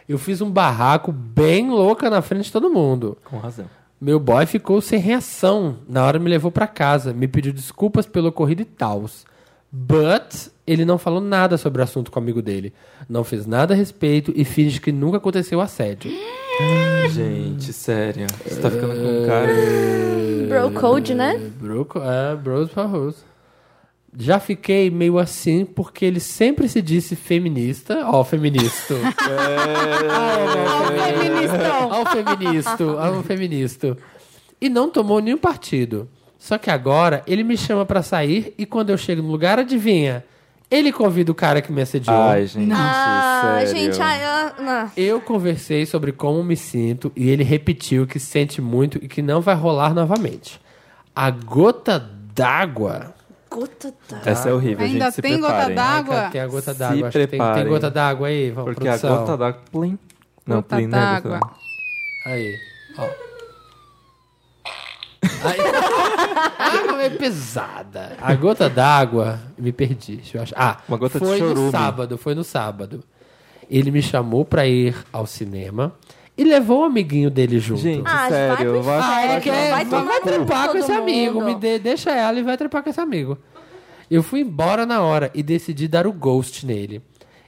Speaker 1: Eu fiz um barraco bem louca na frente de todo mundo.
Speaker 2: Com razão.
Speaker 1: Meu boy ficou sem reação. Na hora me levou pra casa, me pediu desculpas pelo ocorrido e tals. But ele não falou nada sobre o assunto com o amigo dele. Não fez nada a respeito e finge que nunca aconteceu o assédio.
Speaker 2: Gente, sério. Você tá ficando com um cara.
Speaker 1: É.
Speaker 4: Bro Code, né?
Speaker 1: Broco, é, bros pra hoes. Já fiquei meio assim porque ele sempre se disse feminista. Ó, feministo. é? Ó, o feministo. Ó, o feministo. E não tomou nenhum partido. Só que agora ele me chama pra sair e quando eu chego no lugar, adivinha? Ele convida o cara que me assediou.
Speaker 2: Ai, gente.
Speaker 4: Ah,
Speaker 2: sério.
Speaker 4: gente, ai, ah, ah.
Speaker 1: Eu conversei sobre como me sinto e ele repetiu que sente muito e que não vai rolar novamente. A gota d'água
Speaker 4: Gota d'água.
Speaker 2: Essa é horrível,
Speaker 3: Ainda
Speaker 2: gente. Se
Speaker 3: tem gota
Speaker 2: preparem.
Speaker 3: d'água?
Speaker 1: Cara, tem a gota
Speaker 2: Se
Speaker 1: d'água. acho que Tem, tem
Speaker 2: preparem.
Speaker 1: gota d'água aí? Vamos,
Speaker 2: Porque
Speaker 1: produção.
Speaker 2: a gota d'água... Plim. Não,
Speaker 3: Gota
Speaker 2: plim não é gota
Speaker 3: d'água.
Speaker 2: d'água.
Speaker 1: Aí, ó. Aí. A água é pesada. A gota d'água, me perdi. Deixa eu achar. Ah,
Speaker 2: Uma gota de
Speaker 1: foi no
Speaker 2: chorume.
Speaker 1: sábado, foi no sábado. Ele me chamou pra ir ao cinema e levou o amiguinho dele junto.
Speaker 2: Gente,
Speaker 4: Ah,
Speaker 2: sério.
Speaker 4: vai pro
Speaker 2: Vai,
Speaker 1: Ah, é
Speaker 4: inferno.
Speaker 1: que
Speaker 4: vai
Speaker 1: vai,
Speaker 4: tomar
Speaker 1: vai
Speaker 4: no cu
Speaker 1: trepar com
Speaker 4: todo
Speaker 1: esse amigo.
Speaker 4: mundo.
Speaker 1: Me dê, deixa ela e vai trepar com esse amigo. Eu fui embora na hora e decidi dar o ghost nele.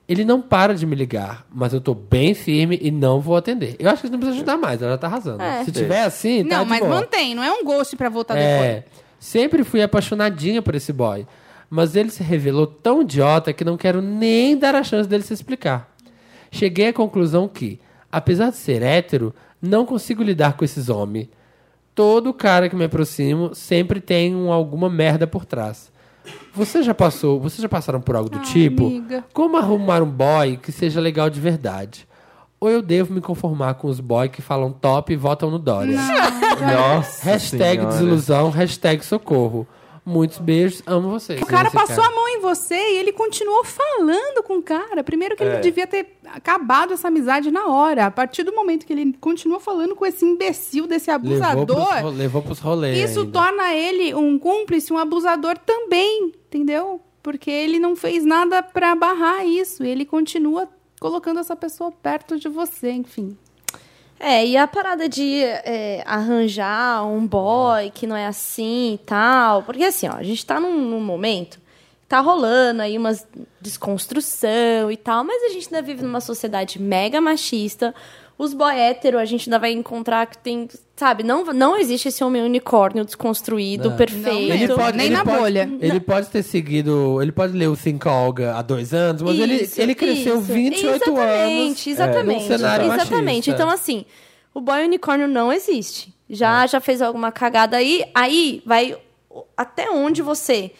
Speaker 1: Ele não para de me ligar, mas eu tô bem firme e não vou atender. Eu acho que você não precisa ajudar mais, ela já tá arrasando.
Speaker 4: É.
Speaker 1: Se tiver assim, tá
Speaker 3: Não,
Speaker 1: de
Speaker 3: mas
Speaker 1: boa.
Speaker 3: mantém, não é um ghost pra voltar depois.
Speaker 1: É, sempre fui apaixonadinha por esse boy. Mas ele se revelou tão idiota que não quero nem dar a chance dele se explicar. Cheguei à conclusão que, apesar de ser hétero, não consigo lidar com esses homens. Todo cara que me aproximo sempre tem um- alguma merda por trás. Você já passou, vocês já passaram por algo do tipo?
Speaker 3: amiga.
Speaker 1: Como arrumar um boy que seja legal de verdade? Ou eu devo me conformar com os boys que falam top e votam no Dória?
Speaker 2: Nossa
Speaker 1: Hashtag
Speaker 2: senhora.
Speaker 1: desilusão, hashtag socorro. Muitos beijos, amo vocês.
Speaker 3: O cara
Speaker 1: Esse
Speaker 3: passou a mão em você e ele continuou falando com o cara. Primeiro que ele
Speaker 1: É.
Speaker 3: devia ter acabado essa amizade na hora. A partir do momento que ele continuou falando com esse imbecil, desse
Speaker 1: levou pros, ro-
Speaker 3: abusador,
Speaker 1: levou pros rolês.
Speaker 3: isso
Speaker 1: ainda.
Speaker 3: torna ele um cúmplice, um abusador também, entendeu? Porque ele não fez nada pra barrar isso. Ele continua colocando essa pessoa perto de você, enfim.
Speaker 4: É, e a parada de é, arranjar um boy que não é assim e tal. Porque assim, ó, a gente tá num, num momento. que Tá rolando aí umas desconstrução e tal, mas a gente ainda vive numa sociedade mega machista. Os boy hétero, a gente ainda vai encontrar que tem. Sabe, não, não existe esse homem unicórnio desconstruído,
Speaker 1: Não.
Speaker 4: perfeito.
Speaker 1: Ele pode,
Speaker 3: Nem
Speaker 1: ele
Speaker 3: na
Speaker 1: pode-
Speaker 3: bolha.
Speaker 1: Ele pode ter seguido. Ele pode ler o Think Olga há dois anos, mas
Speaker 4: Isso,
Speaker 1: ele, ele cresceu
Speaker 4: isso.
Speaker 1: 28 anos. é,
Speaker 4: exatamente, Exatamente,
Speaker 1: num cenário
Speaker 4: exatamente.
Speaker 1: machista.
Speaker 4: Então, assim, o boy unicórnio não existe.
Speaker 1: É.
Speaker 4: Já, já fez alguma cagada aí, aí vai o- até onde você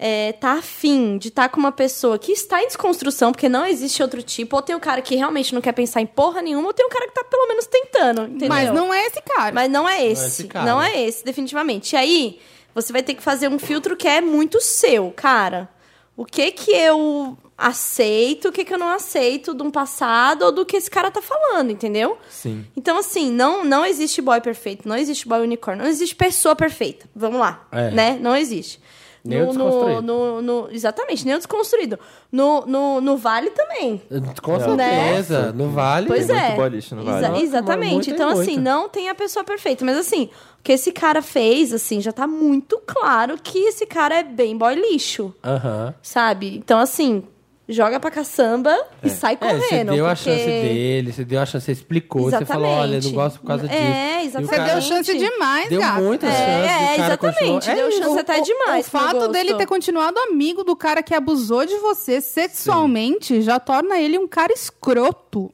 Speaker 4: é, tá afim de estar com uma pessoa que está em desconstrução, porque não existe outro tipo, ou tem o cara que realmente não quer pensar em porra nenhuma, ou tem o cara que tá pelo menos tentando, entendeu?
Speaker 3: Mas não é esse cara.
Speaker 4: Mas não é
Speaker 1: Não é
Speaker 4: esse.
Speaker 1: esse
Speaker 4: Não é
Speaker 1: cara.
Speaker 4: esse, definitivamente. E aí, você vai ter que fazer um filtro que é muito seu, cara. O que que eu aceito, o que que eu não aceito de um passado ou do que esse cara tá falando, entendeu?
Speaker 2: Sim.
Speaker 4: Então, assim, não, não existe boy perfeito, não existe boy unicórnio, não existe pessoa perfeita. Vamos lá,
Speaker 1: É.
Speaker 4: né? Não existe.
Speaker 1: Nem o desconstruído.
Speaker 4: no- no- exatamente, nem o desconstruído. No, no, no Vale também.
Speaker 1: Com certeza, no vale.
Speaker 4: Então, Pois
Speaker 2: Tem
Speaker 4: é.
Speaker 2: muito boy lixo no Vale.
Speaker 1: Nossa,
Speaker 4: exatamente.
Speaker 1: muito,
Speaker 4: então,
Speaker 1: muito.
Speaker 4: assim, não tem a pessoa perfeita. Mas, assim, o que esse cara fez, assim, já tá muito claro que esse cara é bem boy lixo,
Speaker 1: Aham.
Speaker 4: sabe? Então, assim, joga pra caçamba e sai
Speaker 1: É,
Speaker 4: Tá correndo.
Speaker 1: você deu a
Speaker 4: porque-
Speaker 1: chance dele, você deu a chance, você explicou, você falou, olha, eu não
Speaker 4: Exatamente.
Speaker 1: gosto por causa
Speaker 4: É,
Speaker 1: disso. E o
Speaker 4: exatamente.
Speaker 3: Você
Speaker 1: cara-
Speaker 3: deu chance demais,
Speaker 1: Deu assim,
Speaker 3: gato.
Speaker 1: muita
Speaker 4: É,
Speaker 1: chance.
Speaker 4: é,
Speaker 1: o cara continuou.
Speaker 4: exatamente, deu
Speaker 1: isso.
Speaker 4: chance até demais,
Speaker 3: O
Speaker 4: pro meu
Speaker 3: fato
Speaker 4: gosto.
Speaker 3: dele ter continuado amigo do cara que abusou de você sexualmente já torna ele um cara escroto.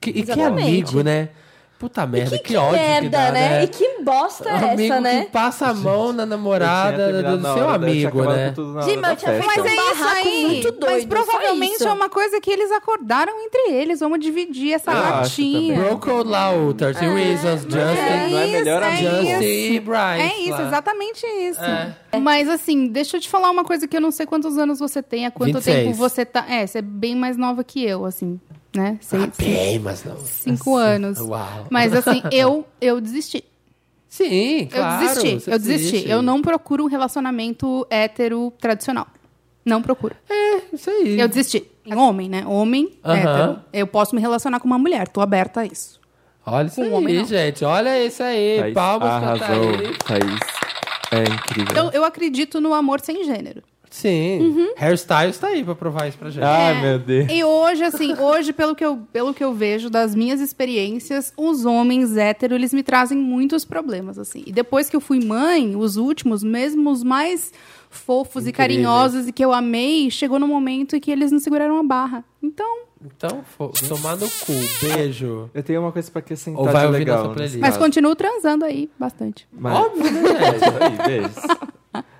Speaker 1: Que- e que
Speaker 4: Exatamente.
Speaker 1: amigo, né? Puta
Speaker 4: E
Speaker 1: merda,
Speaker 4: que,
Speaker 1: que, ódio que
Speaker 4: merda,
Speaker 1: dá,
Speaker 4: né?
Speaker 1: né?
Speaker 4: E que bosta é
Speaker 1: amigo
Speaker 4: essa, né?
Speaker 1: que passa a mão na
Speaker 2: Eu tinha
Speaker 1: namorada do
Speaker 2: terminado na
Speaker 1: seu
Speaker 2: hora, daí tinha
Speaker 1: amigo,
Speaker 2: acabado
Speaker 1: né?
Speaker 2: com tudo na
Speaker 4: Dima,
Speaker 2: hora da
Speaker 4: eu tinha
Speaker 2: festa.
Speaker 4: feito
Speaker 3: Mas é
Speaker 4: Então, um
Speaker 3: isso
Speaker 4: barraco
Speaker 3: aí.
Speaker 4: muito doido,
Speaker 3: Mas
Speaker 4: só
Speaker 3: provavelmente
Speaker 4: isso.
Speaker 3: é uma coisa que eles acordaram entre eles. Vamos dividir essa
Speaker 2: Eu acho
Speaker 3: latinha.
Speaker 2: também.
Speaker 1: Broke out loud, 30 Reasons,
Speaker 2: é.
Speaker 1: Justin,
Speaker 2: Não melhor
Speaker 3: isso, é
Speaker 2: amigo.
Speaker 3: isso.
Speaker 1: Justin e Bryce.
Speaker 3: É isso,
Speaker 1: lá.
Speaker 3: exatamente isso.
Speaker 1: É.
Speaker 3: Mas assim, deixa eu te falar uma coisa que eu não sei quantos anos você tem, há quanto
Speaker 1: 26.
Speaker 3: tempo você tá. É, você é bem mais nova que eu, assim, né? Sei,
Speaker 1: Ah, bem, mas não.
Speaker 3: cinco anos.
Speaker 1: Uau.
Speaker 3: Mas assim, eu, eu desisti.
Speaker 1: Sim,
Speaker 3: Eu
Speaker 1: claro.
Speaker 3: desisti,
Speaker 1: você
Speaker 3: eu desisti.
Speaker 1: desiste.
Speaker 3: Eu não procuro um relacionamento hétero tradicional. Não procuro.
Speaker 1: Isso aí.
Speaker 3: Eu desisti. Homem, né? Homem
Speaker 1: Aham.
Speaker 3: hétero. Eu posso me relacionar com uma mulher, tô aberta a isso.
Speaker 1: Olha isso
Speaker 3: Um
Speaker 1: aí,
Speaker 3: homem não.
Speaker 1: gente. Olha isso aí.
Speaker 2: Thaís
Speaker 1: Palmas pra
Speaker 2: Tá arrasou.
Speaker 1: Thaís.
Speaker 2: Thaís é incrível.
Speaker 3: Então, eu acredito no amor sem gênero.
Speaker 1: Sim.
Speaker 3: Uhum.
Speaker 1: Hairstyles tá aí pra provar isso pra gente.
Speaker 2: Ai, meu Deus.
Speaker 3: E hoje, assim, hoje, pelo que, eu, pelo que eu vejo das minhas experiências, os homens héteros, eles me trazem muitos problemas, assim. E depois que eu fui mãe, os últimos, mesmo os mais fofos e
Speaker 1: Incríveis.
Speaker 3: carinhosos e que eu amei, chegou no momento em que eles não seguraram a barra. Então,
Speaker 1: Então, fo- tomar no cu. Beijo.
Speaker 2: Eu tenho uma coisa pra acrescentar
Speaker 1: Ou vai
Speaker 2: de
Speaker 1: ouvir
Speaker 2: legal.
Speaker 1: nossa playlist.
Speaker 2: nesse
Speaker 3: mas
Speaker 2: caso.
Speaker 3: continuo transando aí bastante.
Speaker 2: Mas-
Speaker 1: Óbvio, né,
Speaker 2: É,
Speaker 1: gente?
Speaker 2: isso aí, beijos.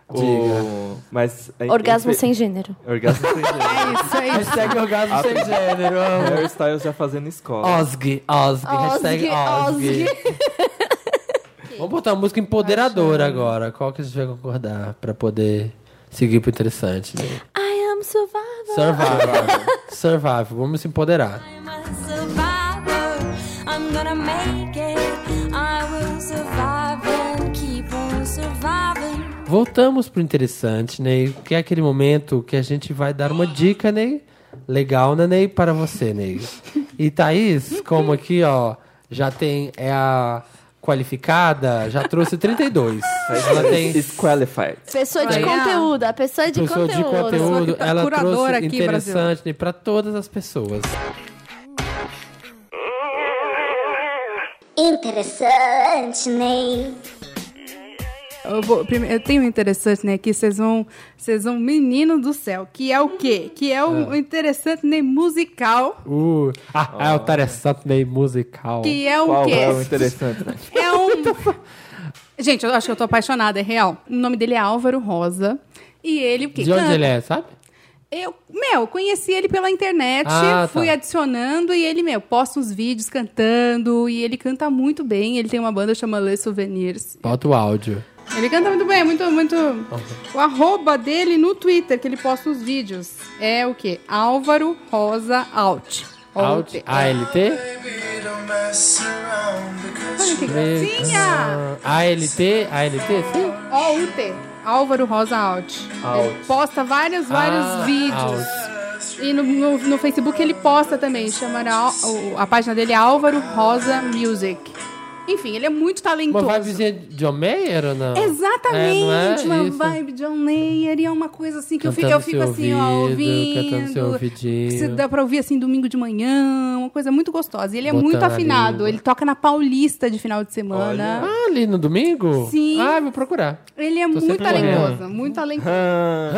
Speaker 2: O... Mas... é-
Speaker 4: Orgasmo
Speaker 2: entre-
Speaker 4: sem gênero.
Speaker 2: Orgasmo sem
Speaker 3: É
Speaker 2: gênero.
Speaker 3: isso, é isso.
Speaker 1: Hashtag orgasmo sem gênero. amo.
Speaker 2: Hairstyles já fazendo escola.
Speaker 1: Osg, Osg, hashtag Osg. Vamos botar uma música empoderadora agora. Qual que vocês vão concordar pra poder seguir pro interessante. Né?
Speaker 4: I am survivor.
Speaker 1: Survival. Survival. Vamos se empoderar.
Speaker 11: I'm gonna make it. I will survive and keep on surviving.
Speaker 1: Voltamos pro interessante, Ney, que é aquele momento que a gente vai dar uma dica, Ney, legal, né, Ney, para você, Ney. E Thaís, como aqui, ó, já tem, é a qualificada, já trouxe 32. Ela tem
Speaker 2: It's qualified.
Speaker 4: Pessoa de
Speaker 1: Olha.
Speaker 4: conteúdo, a pessoa é de
Speaker 1: pessoa de
Speaker 4: conteúdo.
Speaker 1: conteúdo, ela trouxe
Speaker 3: curadora aqui,
Speaker 1: interessante Ney, para todas as pessoas.
Speaker 7: Interessante, Ney.
Speaker 3: Eu, vou, prime- eu tenho um interessante, né? Que vocês vão. Vocês vão. Menino do céu. Que é o quê? Que é um
Speaker 1: Ah.
Speaker 3: interessante, né? Musical.
Speaker 1: Uh, ah, é o Taressanto Ney musical.
Speaker 3: Que é um
Speaker 2: Qual
Speaker 3: quê?
Speaker 2: é o interessante? né?
Speaker 3: É um. Gente, eu acho que eu tô apaixonada, é real. O nome dele é Álvaro Rosa. E ele o quê?
Speaker 1: De onde
Speaker 3: Canta.
Speaker 1: ele é, sabe?
Speaker 3: Eu, meu, conheci ele pela internet,
Speaker 1: Ah, tá.
Speaker 3: fui adicionando e ele, meu, posta uns vídeos cantando e ele canta muito bem. Ele tem uma banda chama Les Souvenirs.
Speaker 1: Bota o áudio.
Speaker 3: Ele canta muito bem, é muito, muito. O arroba dele no Twitter, que ele posta uns vídeos, é o quê? Álvaro Rosa Alt.
Speaker 1: Alt,
Speaker 3: Alt.
Speaker 1: ALT?
Speaker 3: Olha que gracinha!
Speaker 1: ALT? ALT? Sim.
Speaker 3: O-U-T. Álvaro Rosa Alt.
Speaker 2: Alt.
Speaker 3: Ele posta vários, vários
Speaker 1: Ah,
Speaker 3: vídeos. E no, no, no Facebook ele posta também. Chama a, o- a página dele é Álvaro Rosa Music. Enfim, ele é muito
Speaker 1: Uma
Speaker 3: talentoso.
Speaker 1: vibezinha de John Mayer ou não?
Speaker 3: Exatamente,
Speaker 1: É, não é?
Speaker 3: uma
Speaker 1: Isso.
Speaker 3: vibe John Mayer e é uma coisa assim que eu
Speaker 1: Cantando
Speaker 3: fico, eu fico
Speaker 1: seu
Speaker 3: assim, ó,
Speaker 1: ouvido,
Speaker 3: ouvindo.
Speaker 1: cantando seu ouvidinho.
Speaker 3: Que se dá pra ouvir assim domingo de manhã, uma coisa muito gostosa. E ele é
Speaker 1: Botando
Speaker 3: muito
Speaker 1: a
Speaker 3: afinado,
Speaker 1: língua.
Speaker 3: ele toca na Paulista de final de semana.
Speaker 1: Ah, ali no domingo?
Speaker 3: Sim.
Speaker 1: Ah, vou procurar.
Speaker 3: Ele é muito
Speaker 1: sempre
Speaker 3: talentoso, muito talentoso.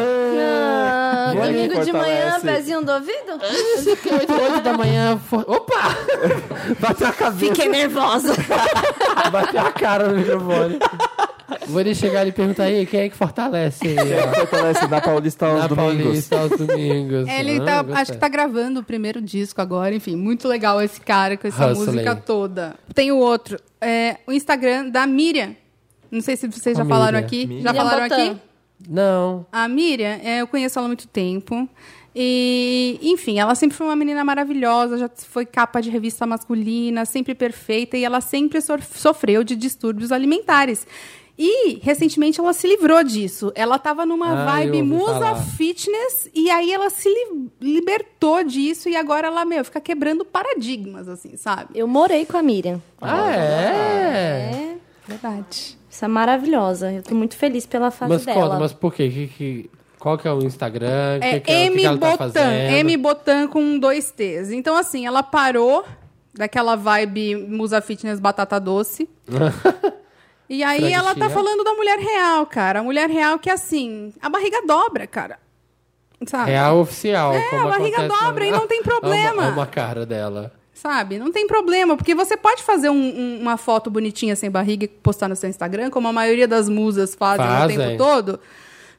Speaker 4: Ah,
Speaker 1: é
Speaker 2: Vamos
Speaker 4: domingo de manhã,
Speaker 2: fortalece.
Speaker 4: pezinho do ouvido?
Speaker 1: Isso aqui, 8 horas da manhã. fo- Opa! Bateu a cabeça,
Speaker 4: Fiquei nervosa.
Speaker 1: bateu a cara no microfone. Vou ele chegar ali e perguntar aí quem é que fortalece aí, ó,
Speaker 2: Fortalece na Paulista aos
Speaker 1: na
Speaker 2: domingos.
Speaker 1: Paulista aos domingos.
Speaker 3: Ele
Speaker 1: Ah,
Speaker 3: tá,
Speaker 1: gostei.
Speaker 3: acho que tá gravando o primeiro disco agora, enfim, muito legal esse cara com essa
Speaker 1: Hustling.
Speaker 3: música toda. Tem o outro, é, o Instagram da Miriam. Não sei se vocês já
Speaker 1: A
Speaker 3: falaram
Speaker 1: Miriam.
Speaker 3: aqui.
Speaker 1: Miriam.
Speaker 3: Já
Speaker 4: Miriam
Speaker 3: falaram
Speaker 4: Botan.
Speaker 3: aqui?
Speaker 1: Não.
Speaker 3: A Miriam, é, eu conheço ela há muito tempo. E, enfim, ela sempre foi uma menina maravilhosa, já foi capa de revista masculina, sempre perfeita, e ela sempre sor- sofreu de distúrbios alimentares. E, recentemente, ela se livrou disso. Ela estava numa
Speaker 1: Ah,
Speaker 3: vibe
Speaker 1: eu ouvi
Speaker 3: musa
Speaker 1: falar.
Speaker 3: fitness, e aí ela se li- libertou disso, e agora ela, meu, fica quebrando paradigmas, assim, sabe?
Speaker 4: Eu morei com a Miriam.
Speaker 1: Ah, é?
Speaker 4: É,
Speaker 3: Verdade.
Speaker 4: isso é maravilhosa. Eu tô muito feliz pela fase
Speaker 1: Mas
Speaker 4: dela.
Speaker 1: conta, mas por quê? Que, que- qual que é o Instagram?
Speaker 3: É
Speaker 1: que que o que
Speaker 3: M
Speaker 1: que ela tá
Speaker 3: Botan,
Speaker 1: fazendo?
Speaker 3: M Botan com dois T's. Então, assim, ela parou daquela vibe Musa Fitness Batata Doce. e aí
Speaker 1: Frank
Speaker 3: ela tá
Speaker 1: Chia.
Speaker 3: falando da mulher real, cara. A mulher real que, assim, a barriga dobra, cara. Sabe?
Speaker 1: Real oficial. É,
Speaker 3: a barriga dobra e não tem problema.
Speaker 1: Uma, uma cara dela.
Speaker 3: Sabe? Não tem problema, porque você pode fazer um- um- uma foto bonitinha sem barriga e postar no seu Instagram, como a maioria das musas fazem, o
Speaker 1: Fazem.
Speaker 3: tempo todo.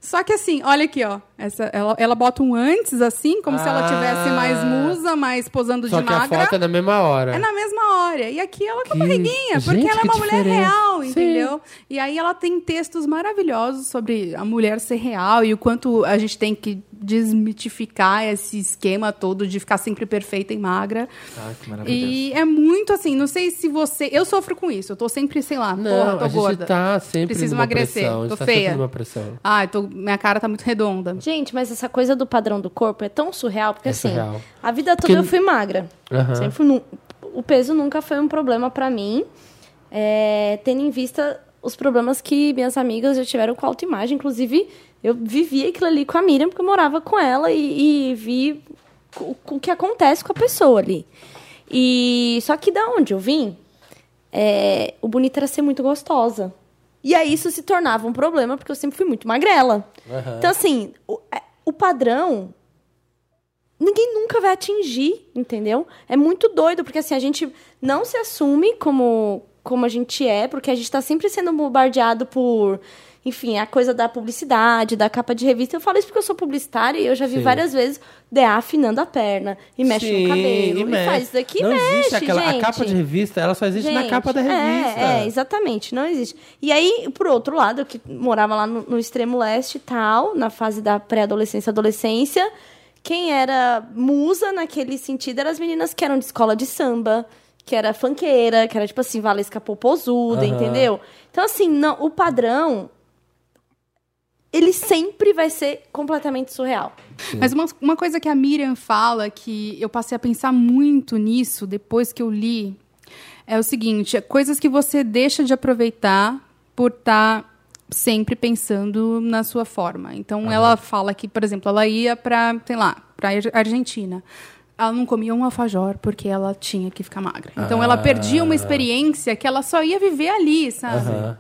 Speaker 3: Só que assim, olha aqui, ó. Essa, ela, ela bota um antes, assim, como se ela
Speaker 1: Ah.
Speaker 3: tivesse mais musa, mais posando
Speaker 1: Só
Speaker 3: de
Speaker 1: que a
Speaker 3: magra.
Speaker 1: foto é na mesma hora.
Speaker 3: É na mesma hora. E aqui ela com
Speaker 1: Que-
Speaker 3: barriguinha, porque
Speaker 1: Gente,
Speaker 3: ela é
Speaker 1: que
Speaker 3: uma mulher
Speaker 1: diferença.
Speaker 3: real,
Speaker 1: Sim.
Speaker 3: entendeu? E aí ela tem textos maravilhosos sobre a mulher ser real e o quanto a gente tem que desmitificar esse esquema todo de ficar sempre perfeita e magra.
Speaker 2: Ah, que maravilhoso.
Speaker 3: E é muito assim, não sei se você. Eu sofro com isso. Eu tô sempre, sei lá,
Speaker 1: Não,
Speaker 3: porra,
Speaker 1: a
Speaker 3: tô
Speaker 1: gente
Speaker 3: gorda.
Speaker 1: tá sempre
Speaker 3: Preciso
Speaker 1: numa
Speaker 3: emagrecer,
Speaker 1: pressão. A gente
Speaker 3: tô
Speaker 1: tá
Speaker 3: feia.
Speaker 1: sempre numa pressão.
Speaker 3: Ai, tô- minha cara tá muito redonda.
Speaker 4: Gente, mas essa coisa do padrão do corpo é tão surreal, porque
Speaker 1: É
Speaker 4: assim,
Speaker 1: surreal.
Speaker 4: a vida toda
Speaker 1: Porque-
Speaker 4: eu fui magra.
Speaker 1: Aham.
Speaker 4: Sempre fui nu- O peso nunca foi um problema pra mim, é, tendo em vista os problemas que minhas amigas já tiveram com a autoimagem. Inclusive, eu vivi aquilo ali com a Miriam, porque eu morava com ela e, e vi o, o que acontece com a pessoa ali. E só que da onde eu vim, é, o bonito era ser muito gostosa. E aí isso se tornava um problema, porque eu sempre fui muito magrela. Então, assim, o, é, o padrão ninguém nunca vai atingir, entendeu? É muito doido, porque assim, a gente não se assume como, como a gente é, porque a gente tá sempre sendo bombardeado por enfim, a coisa da publicidade, da capa de revista. Eu falo isso porque eu sou publicitária e eu já vi
Speaker 1: Sim.
Speaker 4: várias vezes DA afinando a perna e mexe
Speaker 1: Sim,
Speaker 4: no cabelo. E,
Speaker 1: mexe.
Speaker 4: faz isso daqui e
Speaker 1: Não
Speaker 4: mexe,
Speaker 1: existe aquela.
Speaker 4: gente.
Speaker 1: A capa de revista, ela só existe na
Speaker 4: Gente,
Speaker 1: capa da revista.
Speaker 4: É, é, exatamente, não existe. E aí, por outro lado, eu que morava lá no, no extremo leste e tal, na fase da pré-adolescência, adolescência, quem era musa naquele sentido eram as meninas que eram de escola de samba, que era fanqueira, que era tipo assim, Valesca Popozuda,
Speaker 12: Aham.
Speaker 4: entendeu? Então, assim, não, o padrão. Ele sempre vai ser completamente surreal.
Speaker 3: Mas uma, uma coisa que a Miriam fala, que eu passei a pensar muito nisso depois que eu li, é o seguinte: é coisas que você deixa de aproveitar por estar sempre pensando na sua forma. Então, ela fala que, por exemplo, ela ia para, sei lá, para Argentina. Ela não comia um alfajor porque ela tinha que ficar magra. Então, ela
Speaker 1: Ah.
Speaker 3: perdia uma experiência que ela só ia viver ali, sabe?
Speaker 1: Aham.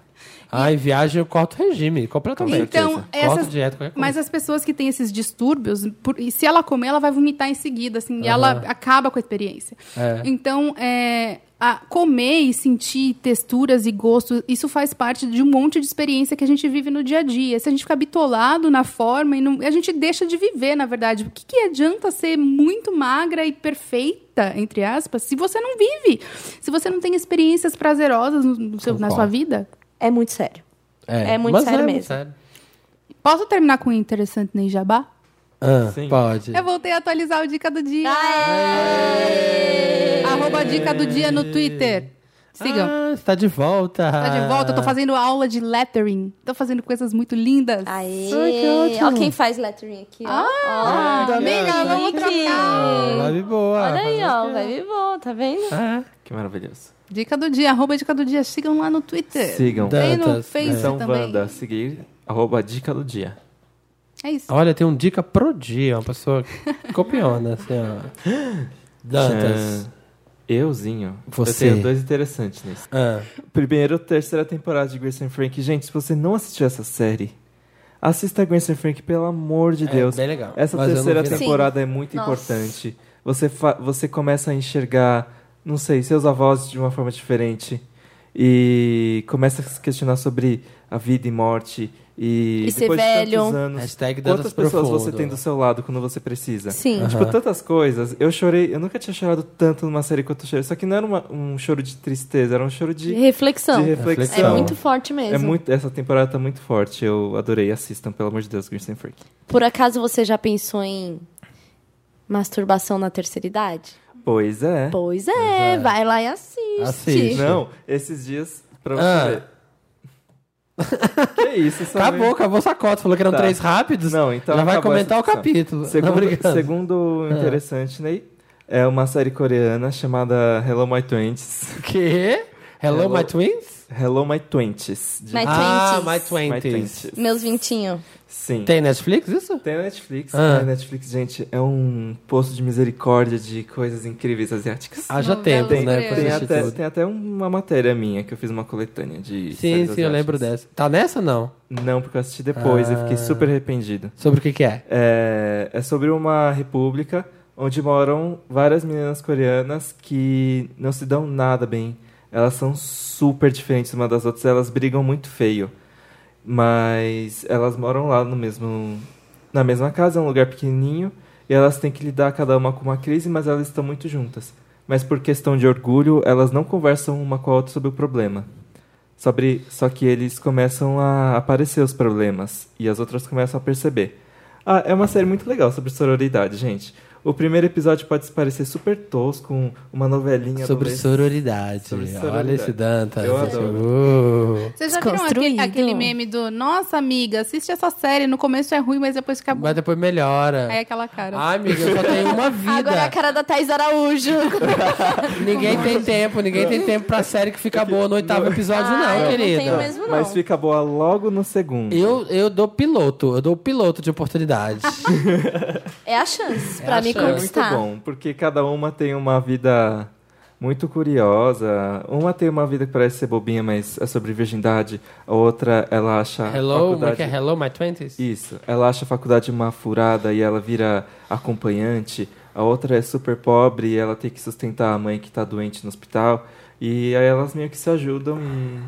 Speaker 1: Ah, em viagem eu corto regime, completamente.
Speaker 3: Então,
Speaker 1: Corto
Speaker 3: essas,
Speaker 1: dieta, qualquer coisa.
Speaker 3: mas as pessoas que têm esses distúrbios, por- e se ela comer, ela vai vomitar em seguida, assim, e
Speaker 1: Aham.
Speaker 3: ela acaba com a experiência.
Speaker 1: É.
Speaker 3: Então, é, a- comer e sentir texturas e gostos, isso faz parte de um monte de experiência que a gente vive no dia a dia. Se a gente ficar bitolado na forma, e não- a gente deixa de viver, na verdade. O que, que adianta ser muito magra e perfeita, entre aspas, se você não vive? Se você não tem experiências prazerosas no- no seu- na sua
Speaker 4: Concordo.
Speaker 3: vida?
Speaker 4: É muito sério.
Speaker 1: É,
Speaker 4: é muito
Speaker 1: mas
Speaker 4: sério
Speaker 1: é
Speaker 4: mesmo.
Speaker 1: sério.
Speaker 3: Posso terminar com o interessante nem jabá?
Speaker 1: Ah, pode.
Speaker 3: Eu voltei a atualizar o Dica do Dia.
Speaker 4: é?
Speaker 3: Arroba Dica do Dia no Twitter. Sigam.
Speaker 1: Ah, você tá de volta.
Speaker 3: Tá de volta, eu tô fazendo aula de lettering. Tô fazendo coisas muito lindas.
Speaker 4: Aê!
Speaker 3: Ai, que ótimo.
Speaker 4: Ó, quem faz lettering aqui, ó.
Speaker 3: Ah,
Speaker 4: ó,
Speaker 3: amiga,
Speaker 4: que
Speaker 3: vamos
Speaker 4: chique.
Speaker 1: Ah, vibe boa. É.
Speaker 4: Olha aí,
Speaker 1: Fazer
Speaker 4: ó,
Speaker 1: o quê?
Speaker 4: vai vir bom, tá vendo?
Speaker 2: Que maravilhoso.
Speaker 3: Dica do Dia, arroba Dica do Dia. Sigam lá no Twitter.
Speaker 2: Sigam.
Speaker 1: né?
Speaker 3: Tem no Face
Speaker 2: Então,
Speaker 3: também.
Speaker 2: Wanda, seguir arroba dica do dia.
Speaker 3: É isso.
Speaker 1: Olha, tem um dica pro dia, uma pessoa copiona, assim, ó. Dantas.
Speaker 2: Tchan. Euzinho.
Speaker 1: Você.
Speaker 2: Eu tenho dois interessantes nisso.
Speaker 1: Ah,
Speaker 2: Primeiro, terceira temporada de Grace and Frank. Gente, se você não assistiu essa série, assista a Grace and Frank, pelo amor de
Speaker 1: É,
Speaker 2: Deus.
Speaker 1: bem legal.
Speaker 2: Essa
Speaker 1: Mas eu não
Speaker 2: terceira
Speaker 1: vi, não.
Speaker 2: temporada
Speaker 1: Sim.
Speaker 2: é muito
Speaker 1: Nossa.
Speaker 2: importante. Você, fa- você começa a enxergar, não sei, seus avós de uma forma diferente. E começa a se questionar sobre a vida e morte. E,
Speaker 4: E ser
Speaker 2: depois de
Speaker 4: velho.
Speaker 2: tantos anos,
Speaker 1: Hashtag Dantas
Speaker 2: quantas pessoas
Speaker 1: Profundo.
Speaker 2: você tem do seu lado quando você precisa?
Speaker 4: Sim.
Speaker 2: Tipo,
Speaker 1: Aham.
Speaker 2: tantas coisas. Eu chorei, eu nunca tinha chorado tanto numa série quanto eu chorei. Só que não era uma- um choro de tristeza, era um choro de,
Speaker 4: De reflexão.
Speaker 2: de reflexão.
Speaker 4: É muito forte mesmo.
Speaker 2: É muito, essa temporada tá muito forte. Eu adorei. Assistam, pelo amor de Deus, Green Freak.
Speaker 4: Por acaso você já pensou em masturbação na terceira idade?
Speaker 2: Pois é.
Speaker 4: Pois é, vai lá e assiste.
Speaker 2: Não, esses dias, pra você
Speaker 1: Ah.
Speaker 2: ver. que isso, sabe?
Speaker 1: Acabou, acabou o sacota. Falou que eram
Speaker 2: Tá.
Speaker 1: três rápidos.
Speaker 2: Não, então
Speaker 1: Já vai
Speaker 2: acabou essa
Speaker 1: comentar o
Speaker 2: discussão.
Speaker 1: capítulo. Não,
Speaker 2: Segundo,
Speaker 1: obrigado.
Speaker 2: segundo
Speaker 1: Ah.
Speaker 2: interessante, Ney, é uma série coreana chamada Hello My Twenties.
Speaker 1: Que? Hello, My Twins?
Speaker 2: Hello My Twenties. de-
Speaker 4: My
Speaker 1: Ah, My
Speaker 2: My
Speaker 1: Twenties.
Speaker 2: Twenties.
Speaker 4: Meus vintinho.
Speaker 2: Sim.
Speaker 1: Tem Netflix isso?
Speaker 2: Tem Netflix.
Speaker 1: Ah.
Speaker 2: Tem Netflix, gente, é um posto de misericórdia de coisas incríveis asiáticas.
Speaker 1: Ah, já tempo,
Speaker 2: tem,
Speaker 1: né, pra
Speaker 2: Tem
Speaker 1: assistir
Speaker 2: até,
Speaker 1: tudo.
Speaker 2: tem até uma matéria minha que eu fiz uma coletânea de.
Speaker 1: Sim, sim, eu lembro Ah. dessa. Tá nessa ou não?
Speaker 2: Não, porque eu assisti depois e fiquei super arrependido.
Speaker 1: Sobre o que que é?
Speaker 2: É, é sobre uma república onde moram várias meninas coreanas que não se dão nada bem. Elas são super diferentes uma das outras, elas brigam muito feio. Mas elas moram lá no mesmo na mesma casa, é um lugar pequenininho, e elas têm que lidar cada uma com uma crise, mas elas estão muito juntas. Mas por questão de orgulho, elas não conversam uma com a outra sobre o problema. Sobre, só que eles começam a aparecer os problemas e as outras começam a perceber. Ah, é uma série muito legal sobre sororidade, gente. O primeiro episódio pode parecer super tosco, um- uma novelinha
Speaker 1: Sobre
Speaker 2: adolescente.
Speaker 1: sororidade.
Speaker 2: Sobre
Speaker 1: Olha
Speaker 2: sororidade.
Speaker 1: esse é Dantas.
Speaker 2: Eu adoro.
Speaker 1: Uh.
Speaker 3: Vocês já viram aquele,
Speaker 4: Desconstruído.
Speaker 3: aquele meme do Nossa, amiga, assiste essa série. No começo é ruim, mas depois fica bom.
Speaker 1: Mas depois Ah. melhora.
Speaker 3: Aí aquela cara.
Speaker 1: Ai, amiga, eu só tenho uma
Speaker 4: Agora a
Speaker 1: vida.
Speaker 4: cara da Thais Araújo.
Speaker 1: Ninguém tem tempo, ninguém tem tempo pra série que fica boa no oitavo episódio,
Speaker 4: Ah, eu
Speaker 1: não,
Speaker 4: não
Speaker 1: querida.
Speaker 4: tenho mesmo, não.
Speaker 2: Mas fica boa logo no segundo.
Speaker 1: Eu, eu dou piloto, eu dou piloto de oportunidade.
Speaker 4: É a chance pra
Speaker 1: a
Speaker 4: me
Speaker 1: chance.
Speaker 2: É muito
Speaker 4: conquistar.
Speaker 2: bom, porque cada uma tem uma vida muito curiosa. Uma tem uma vida que parece ser bobinha, mas é sobre virgindade. A outra, ela acha. a
Speaker 1: Hello, como é
Speaker 2: faculdade-
Speaker 1: que é? Hello, my twenties?
Speaker 2: Isso. Ela acha a faculdade uma furada e ela vira acompanhante. A outra é super pobre e ela tem que sustentar a mãe que tá doente no hospital. E aí elas meio que se ajudam e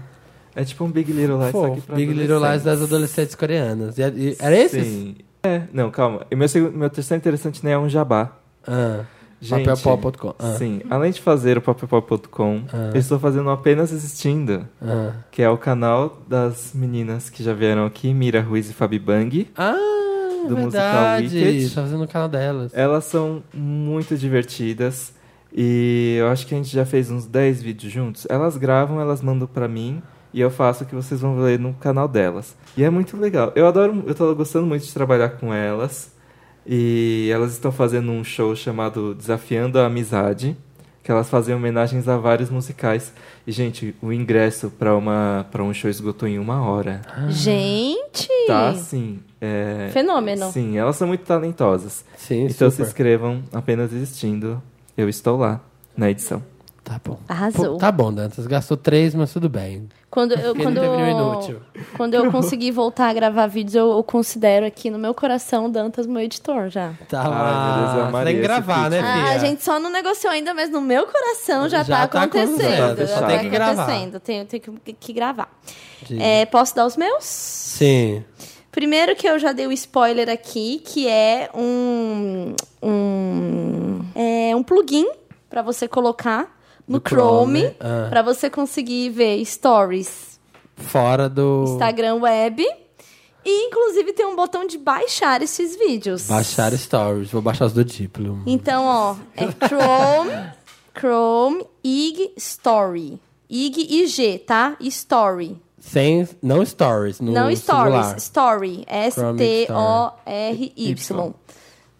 Speaker 2: É tipo um Big Little Lies, só
Speaker 1: Fofo.
Speaker 2: que pra
Speaker 1: Big Little Lies das
Speaker 2: adolescentes.
Speaker 1: adolescentes coreanas. E- é, e- Era esses?
Speaker 2: Sim. É, não, calma. E meu, segu- meu terceiro interessante né, é um jabá.
Speaker 1: Ah,
Speaker 2: Gente,
Speaker 1: papelpop.com, ah.
Speaker 2: Sim, além de fazer o papelpop.com,
Speaker 1: Ah.
Speaker 2: eu estou fazendo o apenas existindo,
Speaker 1: Ah.
Speaker 2: que é o canal das meninas que já vieram aqui, Mira Ruiz e Fabi Bang.
Speaker 1: Ah,
Speaker 2: do
Speaker 1: verdade.
Speaker 2: musical Wicked.
Speaker 1: Tá fazendo o canal delas.
Speaker 2: Elas são muito divertidas e eu acho que a gente já fez uns 10 vídeos juntos. Elas gravam, elas mandam pra mim e eu faço o que vocês vão ver no canal delas. E é muito legal. Eu adoro, eu tô gostando muito de trabalhar com elas. E elas estão fazendo um show chamado Desafiando a Amizade, que elas fazem homenagens a vários musicais. E gente, o ingresso pra uma para um show esgotou em uma hora.
Speaker 4: Gente!
Speaker 2: Tá, sim. É,
Speaker 4: Fenômeno.
Speaker 2: Sim, elas são muito talentosas.
Speaker 1: Sim,
Speaker 2: Então se
Speaker 1: super.
Speaker 2: inscrevam apenas existindo. Eu estou lá na edição.
Speaker 1: Tá bom.
Speaker 4: Arrasou.
Speaker 1: Pô, Tá bom, Dantas. Gastou três, mas tudo bem.
Speaker 4: Quando eu,
Speaker 1: Porque
Speaker 4: quando
Speaker 1: ele teve um
Speaker 4: eu,
Speaker 1: inútil.
Speaker 4: quando eu conseguir voltar a gravar vídeos, eu, eu considero aqui no meu coração o Dantas meu editor já.
Speaker 1: Tá
Speaker 2: Ai, meu Deus, eu
Speaker 1: lá. Você
Speaker 2: amaria
Speaker 1: tem que
Speaker 2: esse
Speaker 1: gravar, né,
Speaker 4: Ah,
Speaker 1: filha?
Speaker 4: a gente só não negociou ainda, mas no meu coração já,
Speaker 1: Já
Speaker 4: tá
Speaker 1: tá
Speaker 4: acontecendo.
Speaker 1: acontecendo,
Speaker 4: já
Speaker 1: só
Speaker 4: tá
Speaker 1: tem que gravar.
Speaker 4: acontecendo. Tenho, tenho que, que gravar.
Speaker 1: Diga.
Speaker 4: É, posso dar os meus?
Speaker 1: Sim.
Speaker 4: Primeiro que eu já dei o spoiler aqui, que é um um é um plugin pra você colocar no
Speaker 1: Do
Speaker 4: Chrome,
Speaker 1: Chrome,
Speaker 4: pra
Speaker 1: ah.
Speaker 4: você conseguir ver stories,
Speaker 1: Fora do...
Speaker 4: Instagram web e inclusive tem um botão de baixar esses vídeos.
Speaker 1: Baixar stories. Vou baixar os do Diplo.
Speaker 4: Então, ó, é Chrome, Chrome, IG Story. IG IG, tá? Story.
Speaker 1: Sem... Não stories. No
Speaker 4: Não
Speaker 1: singular.
Speaker 4: stories, story. S-T-O-R-Y.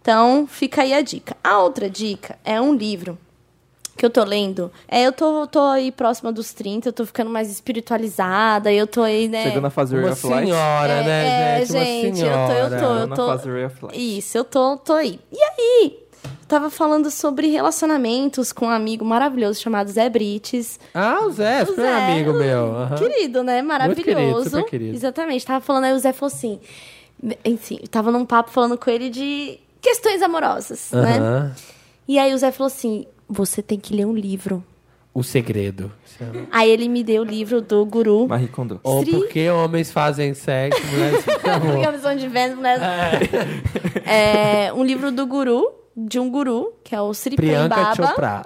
Speaker 4: Então, fica aí a dica. A outra dica é um livro que eu tô lendo. É, eu tô, tô aí próxima dos 30, eu tô ficando mais espiritualizada, eu tô aí, né?
Speaker 2: Chegando a fazer
Speaker 1: Uma
Speaker 2: Ray of Light.
Speaker 1: senhora, né,
Speaker 4: É,
Speaker 1: gente? Uma
Speaker 4: gente, eu tô,
Speaker 1: senhora. né?
Speaker 4: eu tô, eu
Speaker 2: Chegando a
Speaker 4: tô.
Speaker 2: fase Ray of Light.
Speaker 4: Isso, eu tô, tô aí. E aí? eu Tava falando sobre relacionamentos com um amigo maravilhoso chamado Zé Brites.
Speaker 1: Ah, o Zé. Super
Speaker 4: Zé,
Speaker 1: amigo meu. aham.
Speaker 4: Querido, né? Maravilhoso.
Speaker 1: querido, super querido.
Speaker 4: Exatamente. Tava falando aí, o Zé falou assim. Enfim, eu tava num papo falando com ele de questões amorosas, né?
Speaker 1: Aham.
Speaker 4: E aí o Zé falou assim: você tem que ler um livro.
Speaker 1: O segredo.
Speaker 4: Aí ele me deu o livro do guru.
Speaker 2: Marie Kondo.
Speaker 1: Ou
Speaker 4: Stri-
Speaker 1: por que homens fazem sexo, mulheres ficam É.
Speaker 4: Porque a visão de Vênus, né? É, um livro do guru, de um guru, que é o Sri
Speaker 1: Priyanka
Speaker 4: Prembaba.
Speaker 1: Chopra.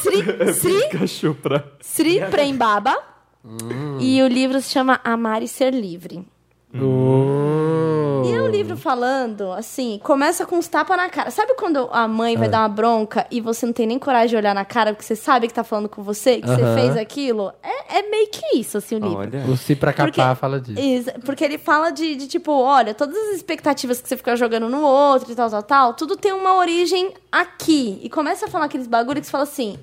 Speaker 4: Sri, Sri,
Speaker 2: Pikachu pra...
Speaker 4: Sri Prembaba.
Speaker 1: Hum.
Speaker 4: E o livro se chama Amar e Ser Livre.
Speaker 1: Uh.
Speaker 4: E é
Speaker 1: Oh.
Speaker 4: um livro falando, assim, começa com uns tapas na cara. Sabe quando a mãe
Speaker 1: É.
Speaker 4: vai dar uma bronca e você não tem nem coragem de olhar na cara porque você sabe que tá falando com você, que você
Speaker 1: Aham.
Speaker 4: fez aquilo? É, é meio que isso, assim, o livro.
Speaker 2: Olha.
Speaker 1: O Si pra capar
Speaker 4: Porque-
Speaker 1: fala disso.
Speaker 4: Isso, porque ele fala de, de, tipo, olha, todas as expectativas que você fica jogando no outro e tal, tal, tal, tudo tem uma origem aqui. E começa a falar aqueles bagulho que você fala assim,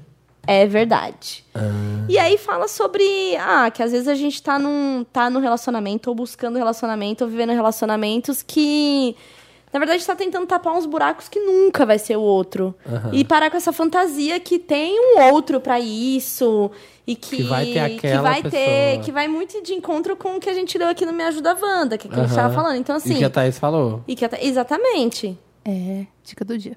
Speaker 4: é verdade.
Speaker 1: Ah.
Speaker 4: E aí fala sobre, ah, que às vezes a gente tá num, tá num relacionamento, ou buscando relacionamento, ou vivendo relacionamentos que. Na verdade, tá tentando tapar uns buracos que nunca vai ser o outro. E parar com essa fantasia que tem um outro pra isso. E que,
Speaker 1: Que vai ter aquela
Speaker 4: que vai ter-
Speaker 1: pessoa.
Speaker 4: que vai muito de encontro com o que a gente leu aqui no Me Ajuda Wanda, que, é que a gente
Speaker 1: Aham.
Speaker 4: tava falando.
Speaker 1: E
Speaker 4: Então, assim.
Speaker 1: que tá- a Thaís falou.
Speaker 4: e que até- exatamente.
Speaker 8: É, dica do dia.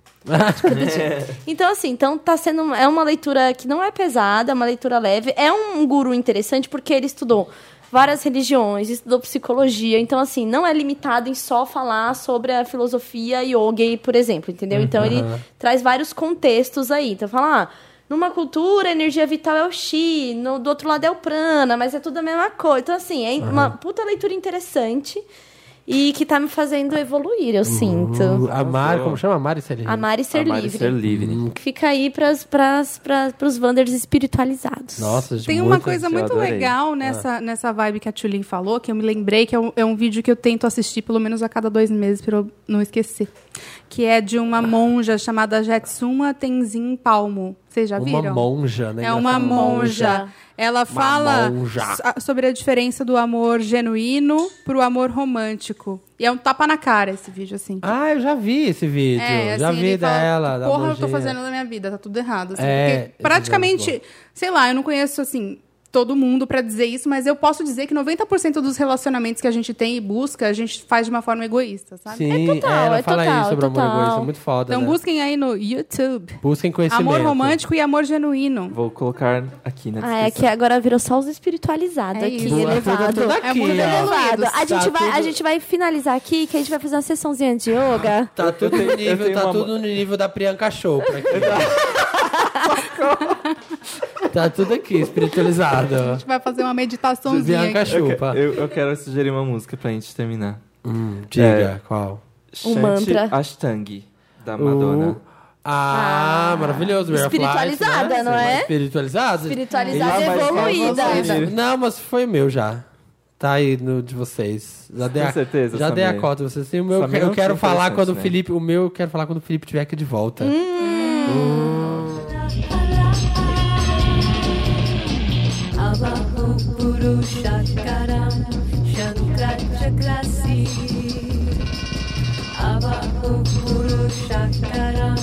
Speaker 4: Então, assim, então tá sendo. uma- É uma leitura que não é pesada, é uma leitura leve. É um guru interessante porque ele estudou várias religiões, estudou psicologia. Então, assim, não é limitado em só falar sobre a filosofia yoga, por exemplo, entendeu?
Speaker 2: Uhum.
Speaker 4: Então, ele traz vários contextos aí. Então, fala. Ah, numa cultura, a energia vital é o chi, no, do outro lado é o prana, mas é tudo a mesma coisa. Então, assim, é
Speaker 2: Uhum.
Speaker 4: uma puta leitura interessante e que tá me fazendo evoluir, eu
Speaker 1: Uh,
Speaker 4: sinto.
Speaker 1: a Mari, como chama? A Mari Celine.
Speaker 4: Amar e ser
Speaker 2: Uhum. Amar e
Speaker 4: livre.
Speaker 2: ser livre.
Speaker 1: Hum.
Speaker 4: Que Fica aí pras, pras, pras, pros Wanders espiritualizados.
Speaker 1: Nossa,
Speaker 3: Tem
Speaker 1: muito-
Speaker 3: uma coisa
Speaker 2: eu
Speaker 3: muito
Speaker 2: adorei.
Speaker 3: legal nessa, nessa vibe que a Tulin falou, que eu me lembrei, que é um, é um vídeo que eu tento assistir pelo menos a cada dois meses, pra eu não esquecer. Que é de uma monja chamada Jetsuma Tenzin Palmo. Vocês já
Speaker 1: Uma
Speaker 3: viram?
Speaker 1: monja, né?
Speaker 3: É uma monja.
Speaker 4: monja.
Speaker 3: Ela fala
Speaker 1: monja.
Speaker 3: so- sobre a diferença do amor genuíno pro amor romântico. E é um tapa na cara esse vídeo, assim.
Speaker 1: Ah, eu já vi esse vídeo.
Speaker 3: É,
Speaker 1: já
Speaker 3: assim,
Speaker 1: vi
Speaker 3: ele fala,
Speaker 1: dela. da
Speaker 3: Porra, eu tô
Speaker 1: monjinha.
Speaker 3: fazendo da minha vida, tá tudo errado. assim,
Speaker 1: É,
Speaker 3: porque praticamente, sei lá, eu não conheço assim. to- todo mundo para dizer isso, mas eu posso dizer que 90% dos relacionamentos que a gente tem e busca, a gente faz de uma forma egoísta, sabe? É
Speaker 1: Sim, é, ela fala isso sobre amor egoísta, muito foda.
Speaker 3: Então
Speaker 1: né?
Speaker 3: busquem aí no YouTube.
Speaker 1: Busquem conhecimento.
Speaker 3: Amor romântico e amor genuíno.
Speaker 2: Vou colocar aqui na
Speaker 4: Ah, é que
Speaker 2: descrição.
Speaker 4: agora virou só os espiritualizados
Speaker 3: É
Speaker 4: aqui,
Speaker 3: isso.
Speaker 4: elevado.
Speaker 3: Tudo- tudo aqui,
Speaker 4: é muito
Speaker 1: ó.
Speaker 4: elevado.
Speaker 1: Tá
Speaker 4: A gente, vai, a
Speaker 1: tudo-
Speaker 4: gente vai finalizar aqui, que a gente vai fazer uma sessãozinha de yoga.
Speaker 1: Tá tudo no
Speaker 2: tenho- eu
Speaker 1: nível,
Speaker 2: tenho
Speaker 1: tá
Speaker 2: uma-
Speaker 1: tudo no nível da Priyanka Chopra aqui. tá tudo aqui, espiritualizado.
Speaker 3: A gente vai fazer uma meditaçãozinha.
Speaker 1: Priyanka
Speaker 3: aqui.
Speaker 2: Eu, que-
Speaker 1: Chopra.
Speaker 2: eu, eu quero sugerir uma música pra gente terminar.
Speaker 1: Hum,
Speaker 2: é.
Speaker 1: diga, qual?
Speaker 4: Um
Speaker 2: Shanti
Speaker 4: mantra.
Speaker 2: Ashtang, da Madonna.
Speaker 1: O- Ah, maravilhoso. Ray of Light,
Speaker 4: Espiritualizada,
Speaker 1: né?
Speaker 4: não é?
Speaker 1: Espiritualizada.
Speaker 4: Espiritualizada
Speaker 1: Ele-
Speaker 2: Ah, mas
Speaker 4: evoluída.
Speaker 2: fala você.
Speaker 1: Não, mas foi meu já. Tá aí no de vocês. Já dei a,
Speaker 2: Com certeza,
Speaker 1: já dei a
Speaker 2: Samir.
Speaker 1: cota. de Vocês, Sim, o meu,
Speaker 2: Samir é
Speaker 1: eu
Speaker 2: um
Speaker 1: quero
Speaker 2: time
Speaker 1: falar quando o
Speaker 2: interessante, né?
Speaker 1: Felipe. O meu eu quero falar quando o Felipe tiver aqui de volta.
Speaker 11: Avaho Guru Shakaram Shankra Chakrasi Avaho Guru Shakaram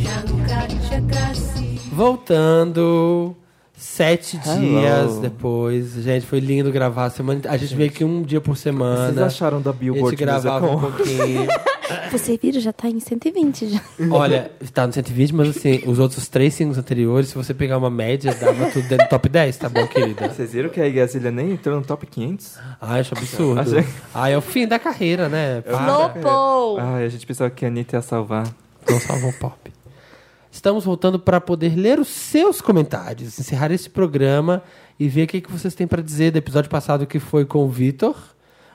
Speaker 11: Shankra Chakrasi
Speaker 1: Voltando. Sete
Speaker 2: Hello.
Speaker 1: dias depois. Gente, foi lindo gravar a semana. A gente veio aqui um dia por semana.
Speaker 2: Vocês acharam da
Speaker 1: a gente
Speaker 2: Billboard
Speaker 1: gravava
Speaker 2: Music
Speaker 1: um
Speaker 2: Hall?
Speaker 1: pouquinho.
Speaker 4: Você vira, já tá em 120 já.
Speaker 1: Olha, tá no 120, mas assim, os outros três singles anteriores, se você pegar uma média, dava tudo dentro do top 10, tá bom, querida?
Speaker 2: Vocês viram que a Igazilha nem entrou no top 500?
Speaker 1: Ai, acho absurdo.
Speaker 2: Achei-
Speaker 1: Ai, é o fim da carreira, né? Para.
Speaker 4: Lopo!
Speaker 2: Ai, Ah, a gente pensava que a Anitta ia salvar.
Speaker 1: Não salvam pop. Estamos voltando para poder ler os seus comentários, encerrar esse programa e ver o que, que vocês têm para dizer do episódio passado que foi com o Vitor,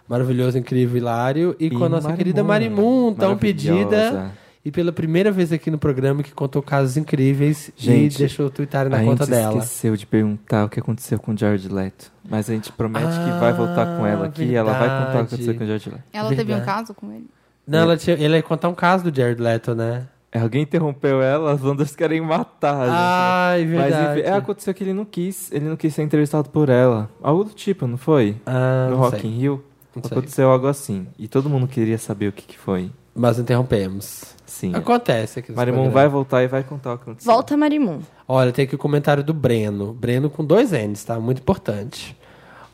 Speaker 1: maravilhoso, incrível, hilário, e,
Speaker 2: E
Speaker 1: com a nossa
Speaker 2: Marimun,
Speaker 1: querida Marimun, né? tão
Speaker 2: maravilhosa.
Speaker 1: pedida. E pela primeira vez aqui no programa que contou casos incríveis e
Speaker 2: Gente,
Speaker 1: deixou tuitar na
Speaker 2: a
Speaker 1: conta
Speaker 2: gente
Speaker 1: dela.
Speaker 2: esqueceu de perguntar o que aconteceu com o Jared Leto. Mas a gente promete
Speaker 1: Ah,
Speaker 2: que vai voltar com ela aqui e ela vai contar o
Speaker 1: verdade.
Speaker 2: que aconteceu com o Jared Leto.
Speaker 3: Ela teve um
Speaker 1: Verdade.
Speaker 3: caso com ele.
Speaker 1: Não, ela tinha- ele ia contar um caso do Jared Leto, né?
Speaker 2: É, Alguém interrompeu ela, as ondas querem matar a gente. né?
Speaker 1: Ai,
Speaker 2: Mas
Speaker 1: Ah, verdade.
Speaker 2: enfim, é, aconteceu que ele não quis, ele não quis ser entrevistado por ela. Algo do tipo, não foi?
Speaker 1: Ah,
Speaker 2: no
Speaker 1: não
Speaker 2: Rock
Speaker 1: sei.
Speaker 2: in Rio.
Speaker 1: Não sei.
Speaker 2: Aconteceu algo assim. E todo mundo queria saber o que, que foi.
Speaker 1: Mas interrompemos.
Speaker 2: Sim. é.
Speaker 1: Acontece aqui nesse
Speaker 2: Marimon vai
Speaker 1: programa.
Speaker 2: voltar e vai contar o que aconteceu.
Speaker 4: Volta, Marimun.
Speaker 1: Olha, tem aqui o comentário do Breno. Breno com dois N's, tá? Muito importante.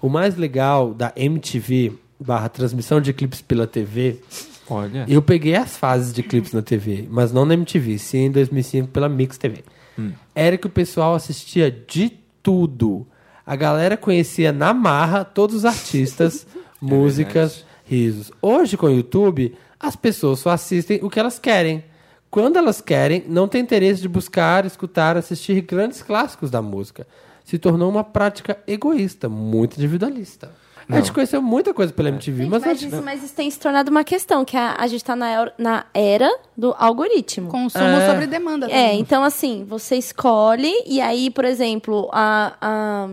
Speaker 1: O mais legal da MTV barra transmissão de clipes pela TV,
Speaker 2: Olha.
Speaker 1: eu peguei as fases de clipes na TV, mas não na MTV, sim em 2005 pela Mix TV. Era que o pessoal assistia de tudo. A galera conhecia na marra todos os artistas, músicas, risos. Hoje, com o YouTube, as pessoas só assistem o que elas querem. Quando elas querem, não tem interesse de buscar, escutar, assistir grandes clássicos da música. Se tornou uma prática egoísta, muito individualista. A gente conheceu muita coisa pela MTV, mas,
Speaker 4: Mas,
Speaker 1: mas
Speaker 4: isso, mas isso tem se tornado uma questão, que a, a gente tá na, er- na era do algoritmo.
Speaker 3: Consumo sobre demanda. tá
Speaker 4: É,
Speaker 3: também.
Speaker 4: então assim, você escolhe e aí, por exemplo, a, a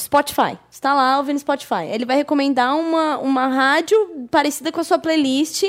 Speaker 4: Spotify. Você tá lá ouvindo Spotify. Ele vai recomendar uma, uma rádio parecida com a sua playlist.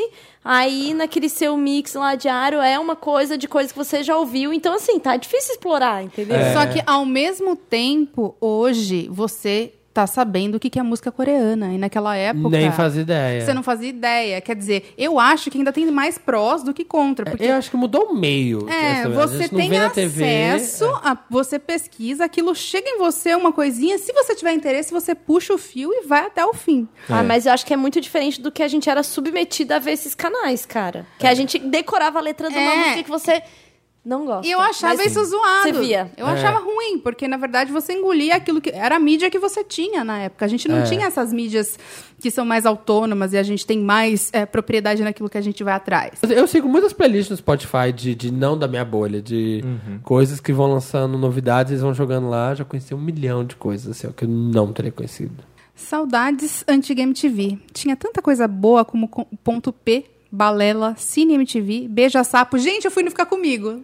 Speaker 4: Aí, naquele seu mix lá diário, é uma coisa de coisa que você já ouviu. Então, assim, tá difícil explorar, entendeu?
Speaker 1: É.
Speaker 3: Só que, ao mesmo tempo, hoje, você tá sabendo o que que é música coreana. E naquela época...
Speaker 1: nem fazia ideia.
Speaker 3: Você não fazia ideia. Quer dizer, eu acho que ainda tem mais prós do que contra. Porque
Speaker 1: É, Eu acho que mudou o meio.
Speaker 3: É,
Speaker 1: Essa- a
Speaker 3: você
Speaker 1: gente não vê
Speaker 3: tem
Speaker 1: na é. TV.
Speaker 3: acesso, a- você pesquisa, aquilo chega em você uma coisinha. Se você tiver interesse, você puxa o fio e vai até o fim.
Speaker 4: Ah, mas eu acho que é muito diferente do que a gente era submetida a ver esses canais, cara. Que a gente decorava a letra de uma
Speaker 3: É.
Speaker 4: música que você não gosta.
Speaker 3: E eu achava
Speaker 4: Mas
Speaker 3: isso zoado.
Speaker 4: Você via.
Speaker 3: Eu achava
Speaker 1: É.
Speaker 3: ruim, porque na verdade você engolia aquilo que era a mídia que você tinha na época. A gente não
Speaker 1: É.
Speaker 3: tinha essas mídias que são mais autônomas e a gente tem mais eh, propriedade naquilo que a gente vai atrás.
Speaker 1: Mas Eu sigo muitas playlists no Spotify de, de não da minha bolha, de
Speaker 2: Uhum.
Speaker 1: coisas que vão lançando novidades, eles vão jogando lá. Já conheci um milhão de coisas assim, ó, que eu não teria conhecido.
Speaker 3: Saudades antiga MTV. Tinha tanta coisa boa como com- ponto P, balela, cine MTV, beija sapo. Gente, eu fui no ficar comigo.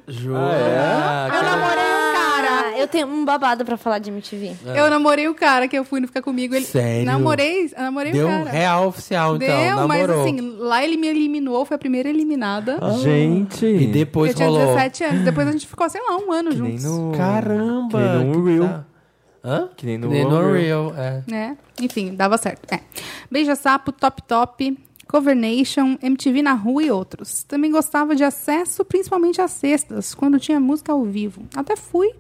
Speaker 1: Jura?
Speaker 3: Eu namorei um cara.
Speaker 4: Ah, eu tenho um babado pra falar de MTV.
Speaker 3: Eu namorei o cara que eu fui no Ficar Comigo. é? Ele...
Speaker 1: É. Sério?
Speaker 3: Namorei, eu namorei
Speaker 1: Deu
Speaker 3: o
Speaker 1: um
Speaker 3: cara.
Speaker 1: real oficial, então.
Speaker 3: Deu, mas
Speaker 1: namorou.
Speaker 3: assim, lá ele me eliminou, foi a primeira eliminada.
Speaker 1: Ah,
Speaker 2: Gente.
Speaker 1: E depois
Speaker 3: eu tinha
Speaker 1: rolou.
Speaker 3: 17 anos, depois a gente ficou, sei lá, um ano
Speaker 2: Que nem
Speaker 3: juntos.
Speaker 2: no...
Speaker 1: Caramba!
Speaker 2: Que nem no
Speaker 1: que
Speaker 2: Unreal.
Speaker 1: tá- Hã?
Speaker 2: Que nem no Unreal.
Speaker 1: Unreal, é.
Speaker 3: né? Enfim, dava certo. É. Beija Sapo, Top Top, Cover Nation, MTV na Rua e outros. Também gostava de acesso, principalmente às sextas, quando tinha música ao vivo. Até fui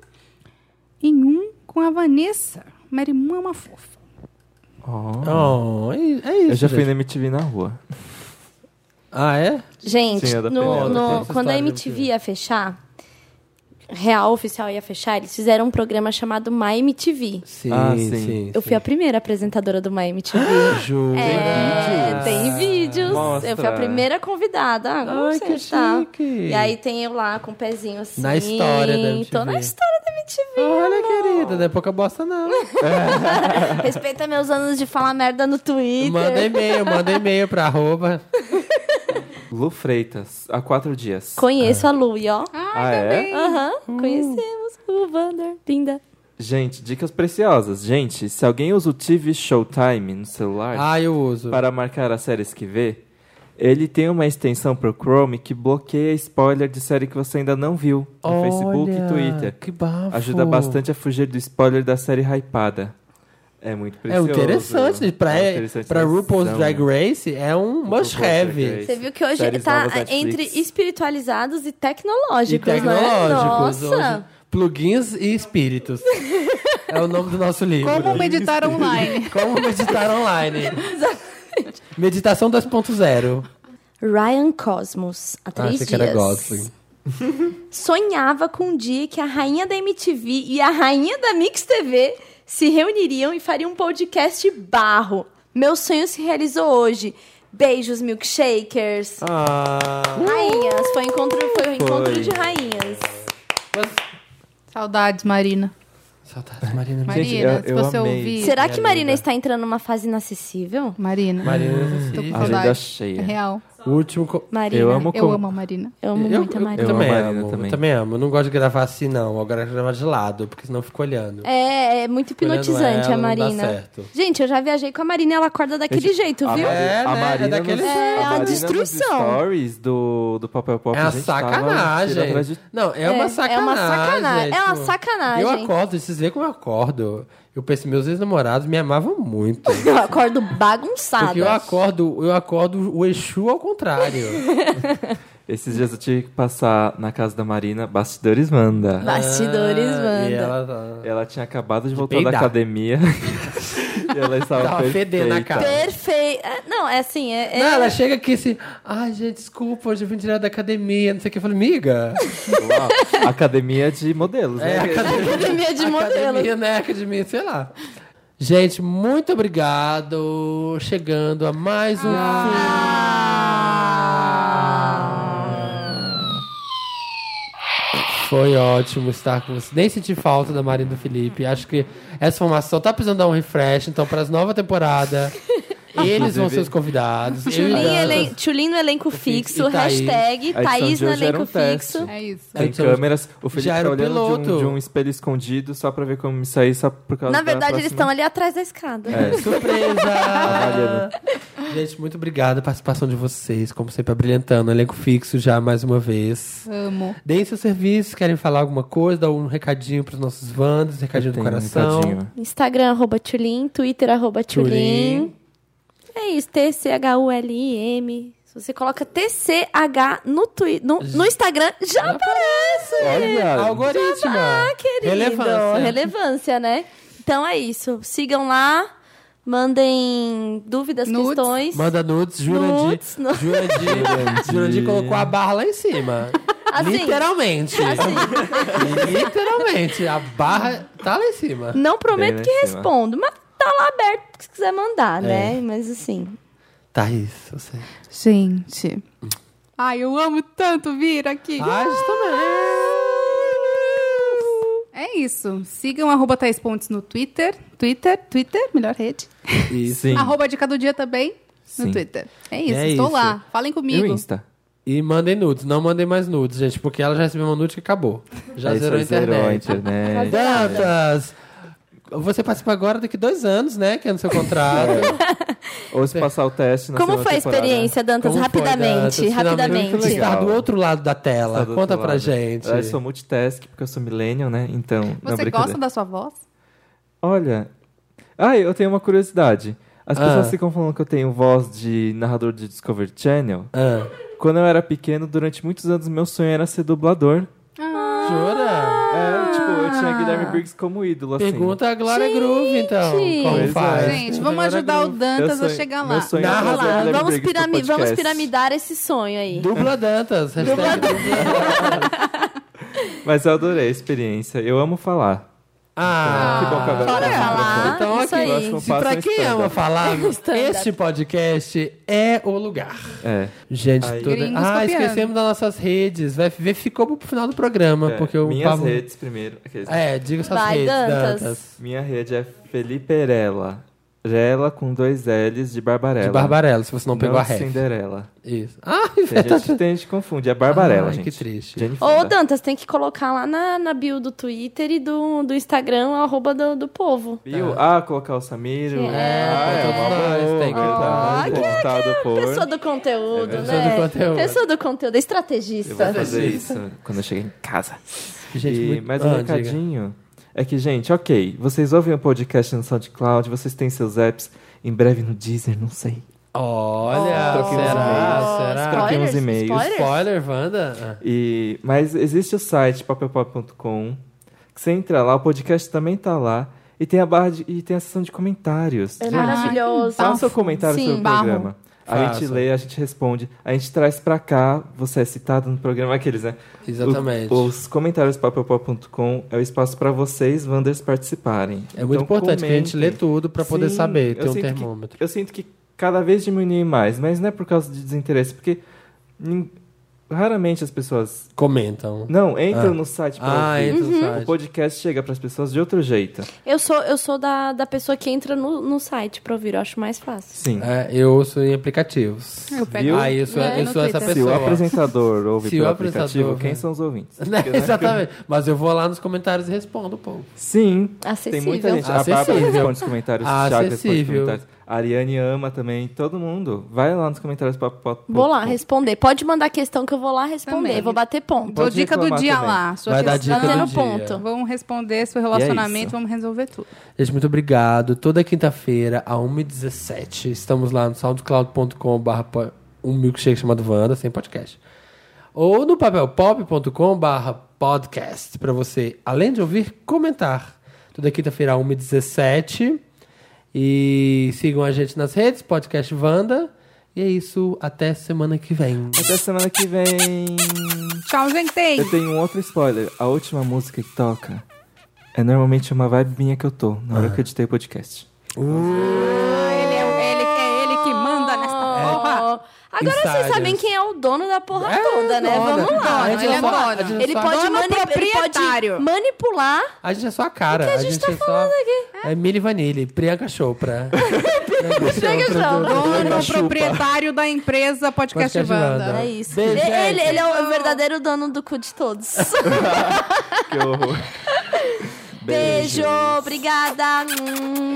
Speaker 3: em um
Speaker 8: com
Speaker 3: com
Speaker 8: a Vanessa. Marimun é uma fofa.
Speaker 2: Oh.
Speaker 1: Oh, é, é isso,
Speaker 2: Eu já fui
Speaker 1: gente.
Speaker 2: na MTV na rua.
Speaker 1: Ah, é?
Speaker 4: Gente,
Speaker 2: Sim, é da
Speaker 4: no,
Speaker 2: Penélope.
Speaker 4: no-
Speaker 2: Tem essa
Speaker 4: quando
Speaker 2: história
Speaker 4: a
Speaker 2: da
Speaker 4: MTV ia fechar, Real Oficial ia fechar, eles fizeram um programa chamado My MTV.
Speaker 1: Sim,
Speaker 2: Ah, sim.
Speaker 1: sim.
Speaker 4: Eu fui a primeira apresentadora do My MTV.
Speaker 2: Jura?
Speaker 4: É, tem vídeos.
Speaker 2: Mostra.
Speaker 4: Eu fui a primeira convidada. Ah, não
Speaker 1: Ai,
Speaker 4: sei
Speaker 1: que
Speaker 4: onde tá.
Speaker 1: chique.
Speaker 4: E aí tem eu lá com o pezinho assim.
Speaker 1: Na história da
Speaker 4: Tô
Speaker 1: MTV.
Speaker 4: na história da MTV.
Speaker 1: Olha, querida, não é pouca bosta, não.
Speaker 4: Respeita meus anos de falar merda no Twitter.
Speaker 1: manda e-mail, manda e-mail pra arroba.
Speaker 2: Lu Freitas, há quatro dias.
Speaker 4: Conheço a Lu, e ó.
Speaker 2: Ah, é?
Speaker 4: Aham, conhecemos o Vander. Linda.
Speaker 2: Gente, dicas preciosas. Gente, se alguém usa o TV Showtime no celular
Speaker 1: Ah, eu uso.
Speaker 2: para marcar as séries que vê, ele tem uma extensão pro Chrome que bloqueia spoiler de série que você ainda não viu no
Speaker 1: Olha,
Speaker 2: Facebook e Twitter.
Speaker 1: que bafo.
Speaker 2: Ajuda bastante a fugir do spoiler da série hypada. É muito
Speaker 1: É
Speaker 2: precioso.
Speaker 1: interessante. Pra,
Speaker 2: É interessante
Speaker 1: pra RuPaul's
Speaker 2: visão.
Speaker 1: Drag Race, é um
Speaker 2: RuPaul's
Speaker 1: must
Speaker 2: Drag
Speaker 1: have.
Speaker 2: Race.
Speaker 4: Você viu que hoje
Speaker 2: Séries
Speaker 4: tá
Speaker 2: novas Netflix.
Speaker 4: entre espiritualizados e
Speaker 1: E
Speaker 4: tecnológicos, né?
Speaker 1: tecnológicos. Hoje,
Speaker 4: Nossa!
Speaker 1: plugins e espíritos. é o nome do nosso livro.
Speaker 8: Como meditar online.
Speaker 1: Como meditar online. Meditação 2.0.
Speaker 4: Ryan Cosmos, há
Speaker 1: Ah,
Speaker 4: três
Speaker 1: achei que era
Speaker 4: dias.
Speaker 1: Gosling.
Speaker 4: Sonhava com um dia que a rainha da MTV e a rainha da Mix TV se reuniriam e fariam um podcast barro. Meu sonho se realizou hoje. Beijos, milkshakers.
Speaker 2: Ah,
Speaker 4: Rainhas. Foi, encontro, foi o encontro
Speaker 2: Foi.
Speaker 4: de rainhas.
Speaker 8: Saudades, Marina.
Speaker 1: Saudades, Marina.
Speaker 8: Marina,
Speaker 2: eu-
Speaker 8: se
Speaker 2: eu
Speaker 8: você
Speaker 2: amei.
Speaker 8: ouvir.
Speaker 4: Será que Marina está entrando numa fase inacessível?
Speaker 8: Marina.
Speaker 1: Marina
Speaker 8: Tô com
Speaker 1: Zacchi.
Speaker 8: saudade.
Speaker 2: agenda
Speaker 8: É
Speaker 2: cheia.
Speaker 8: real.
Speaker 1: O último... co-
Speaker 4: Marina.
Speaker 2: Eu amo
Speaker 8: Eu
Speaker 2: com-
Speaker 8: amo a Marina.
Speaker 4: eu amo
Speaker 1: Eu,
Speaker 4: muito a
Speaker 1: eu
Speaker 4: Marina.
Speaker 1: também
Speaker 2: Eu amo a Marina
Speaker 1: amo,
Speaker 2: também.
Speaker 1: eu também amo. Eu não gosto de gravar assim, não. Eu gosto de gravar de lado, porque senão eu fico olhando.
Speaker 4: É, é muito
Speaker 1: Olhando ela,
Speaker 4: hipnotizante a
Speaker 1: não dá
Speaker 4: Marina.
Speaker 2: É
Speaker 1: certo.
Speaker 4: Gente, eu já viajei com a Marina e ela acorda daquele jeito,
Speaker 2: A,
Speaker 4: viu?
Speaker 2: Mari-
Speaker 1: É,
Speaker 2: a
Speaker 1: né?
Speaker 2: Marina
Speaker 1: É daquele
Speaker 2: nos,
Speaker 1: jeito. É,
Speaker 2: a
Speaker 4: a
Speaker 2: Marina
Speaker 4: destruição.
Speaker 2: Nos stories do, do Papel Pop.
Speaker 1: É uma
Speaker 2: gente, tava
Speaker 1: sacanagem.
Speaker 2: tira atrás de-
Speaker 1: Não, é uma
Speaker 4: É,
Speaker 1: sacanagem.
Speaker 4: é uma sacanagem. É uma
Speaker 1: tipo,
Speaker 4: sacanagem.
Speaker 1: Eu acordo, vocês veem como eu acordo. Eu penso, meus ex-namorados me amavam muito.
Speaker 4: Eu acordo
Speaker 1: Porque eu
Speaker 4: bagunçada.
Speaker 1: acordo, eu acordo o Exu ao contrário.
Speaker 2: Esses dias eu tive que passar na casa da Marina, bastidores manda.
Speaker 4: Bastidores,
Speaker 2: Ah,
Speaker 1: E
Speaker 4: manda.
Speaker 1: ela tá-
Speaker 2: Ela tinha acabado de voltar da
Speaker 1: peidar.
Speaker 2: academia. e ela estava
Speaker 1: Tava
Speaker 2: perfeita.
Speaker 1: fedendo a cara.
Speaker 4: Perfeito. É, Não, é assim, é. é-
Speaker 1: Não, ela chega aqui assim, ai gente, desculpa, hoje eu vim direto da academia, não sei o que. Eu falo, miga,
Speaker 2: Uau, academia de modelos,
Speaker 1: é
Speaker 2: né?
Speaker 1: academia.
Speaker 4: Academia de modelo.
Speaker 1: Academia, né? Academia, sei lá. Gente, muito obrigado. Chegando a mais um fim. Foi ótimo estar com você. Nem senti falta da Marina e do Felipe. Acho que essa formação tá precisando dar um refresh. Então, para as nova temporada, eles vão ser os convidados. Eu e
Speaker 4: Tchulin,
Speaker 1: Dan-
Speaker 4: elen- Tchulin no elenco fixo,
Speaker 1: e Thaís.
Speaker 4: hashtag
Speaker 2: tá A edição
Speaker 4: Thaís
Speaker 2: de
Speaker 4: no
Speaker 2: hoje era
Speaker 4: elenco
Speaker 2: um teste.
Speaker 4: fixo.
Speaker 8: É isso.
Speaker 2: Tem
Speaker 1: Então,
Speaker 2: câmeras, o Felipe
Speaker 1: já
Speaker 2: tá
Speaker 1: era o
Speaker 2: olhando de um,
Speaker 1: piloto.
Speaker 2: de um espelho escondido só pra ver como me sair, só por causa
Speaker 4: Na
Speaker 2: da
Speaker 4: verdade, eles
Speaker 2: próxima- É.
Speaker 4: estão ali atrás da escada.
Speaker 1: Surpresa! Ah,
Speaker 2: Valendo.
Speaker 1: Gente, muito obrigado a participação de vocês, como sempre, abrilhantando. Elenco fixo já mais uma vez.
Speaker 8: Amo.
Speaker 1: Deem seus serviços, querem falar alguma coisa, dá um recadinho pros nossos vandos, recadinho do
Speaker 2: Tem um
Speaker 1: coração.
Speaker 2: recadinho.
Speaker 4: Instagram, arroba Tchulin, Twitter, arroba Tchulin. É isso, T-C-H-U-L-I-M. Se você coloca TCH no, twi- no, no Instagram, já aparece!
Speaker 2: Olha,
Speaker 1: É, Algoritmo!
Speaker 4: Ah, querido!
Speaker 1: Relevância.
Speaker 4: Relevância, né? Então é isso. Sigam lá, mandem dúvidas,
Speaker 8: Nudes.
Speaker 4: questões.
Speaker 1: Manda nudes, Jurandir.
Speaker 4: Nudes, no-
Speaker 1: Jurandir, Jurandir colocou a barra lá em cima.
Speaker 4: Assim.
Speaker 1: Literalmente.
Speaker 4: Assim,
Speaker 1: Literalmente. A barra tá lá em cima.
Speaker 4: não prometo
Speaker 1: né,
Speaker 2: Bem lá
Speaker 4: que
Speaker 2: em cima.
Speaker 4: respondo, mas tá lá aberto se quiser mandar,
Speaker 1: É.
Speaker 4: né? Mas assim.
Speaker 1: Thaís, você.
Speaker 8: Gente. Ai, eu amo tanto vir aqui.
Speaker 1: Ah, isso também.
Speaker 8: É isso. Sigam arroba Thaís Pontes no Twitter. Twitter, Twitter, melhor rede.
Speaker 2: E sim.
Speaker 8: Arroba Dica do Dia também no
Speaker 2: Sim.
Speaker 8: Twitter. É isso,
Speaker 1: É
Speaker 8: estou
Speaker 1: isso.
Speaker 8: lá. Falem
Speaker 2: E o
Speaker 8: comigo.
Speaker 2: Insta?
Speaker 1: E mandem nudes, não mandem mais nudes, gente, porque ela já recebeu uma nude que acabou. Já
Speaker 2: É isso,
Speaker 1: zerou a
Speaker 2: Zerou a
Speaker 1: internet.
Speaker 2: internet.
Speaker 1: Dantas! Você participa agora daqui dois anos, né? Que é no seu contrato.
Speaker 2: Ou se passar o teste na
Speaker 4: Como
Speaker 2: segunda
Speaker 4: foi a
Speaker 2: temporada. né?
Speaker 4: experiência, Dantas?
Speaker 1: né? Como foi, Dantas?
Speaker 4: rapidamente,
Speaker 1: Finalmente
Speaker 2: é Muito
Speaker 4: rapidamente.
Speaker 2: legal.
Speaker 1: Estar do outro lado da tela.
Speaker 2: Tá do outro
Speaker 1: Conta pra
Speaker 2: lado. É,
Speaker 1: gente.
Speaker 2: Eu sou multitask porque eu sou millennial, né? Então, não
Speaker 8: Você
Speaker 2: brincadeira.
Speaker 8: gosta da sua voz?
Speaker 2: Olha, ah, eu tenho uma curiosidade. As
Speaker 1: Ah.
Speaker 2: pessoas ficam falando que eu tenho voz de narrador de Discovery Channel.
Speaker 1: Ah,
Speaker 2: Quando eu era pequeno, durante muitos anos, meu sonho era ser dublador.
Speaker 1: jura?
Speaker 2: É, tipo, eu tinha
Speaker 4: Ah.
Speaker 2: Guilherme Briggs como ídolo, assim.
Speaker 1: Pergunta a Glória Groove, então. Como
Speaker 2: Pois é.
Speaker 1: faz?
Speaker 8: Gente,
Speaker 2: Não
Speaker 8: vamos
Speaker 2: tem nada
Speaker 8: ajudar o
Speaker 2: com-
Speaker 8: Dantas
Speaker 2: Meu
Speaker 8: a
Speaker 2: sonho-
Speaker 8: chegar
Speaker 2: meu
Speaker 8: lá.
Speaker 2: sonho é
Speaker 8: Narra
Speaker 2: trazer
Speaker 8: lá,
Speaker 2: a Glória
Speaker 4: Vamos,
Speaker 2: Briggs pro
Speaker 4: pirami- vamos
Speaker 2: podcast.
Speaker 4: piramidar esse sonho aí.
Speaker 1: Dupla Dantas. hashtag
Speaker 2: Mas eu adorei a experiência. Eu amo falar.
Speaker 1: Ah,
Speaker 2: que bom que agora
Speaker 4: Bora
Speaker 2: eu tenho um
Speaker 4: falar.
Speaker 2: microfone.
Speaker 1: Então,
Speaker 4: Ah, isso
Speaker 1: ok.
Speaker 4: aí.
Speaker 2: Próximo
Speaker 1: Se
Speaker 2: passo é
Speaker 1: pra
Speaker 2: um
Speaker 1: quem
Speaker 2: stand-up.
Speaker 1: ama falar,
Speaker 4: Stand-up.
Speaker 1: este podcast é o lugar.
Speaker 2: É.
Speaker 1: Gente,
Speaker 2: Aí.
Speaker 1: toda...
Speaker 8: Gringos
Speaker 1: Ah,
Speaker 8: copiando.
Speaker 1: esquecemos das nossas redes. Vai ver, ficou pro final do programa,
Speaker 2: É,
Speaker 1: porque o
Speaker 2: Minhas
Speaker 1: Pablo-
Speaker 2: redes primeiro. Aqueles-
Speaker 1: É, diga suas
Speaker 4: Vai,
Speaker 1: redes,
Speaker 4: Dantas.
Speaker 1: Dantas.
Speaker 2: Minha rede é Felipe Erela. Rela com dois L's de Barbarella.
Speaker 1: De Barbarella, se você não pegou a ref.
Speaker 2: Cinderela.
Speaker 1: Isso. Ah,
Speaker 2: Tem gente, tem gente que confunde. É Barbarella,
Speaker 1: Ai,
Speaker 2: gente.
Speaker 1: que triste.
Speaker 2: Jennifer.
Speaker 4: Ô, Dantas, tem que colocar lá na, na bio do Twitter e do, do Instagram, arroba do, do povo.
Speaker 1: É.
Speaker 2: Viu? Ah, colocar o Samiro.
Speaker 4: É, Ah,
Speaker 2: ah, é
Speaker 1: todos
Speaker 2: uma
Speaker 1: nós,
Speaker 2: boa.
Speaker 1: tem que um
Speaker 2: verdade.
Speaker 4: colocar.
Speaker 2: Contado um por...
Speaker 4: Pessoa do conteúdo,
Speaker 1: É
Speaker 4: né?
Speaker 1: verdade. Pessoa do conteúdo.
Speaker 4: Pessoa do conteúdo, é
Speaker 2: Eu
Speaker 4: estrategista.
Speaker 2: vou fazer isso quando eu chegar em casa.
Speaker 1: Gente,
Speaker 2: e
Speaker 1: muito-
Speaker 2: mais um
Speaker 1: Ah, diga.
Speaker 2: recadinho. É que, gente, ok, vocês ouvem o podcast no SoundCloud, vocês têm seus apps, em breve no Deezer, não sei.
Speaker 1: Olha,
Speaker 2: Troquei uns
Speaker 1: será?
Speaker 2: e-mails.
Speaker 1: Será?
Speaker 2: Troquei uns
Speaker 4: Spoilers?
Speaker 2: e-mails.
Speaker 4: Spoilers?
Speaker 1: Spoiler, Wanda? Ah.
Speaker 2: E, mas existe o site papelpop.com, que você entra lá, o podcast também tá lá, e tem a barra de- e tem a seção de comentários.
Speaker 4: É maravilhoso.
Speaker 2: Faça o comentário
Speaker 4: Sim,
Speaker 2: sobre o
Speaker 8: barro.
Speaker 2: programa. A gente
Speaker 1: Faça.
Speaker 2: lê, a gente responde, a gente traz pra cá, você é citado no programa, aqueles, né?
Speaker 1: Exatamente.
Speaker 2: O- os comentários papelpop.com é o espaço pra vocês, Wanders, participarem. Então,
Speaker 1: É muito importante que a gente lê
Speaker 2: comentem.
Speaker 1: tudo pra poder
Speaker 2: Sim,
Speaker 1: saber,
Speaker 2: eu
Speaker 1: ter um
Speaker 2: sinto que-
Speaker 1: termômetro.
Speaker 2: eu sinto que cada vez diminui mais, mas não é por causa de desinteresse, porque nin- raramente as pessoas.
Speaker 1: Comentam.
Speaker 2: Não, é entram
Speaker 1: Ah.
Speaker 2: no site pra
Speaker 1: Ah,
Speaker 2: ouvir.
Speaker 8: Uhum.
Speaker 1: entra no
Speaker 2: O
Speaker 1: site.
Speaker 2: podcast chega pras pessoas de outro jeito.
Speaker 4: Eu sou, eu sou da, da pessoa que entra no, no site pra ouvir, eu acho mais fácil.
Speaker 2: Sim.
Speaker 1: É, eu ouço em aplicativos.
Speaker 8: Eu pego.
Speaker 2: Viu?
Speaker 1: Ah, eu sou,
Speaker 8: É,
Speaker 1: eu
Speaker 8: no
Speaker 1: sou essa
Speaker 8: Twitter.
Speaker 2: Se o
Speaker 1: pessoa.
Speaker 2: apresentador ouve
Speaker 1: Se o
Speaker 2: pelo
Speaker 1: apresentador
Speaker 2: aplicativo,
Speaker 1: ouve.
Speaker 2: quem são os ouvintes?
Speaker 1: Né? Exatamente. Mas eu vou lá nos comentários e respondo o povo.
Speaker 2: Sim. Tem
Speaker 4: Acessível.
Speaker 2: muita gente. A
Speaker 1: Acessível.
Speaker 2: Bárbara responde os comentários, o Thiago responde os
Speaker 1: Acessível.
Speaker 2: comentários. A Ariane ama também, todo mundo. Vai lá nos comentários pra, pra,
Speaker 4: Vou lá responder. Pode mandar questão que eu vou lá responder.
Speaker 8: Também.
Speaker 4: Vou bater ponto.
Speaker 8: Dou
Speaker 2: Pode
Speaker 8: dica do
Speaker 2: reclamar
Speaker 8: dia
Speaker 2: também.
Speaker 8: lá. Sua
Speaker 1: Vai dar
Speaker 8: questão-
Speaker 1: dica
Speaker 4: Tá
Speaker 1: do
Speaker 4: no
Speaker 1: dia.
Speaker 4: ponto.
Speaker 8: Vamos responder seu
Speaker 2: E é
Speaker 8: relacionamento,
Speaker 2: isso.
Speaker 8: vamos resolver tudo.
Speaker 1: Gente, muito obrigado. Toda quinta-feira, a 1h17, estamos lá no soundcloud.com.br um milkshake chamado Wanda, sem podcast. Ou no papelpop.com.br podcast, para você, além de ouvir, comentar. Toda quinta-feira, a 1h17. E sigam a gente nas redes, podcast Wanda. E é isso, até semana que vem.
Speaker 2: Até semana que vem.
Speaker 8: Tchau, gente!
Speaker 2: Eu tenho um outro spoiler. A última música que toca é normalmente uma vibe minha que eu tô na hora que eu editei o podcast.
Speaker 8: Ele é, ele, é ele que manda nesta porra.
Speaker 4: Ó, Agora vocês
Speaker 1: Insiders.
Speaker 4: sabem quem é o dono da porra
Speaker 1: É,
Speaker 4: toda, né?
Speaker 1: dona.
Speaker 4: Vamos lá.
Speaker 1: A gente
Speaker 8: ele é
Speaker 1: só-
Speaker 8: dono.
Speaker 1: a gente
Speaker 4: Ele
Speaker 1: só-
Speaker 4: pode,
Speaker 8: Dono
Speaker 4: mani- ele pode
Speaker 8: proprietário.
Speaker 4: manipular
Speaker 1: A gente é só a cara. a, gente
Speaker 4: tá
Speaker 1: é só... aqui? É Mili Vanille, Priyanka Chopra. Priyanka
Speaker 4: Chopra.
Speaker 8: Dono,
Speaker 1: Chopra.
Speaker 8: proprietário da empresa Podcast
Speaker 1: Podcast
Speaker 8: Vanda.
Speaker 1: Wanda.
Speaker 4: É isso.
Speaker 1: Beijo,
Speaker 4: ele, ele-
Speaker 1: gente.
Speaker 4: ele é o verdadeiro dono do cu de todos.
Speaker 2: Que horror.
Speaker 4: Beijo, obrigada.